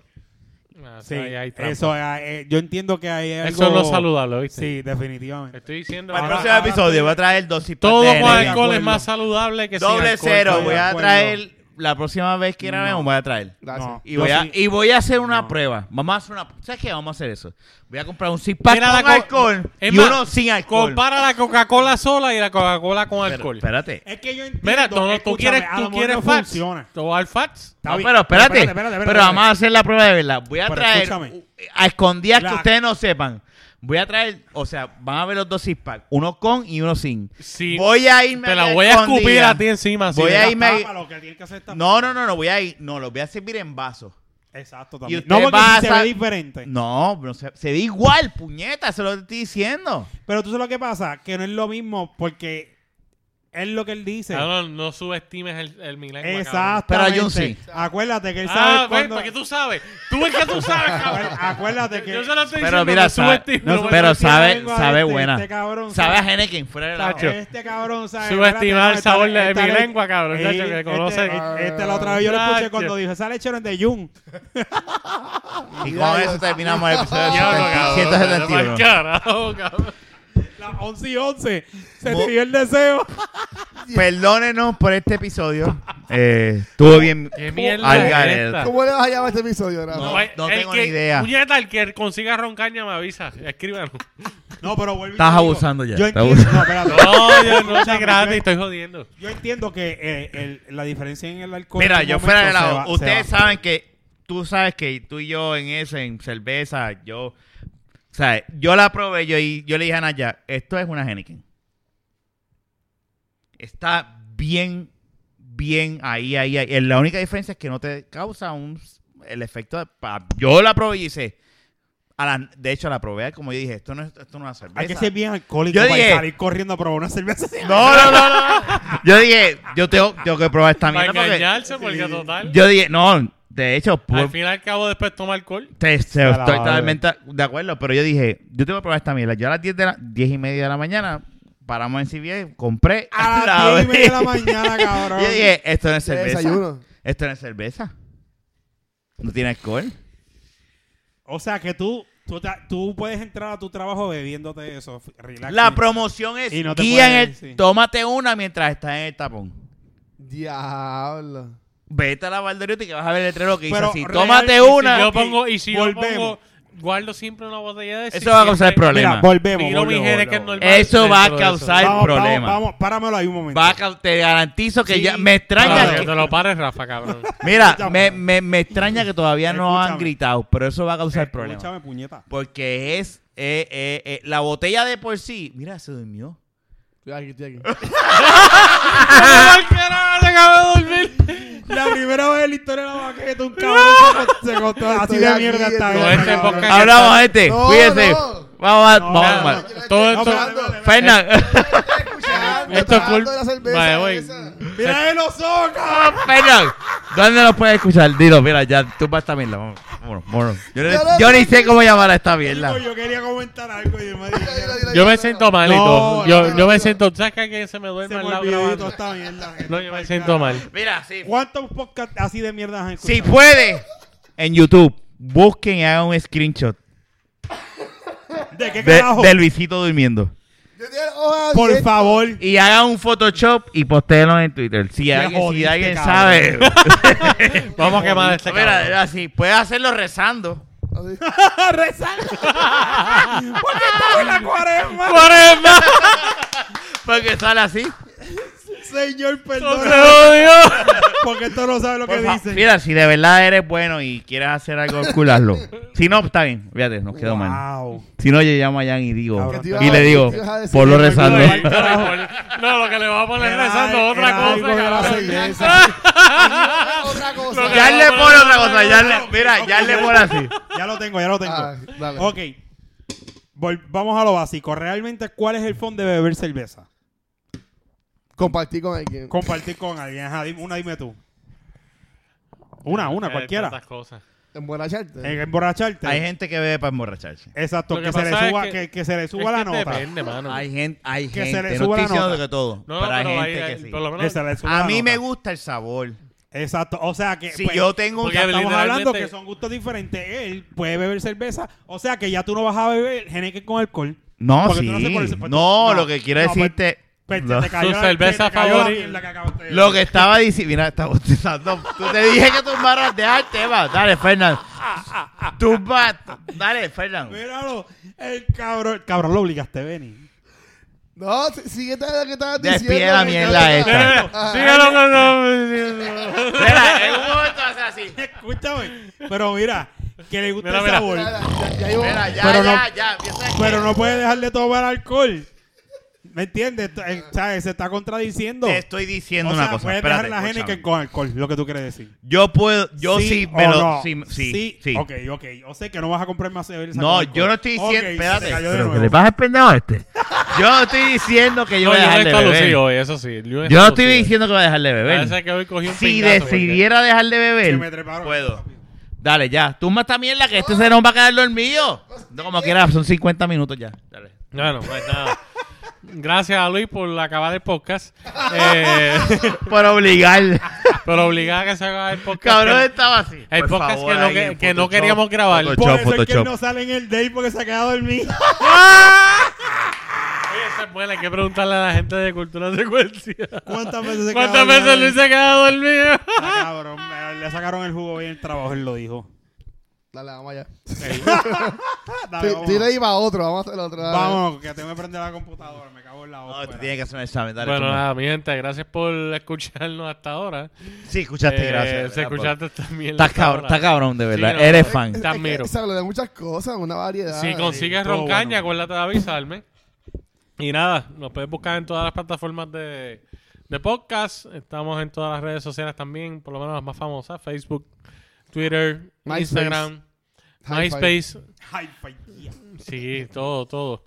Speaker 4: Ah,
Speaker 3: Sí,
Speaker 4: ahí hay trampa.
Speaker 3: eso, eh, eh, yo entiendo que hay algo...
Speaker 4: Eso no es saludable, ¿oíste?
Speaker 3: Sí, definitivamente.
Speaker 4: Estoy diciendo.
Speaker 1: Para el
Speaker 3: Ahora-
Speaker 1: próximo
Speaker 3: ahora
Speaker 1: episodio
Speaker 3: estoy-
Speaker 1: voy a traer dos y
Speaker 4: Todo
Speaker 1: de
Speaker 4: con
Speaker 1: Heineken.
Speaker 4: alcohol es
Speaker 3: acuerdo.
Speaker 4: más saludable que sin
Speaker 1: Doble
Speaker 4: alcohol,
Speaker 1: cero.
Speaker 4: cabrón.
Speaker 1: Voy a
Speaker 3: acuerdo.
Speaker 1: traer la próxima vez que grabemos,
Speaker 3: No.
Speaker 1: voy a traer.
Speaker 2: Gracias.
Speaker 3: No.
Speaker 1: Ah, Y
Speaker 3: Yo
Speaker 1: voy, a,
Speaker 3: sí.
Speaker 1: y voy a hacer una
Speaker 3: No.
Speaker 1: prueba. Vamos a hacer una. ¿Sabes qué? Vamos a hacer eso. Voy a comprar un six pack
Speaker 4: Mira
Speaker 1: con
Speaker 4: la co-
Speaker 1: alcohol
Speaker 4: Es
Speaker 1: y
Speaker 4: más,
Speaker 1: uno sin alcohol.
Speaker 4: Compara la Coca-Cola sola y la Coca-Cola con
Speaker 1: Pero,
Speaker 4: alcohol.
Speaker 1: espérate.
Speaker 3: Es que yo entiendo...
Speaker 4: Mira, tú, no- tú
Speaker 3: escúchame,
Speaker 4: quieres,
Speaker 3: a lo
Speaker 4: tú
Speaker 3: mejor
Speaker 4: quieres
Speaker 3: no
Speaker 4: fats.
Speaker 3: funciona.
Speaker 4: ¿Tú vas al fats?
Speaker 3: Está
Speaker 1: No,
Speaker 3: bien.
Speaker 1: pero espérate.
Speaker 3: Espérate, espérate, espérate,
Speaker 1: pero vamos
Speaker 3: espérate.
Speaker 1: a hacer la prueba de verdad. Voy a
Speaker 3: Pero
Speaker 1: traer.
Speaker 3: escúchame.
Speaker 1: u- A escondidas
Speaker 3: La-
Speaker 1: que ustedes no sepan. Voy a traer. O sea, van a ver los dos six pack. Uno con y uno sin.
Speaker 4: Sí.
Speaker 1: Voy a irme.
Speaker 4: Te la
Speaker 1: las
Speaker 4: voy a escupir
Speaker 1: escondidas.
Speaker 4: a ti encima. así
Speaker 1: Voy
Speaker 4: de-
Speaker 1: a irme.
Speaker 3: Tapa, Ah, lo que tienes que hacer es tapar.
Speaker 1: No, no, no, no. Voy a ir. No, los voy a servir en vasos.
Speaker 3: Exacto,
Speaker 1: Y
Speaker 3: también.
Speaker 1: usted
Speaker 3: No, porque
Speaker 1: va
Speaker 3: si se
Speaker 1: a-
Speaker 3: ve diferente.
Speaker 1: No, pero se, se ve igual, puñeta, se lo estoy diciendo.
Speaker 3: Pero tú sabes lo que pasa, que no es lo mismo porque es lo que él dice.
Speaker 4: Cabrón, Ah, no subestimes el, el milagro.
Speaker 3: Exacto.
Speaker 1: Pero hay un sí.
Speaker 3: Acuérdate que él sabe
Speaker 4: Ah,
Speaker 3: cuándo-
Speaker 4: ¿ves? Porque tú sabes. Tú es que tú sabes,
Speaker 3: Acuérdate-
Speaker 4: cabrón.
Speaker 3: Acuérdate que
Speaker 4: Yo se lo estoy
Speaker 1: Pero
Speaker 4: diciendo.
Speaker 1: mira,
Speaker 4: no
Speaker 1: sabe-
Speaker 4: subestimes.
Speaker 1: no,
Speaker 4: no me-
Speaker 1: pero
Speaker 3: subestimes
Speaker 1: sabe-
Speaker 3: algo a
Speaker 1: sabe
Speaker 3: este,
Speaker 1: buena.
Speaker 3: Este cabrón
Speaker 1: Sabe a
Speaker 3: sabe-
Speaker 1: Heineken fuera de la
Speaker 4: Tacho.
Speaker 3: Este cabrón sabe.
Speaker 4: Subestimar
Speaker 3: espérate,
Speaker 4: el sabor de
Speaker 3: esta
Speaker 4: mi
Speaker 3: le-
Speaker 4: lengua, cabrón, tacho, que
Speaker 3: este-
Speaker 4: conoce-
Speaker 3: Este, la otra vez yo lo escuché
Speaker 4: Tacho.
Speaker 3: cuando dijo, esa leche no es de Jung.
Speaker 1: Y con eso terminamos el episodio
Speaker 4: Diablo, cabrón.
Speaker 1: 171.
Speaker 4: Pa'l carajo, cabrón.
Speaker 3: La 11 y 11. Se
Speaker 1: Mo-
Speaker 3: escribió el deseo.
Speaker 1: Perdónenos por este episodio. Eh, estuvo bien.
Speaker 4: Qué mierda
Speaker 1: Al
Speaker 4: es
Speaker 1: garete.
Speaker 4: esta?
Speaker 2: ¿Cómo le vas a llamar a este episodio, Rafa?
Speaker 1: No.
Speaker 4: Oye, Pues, el
Speaker 1: tengo
Speaker 4: que-
Speaker 1: ni idea.
Speaker 4: Puñeta, el que consiga roncaña me avisa. Escríbanos.
Speaker 3: No, pero vuelvo y
Speaker 1: Estás
Speaker 3: te digo,
Speaker 1: abusando ya,
Speaker 3: Yo
Speaker 1: estás
Speaker 3: entiendo, no, espérate.
Speaker 4: No, yo no sé
Speaker 3: Escúchame,
Speaker 4: gratis,
Speaker 3: yo-
Speaker 4: estoy jodiendo.
Speaker 3: Yo entiendo que eh, el- la diferencia en el alcohol. en
Speaker 1: Mira,
Speaker 3: un
Speaker 1: yo fuera de
Speaker 3: este momento se
Speaker 1: lado.
Speaker 3: va- se
Speaker 1: ustedes
Speaker 3: va.
Speaker 1: saben que. Tú sabes que tú y yo en eso, en cerveza, yo. O sea, yo la probé yo, y yo le dije a Naya, esto es una Heineken. Está bien, bien ahí, ahí, ahí. Eh, La única diferencia es que no te causa un, el efecto de... pa- yo la probé y hice... A la- de hecho, la probé como yo dije, esto no es, esto no es una cerveza.
Speaker 3: Hay que ser bien alcohólico
Speaker 1: Yo
Speaker 3: para
Speaker 1: dije-
Speaker 3: salir corriendo a probar una cerveza. sin
Speaker 1: No, no, no, no. Yo dije, yo tengo, tengo que probar esta
Speaker 4: Para
Speaker 1: mierda porque-
Speaker 4: engañarse, porque total.
Speaker 1: Yo dije, no, de hecho, pu-
Speaker 4: al fin y al cabo, después toma alcohol.
Speaker 3: la
Speaker 1: te- te- estoy
Speaker 3: madre.
Speaker 1: totalmente de acuerdo, pero yo dije, yo tengo que probar esta mierda. Yo a las 10, de la, 10 y media de la mañana paramos en CBA, compré...
Speaker 3: A
Speaker 1: la
Speaker 3: las 10 y media de la
Speaker 1: vez.
Speaker 3: mañana, cabrón.
Speaker 1: Yo dije, esto no es
Speaker 2: De
Speaker 1: cerveza.
Speaker 2: desayuno.
Speaker 1: Esto no es cerveza. No tiene alcohol.
Speaker 3: O sea, que tú, tú, te- tú puedes entrar a tu trabajo bebiéndote eso. f- Relax.
Speaker 1: La promoción es
Speaker 3: Y no te
Speaker 1: guía en el,
Speaker 3: puedes- sí.
Speaker 1: tómate una mientras estás en el tapón.
Speaker 2: Diablo.
Speaker 1: Vete a la Valdoriotti que vas a ver el letrero que dice
Speaker 3: Pero
Speaker 1: así.
Speaker 3: real,
Speaker 1: Tómate
Speaker 3: y si
Speaker 1: una.
Speaker 4: yo
Speaker 3: ok,
Speaker 4: pongo, y si yo
Speaker 3: volvemos.
Speaker 4: pongo, guardo siempre una botella de
Speaker 1: Eso va a causar
Speaker 4: siempre-
Speaker 1: problemas.
Speaker 3: Mira, volvemos.
Speaker 4: Tiro mi
Speaker 3: volvemos,
Speaker 4: Heineken
Speaker 3: volvemos.
Speaker 4: normal
Speaker 1: Eso va a
Speaker 4: dentro de eso. Ah,
Speaker 1: causar
Speaker 3: Vamos,
Speaker 1: problemas.
Speaker 3: Vamos, vamos, páramelo ahí un momento.
Speaker 1: Va a cau- te garantizo que
Speaker 3: Sí.
Speaker 1: ya. Me extraña.
Speaker 4: Claro,
Speaker 1: que-
Speaker 4: que te lo pares, Rafa, cabrón.
Speaker 1: mira,
Speaker 3: Escúchame.
Speaker 1: me, me- me extraña que todavía no han
Speaker 3: Escúchame.
Speaker 1: gritado, pero eso va a causar problemas.
Speaker 3: Escúchame, puñeta.
Speaker 1: Porque es. eh, eh, eh, la botella de por sí. Mira, se durmió.
Speaker 2: Estoy aquí, estoy aquí.
Speaker 3: La primera vez en la historia de la baqueta, un cabrón se, se contó así
Speaker 2: Estoy
Speaker 3: de
Speaker 2: aquí,
Speaker 3: mierda esta
Speaker 2: estoy
Speaker 3: vez.
Speaker 4: aquí.
Speaker 3: cabrón.
Speaker 4: Con este podcast-
Speaker 1: Hablamos, gente.
Speaker 2: No,
Speaker 1: Cuídense.
Speaker 2: no.
Speaker 1: Vamos a.
Speaker 3: No,
Speaker 1: vamos a-
Speaker 3: no,
Speaker 4: Todo
Speaker 3: No,
Speaker 4: esto.
Speaker 3: espérate, espérate, espérate.
Speaker 1: Fernan.
Speaker 2: Estoy escuchando.
Speaker 4: Esto es cool.
Speaker 2: de la cerveza
Speaker 4: Vale, voy.
Speaker 2: esa.
Speaker 3: ¡Mira el Osoka!
Speaker 1: Perdón. ¿Dónde nos puedes escuchar? Dilo, mira, ya tú vas esta mierda. Vámonos, vámonos, vámonos. Yo, ni-
Speaker 2: Ya lo
Speaker 1: yo ni
Speaker 2: tengo.
Speaker 1: sé cómo llamar a esta mierda.
Speaker 3: Yo quería comentar algo y me
Speaker 2: Dila, dila,
Speaker 3: dije...
Speaker 2: dila,
Speaker 4: Yo me
Speaker 2: dila.
Speaker 4: siento mal y
Speaker 3: No,
Speaker 4: todo. Yo,
Speaker 3: no,
Speaker 4: yo me
Speaker 3: no.
Speaker 4: siento. ¿Sabes que alguien se me
Speaker 3: Se
Speaker 4: duerme
Speaker 3: me
Speaker 4: al lado
Speaker 3: olvidó
Speaker 4: grabando?
Speaker 3: toda esta mierda. gente,
Speaker 4: No, yo me
Speaker 3: pa'l
Speaker 4: siento
Speaker 3: carajo.
Speaker 4: mal.
Speaker 1: Mira, sí.
Speaker 3: ¿Cuántos podcasts así de mierda has
Speaker 1: Si
Speaker 3: escuchado?
Speaker 1: puede, en YouTube, busquen y hagan un screenshot
Speaker 3: ¿De qué
Speaker 1: de,
Speaker 3: carajo?
Speaker 1: de Luisito durmiendo.
Speaker 2: Yo "Oh, ah, tengo hojas
Speaker 3: Por
Speaker 2: bien-
Speaker 3: favor.
Speaker 1: Y hagan un Photoshop y postéenlo en Twitter. Si alguien, si
Speaker 3: jodiste,
Speaker 1: alguien
Speaker 3: cabrón.
Speaker 1: sabe.
Speaker 4: Vamos a quemar a este cabrón.
Speaker 1: mira, así, puedes hacerlo rezando.
Speaker 2: Así.
Speaker 3: Rezar. Porque estamos en la cuaresma.
Speaker 1: Porque sale así.
Speaker 3: Señor,
Speaker 4: ¡Se
Speaker 3: perdón.
Speaker 4: jodió!
Speaker 3: Porque esto no sabe lo que
Speaker 1: Por fa-
Speaker 3: dice.
Speaker 1: Mira, si de verdad eres bueno y quieres hacer algo, cularlo. Si no, está bien. Fíjate, nos quedó mal.
Speaker 3: Wow.
Speaker 1: Si no, yo llamo a Jan y digo.
Speaker 3: Cabrón,
Speaker 2: te iba
Speaker 1: Y
Speaker 2: a-
Speaker 1: le digo,
Speaker 2: te iba a decir
Speaker 1: ponlo
Speaker 2: que-
Speaker 1: rezando.
Speaker 4: Ay, carajo. No, lo que le va a poner
Speaker 3: Era-
Speaker 4: rezando es
Speaker 3: era
Speaker 4: otra
Speaker 3: algo de la
Speaker 4: cosa.
Speaker 3: cerveza.
Speaker 4: cabrón.
Speaker 2: Ah, Otra
Speaker 4: Lo
Speaker 2: cosa.
Speaker 4: que-
Speaker 1: Ya le pone otra cosa. Jan le- mira, ya le pone así.
Speaker 3: Ya lo tengo, ya lo tengo.
Speaker 2: Ah, dale.
Speaker 3: ok. Vol- vamos a lo básico. Realmente, ¿cuál es el fondo de beber cerveza?
Speaker 2: Compartí con alguien.
Speaker 3: Compartir con alguien. Ajá, dime- una dime tú. Una, una,
Speaker 4: Eh,
Speaker 3: cualquiera.
Speaker 4: tantas cosas.
Speaker 2: Emborracharte.
Speaker 3: Eh, Emborracharte.
Speaker 1: Hay gente que bebe para emborracharse.
Speaker 3: Exacto,
Speaker 4: Lo
Speaker 3: que,
Speaker 4: que
Speaker 3: se
Speaker 4: pasa
Speaker 3: le
Speaker 4: es
Speaker 3: suba, que,
Speaker 4: que-
Speaker 3: que se le suba
Speaker 4: Es
Speaker 3: la
Speaker 4: que
Speaker 3: nota.
Speaker 4: Depende, mano.
Speaker 1: Hay gente, hay
Speaker 3: Que se
Speaker 1: gente.
Speaker 3: le
Speaker 1: no
Speaker 3: suba la
Speaker 1: estoy diciendo
Speaker 3: nota.
Speaker 1: que todo.
Speaker 4: No,
Speaker 1: pero hay
Speaker 4: pero
Speaker 1: gente
Speaker 4: ahí- eh,
Speaker 1: que sí.
Speaker 4: por lo
Speaker 3: Que
Speaker 4: menos
Speaker 3: se le suba
Speaker 1: A
Speaker 3: la
Speaker 1: mí me
Speaker 3: nota.
Speaker 1: gusta el sabor.
Speaker 3: Exacto, o sea que.
Speaker 1: Si
Speaker 3: Eh, pues,
Speaker 1: yo tengo un
Speaker 3: ya
Speaker 4: Porque
Speaker 3: estamos
Speaker 4: literalmente-
Speaker 3: hablando que son gustos diferentes. Él puede beber cerveza, o sea que ya tú no vas a beber Heineken con alcohol.
Speaker 1: No,
Speaker 3: Porque
Speaker 1: sí.
Speaker 3: tú no sé por eso,
Speaker 1: No,
Speaker 3: pues, tú-
Speaker 1: lo que quiero
Speaker 3: no, pues,
Speaker 1: decirte.
Speaker 3: pues, se
Speaker 1: no.
Speaker 3: te cayó
Speaker 4: Su
Speaker 3: la-
Speaker 4: cerveza
Speaker 3: se te cayó la
Speaker 4: favorita.
Speaker 3: mierda que acabaste de
Speaker 1: Lo
Speaker 3: beber.
Speaker 1: que estaba diciendo. Mira, está bostezando. Tú te dije que tumbaras. Deja el tema. Dale, Fernando. Tumba. Dale, Fernando.
Speaker 3: Míralo, el cabrón. el cabrón lo obligaste, Benny.
Speaker 2: No, si- sigue la que estabas
Speaker 1: Despide
Speaker 2: diciendo.
Speaker 1: la
Speaker 2: que-
Speaker 1: mierda
Speaker 2: que-
Speaker 1: esa.
Speaker 2: Ah,
Speaker 4: Síguelo con
Speaker 1: Espera, en un momento hace así.
Speaker 3: Escúchame. Pero mira, que le gusta
Speaker 4: Mira,
Speaker 3: el
Speaker 4: mira.
Speaker 3: sabor.
Speaker 2: Ya, ya, ya, yo-
Speaker 1: Espera, ya,
Speaker 3: Pero
Speaker 1: ya,
Speaker 3: no-
Speaker 1: ya. empieza aquí.
Speaker 3: Pero no puede dejar de tomar alcohol. ¿Me entiendes? Esto- eh, ¿sabes? Se está contradiciendo.
Speaker 1: Te estoy diciendo
Speaker 3: o sea,
Speaker 1: una cosa.
Speaker 3: puedes
Speaker 1: Espérate,
Speaker 3: dejar la Heineken
Speaker 1: escúchame.
Speaker 3: con alcohol, lo que tú quieres decir.
Speaker 1: Yo puedo. Yo sí,
Speaker 3: o
Speaker 1: me lo.
Speaker 3: no?
Speaker 1: Sí, sí.
Speaker 3: sí.
Speaker 1: sí.
Speaker 3: Ok, ok. O sea que no vas a comprar más cerveza.
Speaker 1: No,
Speaker 3: con alcohol.
Speaker 1: yo no estoy diciendo.
Speaker 3: Ok, se
Speaker 1: espérate.
Speaker 3: te cayó de
Speaker 1: ¿Pero
Speaker 3: nuevo.
Speaker 1: qué le pasa al pendejo este? Yo no estoy diciendo que yo
Speaker 4: No,
Speaker 1: voy a
Speaker 4: yo
Speaker 1: dejar de
Speaker 4: está
Speaker 1: beber.
Speaker 4: lucido hoy, eh, eso sí.
Speaker 1: Yo no estoy diciendo que voy a dejar de beber.
Speaker 4: Parece que hoy cogí un
Speaker 1: Si
Speaker 4: pingazo, porque-
Speaker 1: decidiera dejar de
Speaker 3: Se me
Speaker 1: beber,
Speaker 3: treparon.
Speaker 1: puedo. Dale, ya. Tumba esta mierda que este se nos va a quedar dormido. No, como quiera, son 50 minutos ya. Dale.
Speaker 4: Bueno, pues nada. Gracias a Luis por acabar el podcast. Eh,
Speaker 1: Por obligar.
Speaker 4: por obligar a que se haga el podcast.
Speaker 1: Cabrón,
Speaker 4: que-
Speaker 1: estaba así.
Speaker 4: el
Speaker 1: Por
Speaker 4: podcast
Speaker 1: favor,
Speaker 4: que no-
Speaker 1: alguien,
Speaker 4: que- que no
Speaker 1: Photoshop,
Speaker 4: queríamos grabar.
Speaker 3: Por
Speaker 1: Photoshop,
Speaker 3: eso es que él no
Speaker 1: Photoshop.
Speaker 3: sale en el day porque se ha quedado dormido.
Speaker 4: Oye, esa es buena, hay que preguntarle a la gente de Cultura Secuencia.
Speaker 3: ¿Cuántas veces se
Speaker 4: ¿Cuántas
Speaker 3: queda
Speaker 4: veces
Speaker 3: dormido?
Speaker 4: Luis se ha quedado dormido?
Speaker 3: Ah, cabrón, me- le sacaron el jugo bien el trabajo, él lo dijo.
Speaker 2: Dale, vamos allá.
Speaker 1: Ah,
Speaker 3: Dale,
Speaker 2: T-
Speaker 3: vámonos.
Speaker 2: Tira iba a otro, vamos a hacer el otro. dale.
Speaker 3: Vámonos, que tengo que prender la computadora, me cago en la
Speaker 1: No, te
Speaker 3: ópera.
Speaker 1: tiene que hacer un examen. Dale,
Speaker 4: bueno,
Speaker 1: tumba.
Speaker 4: nada, mi gente, gracias por escucharnos hasta ahora.
Speaker 1: Sí, escuchaste,
Speaker 4: Eh,
Speaker 1: gracias.
Speaker 4: Se
Speaker 1: de verdad,
Speaker 4: escuchaste también.
Speaker 1: Estás cabrón, estás cabrón, de verdad.
Speaker 4: Sí, no.
Speaker 1: Eres fan.
Speaker 2: Es
Speaker 4: Te
Speaker 2: que
Speaker 4: admiro.
Speaker 2: Se habla de muchas cosas, una variedad.
Speaker 4: Si consigues
Speaker 3: todo
Speaker 4: roncaña,
Speaker 3: bueno.
Speaker 4: acuérdate de avisarme. Y nada, nos puedes buscar en todas las plataformas de, de podcast. Estamos en todas las redes sociales también, por lo menos las más famosas: Facebook, Twitter,
Speaker 2: MySpace.
Speaker 4: Instagram,
Speaker 2: High
Speaker 4: MySpace.
Speaker 3: Ay, falla.
Speaker 4: Sí, todo, todo.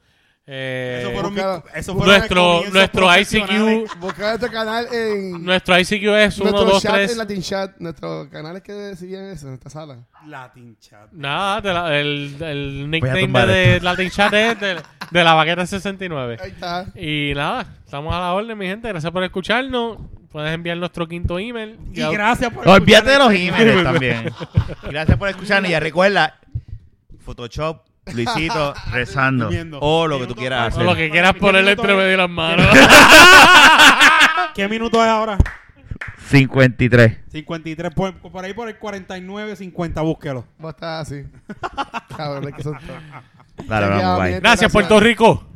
Speaker 4: Eh,
Speaker 3: Eso fueron mis-
Speaker 2: busca-
Speaker 3: eso fueron
Speaker 4: nuestro
Speaker 3: mis comienzos
Speaker 4: nuestro ICQ,
Speaker 3: profesionales.
Speaker 2: Buscar este canal en
Speaker 4: nuestro ICQ es 1,
Speaker 2: nuestro
Speaker 4: 2,
Speaker 2: chat
Speaker 4: 3.
Speaker 2: en Latin Chat, nuestros canales que decidían eso en esta sala.
Speaker 3: Latin chat.
Speaker 4: Nada, de la- el, el nickname
Speaker 1: tumbar
Speaker 4: de, de Latin Chat es de, de la vaqueta 69.
Speaker 2: Ahí está.
Speaker 4: Y nada, estamos a la orden, mi gente. Gracias por escucharnos. Puedes enviar nuestro quinto email.
Speaker 3: Y
Speaker 4: Ya-
Speaker 3: gracias por
Speaker 1: Olvídate de
Speaker 3: escuchar
Speaker 1: los
Speaker 3: este-
Speaker 1: emails también. Gracias por escucharnos. Y ya recuerda, Photoshop, Luisito, rezando.
Speaker 3: Durmiendo.
Speaker 1: O lo que tú quieras
Speaker 4: o lo
Speaker 1: hacer.
Speaker 4: que quieras
Speaker 3: ¿Qué
Speaker 4: ponerle
Speaker 3: minuto
Speaker 4: entre medio
Speaker 3: es?
Speaker 4: de las manos.
Speaker 3: ¿Qué minuto es ahora?
Speaker 1: 53.
Speaker 3: 53, por, por ahí por el 49, 50, búsquelo.
Speaker 2: Va a estar así. Cabrón, es que son todos.
Speaker 1: Dale,
Speaker 2: Ya,
Speaker 1: vamos,
Speaker 2: mi
Speaker 1: bye.
Speaker 2: gente,
Speaker 4: Gracias, Puerto Rico.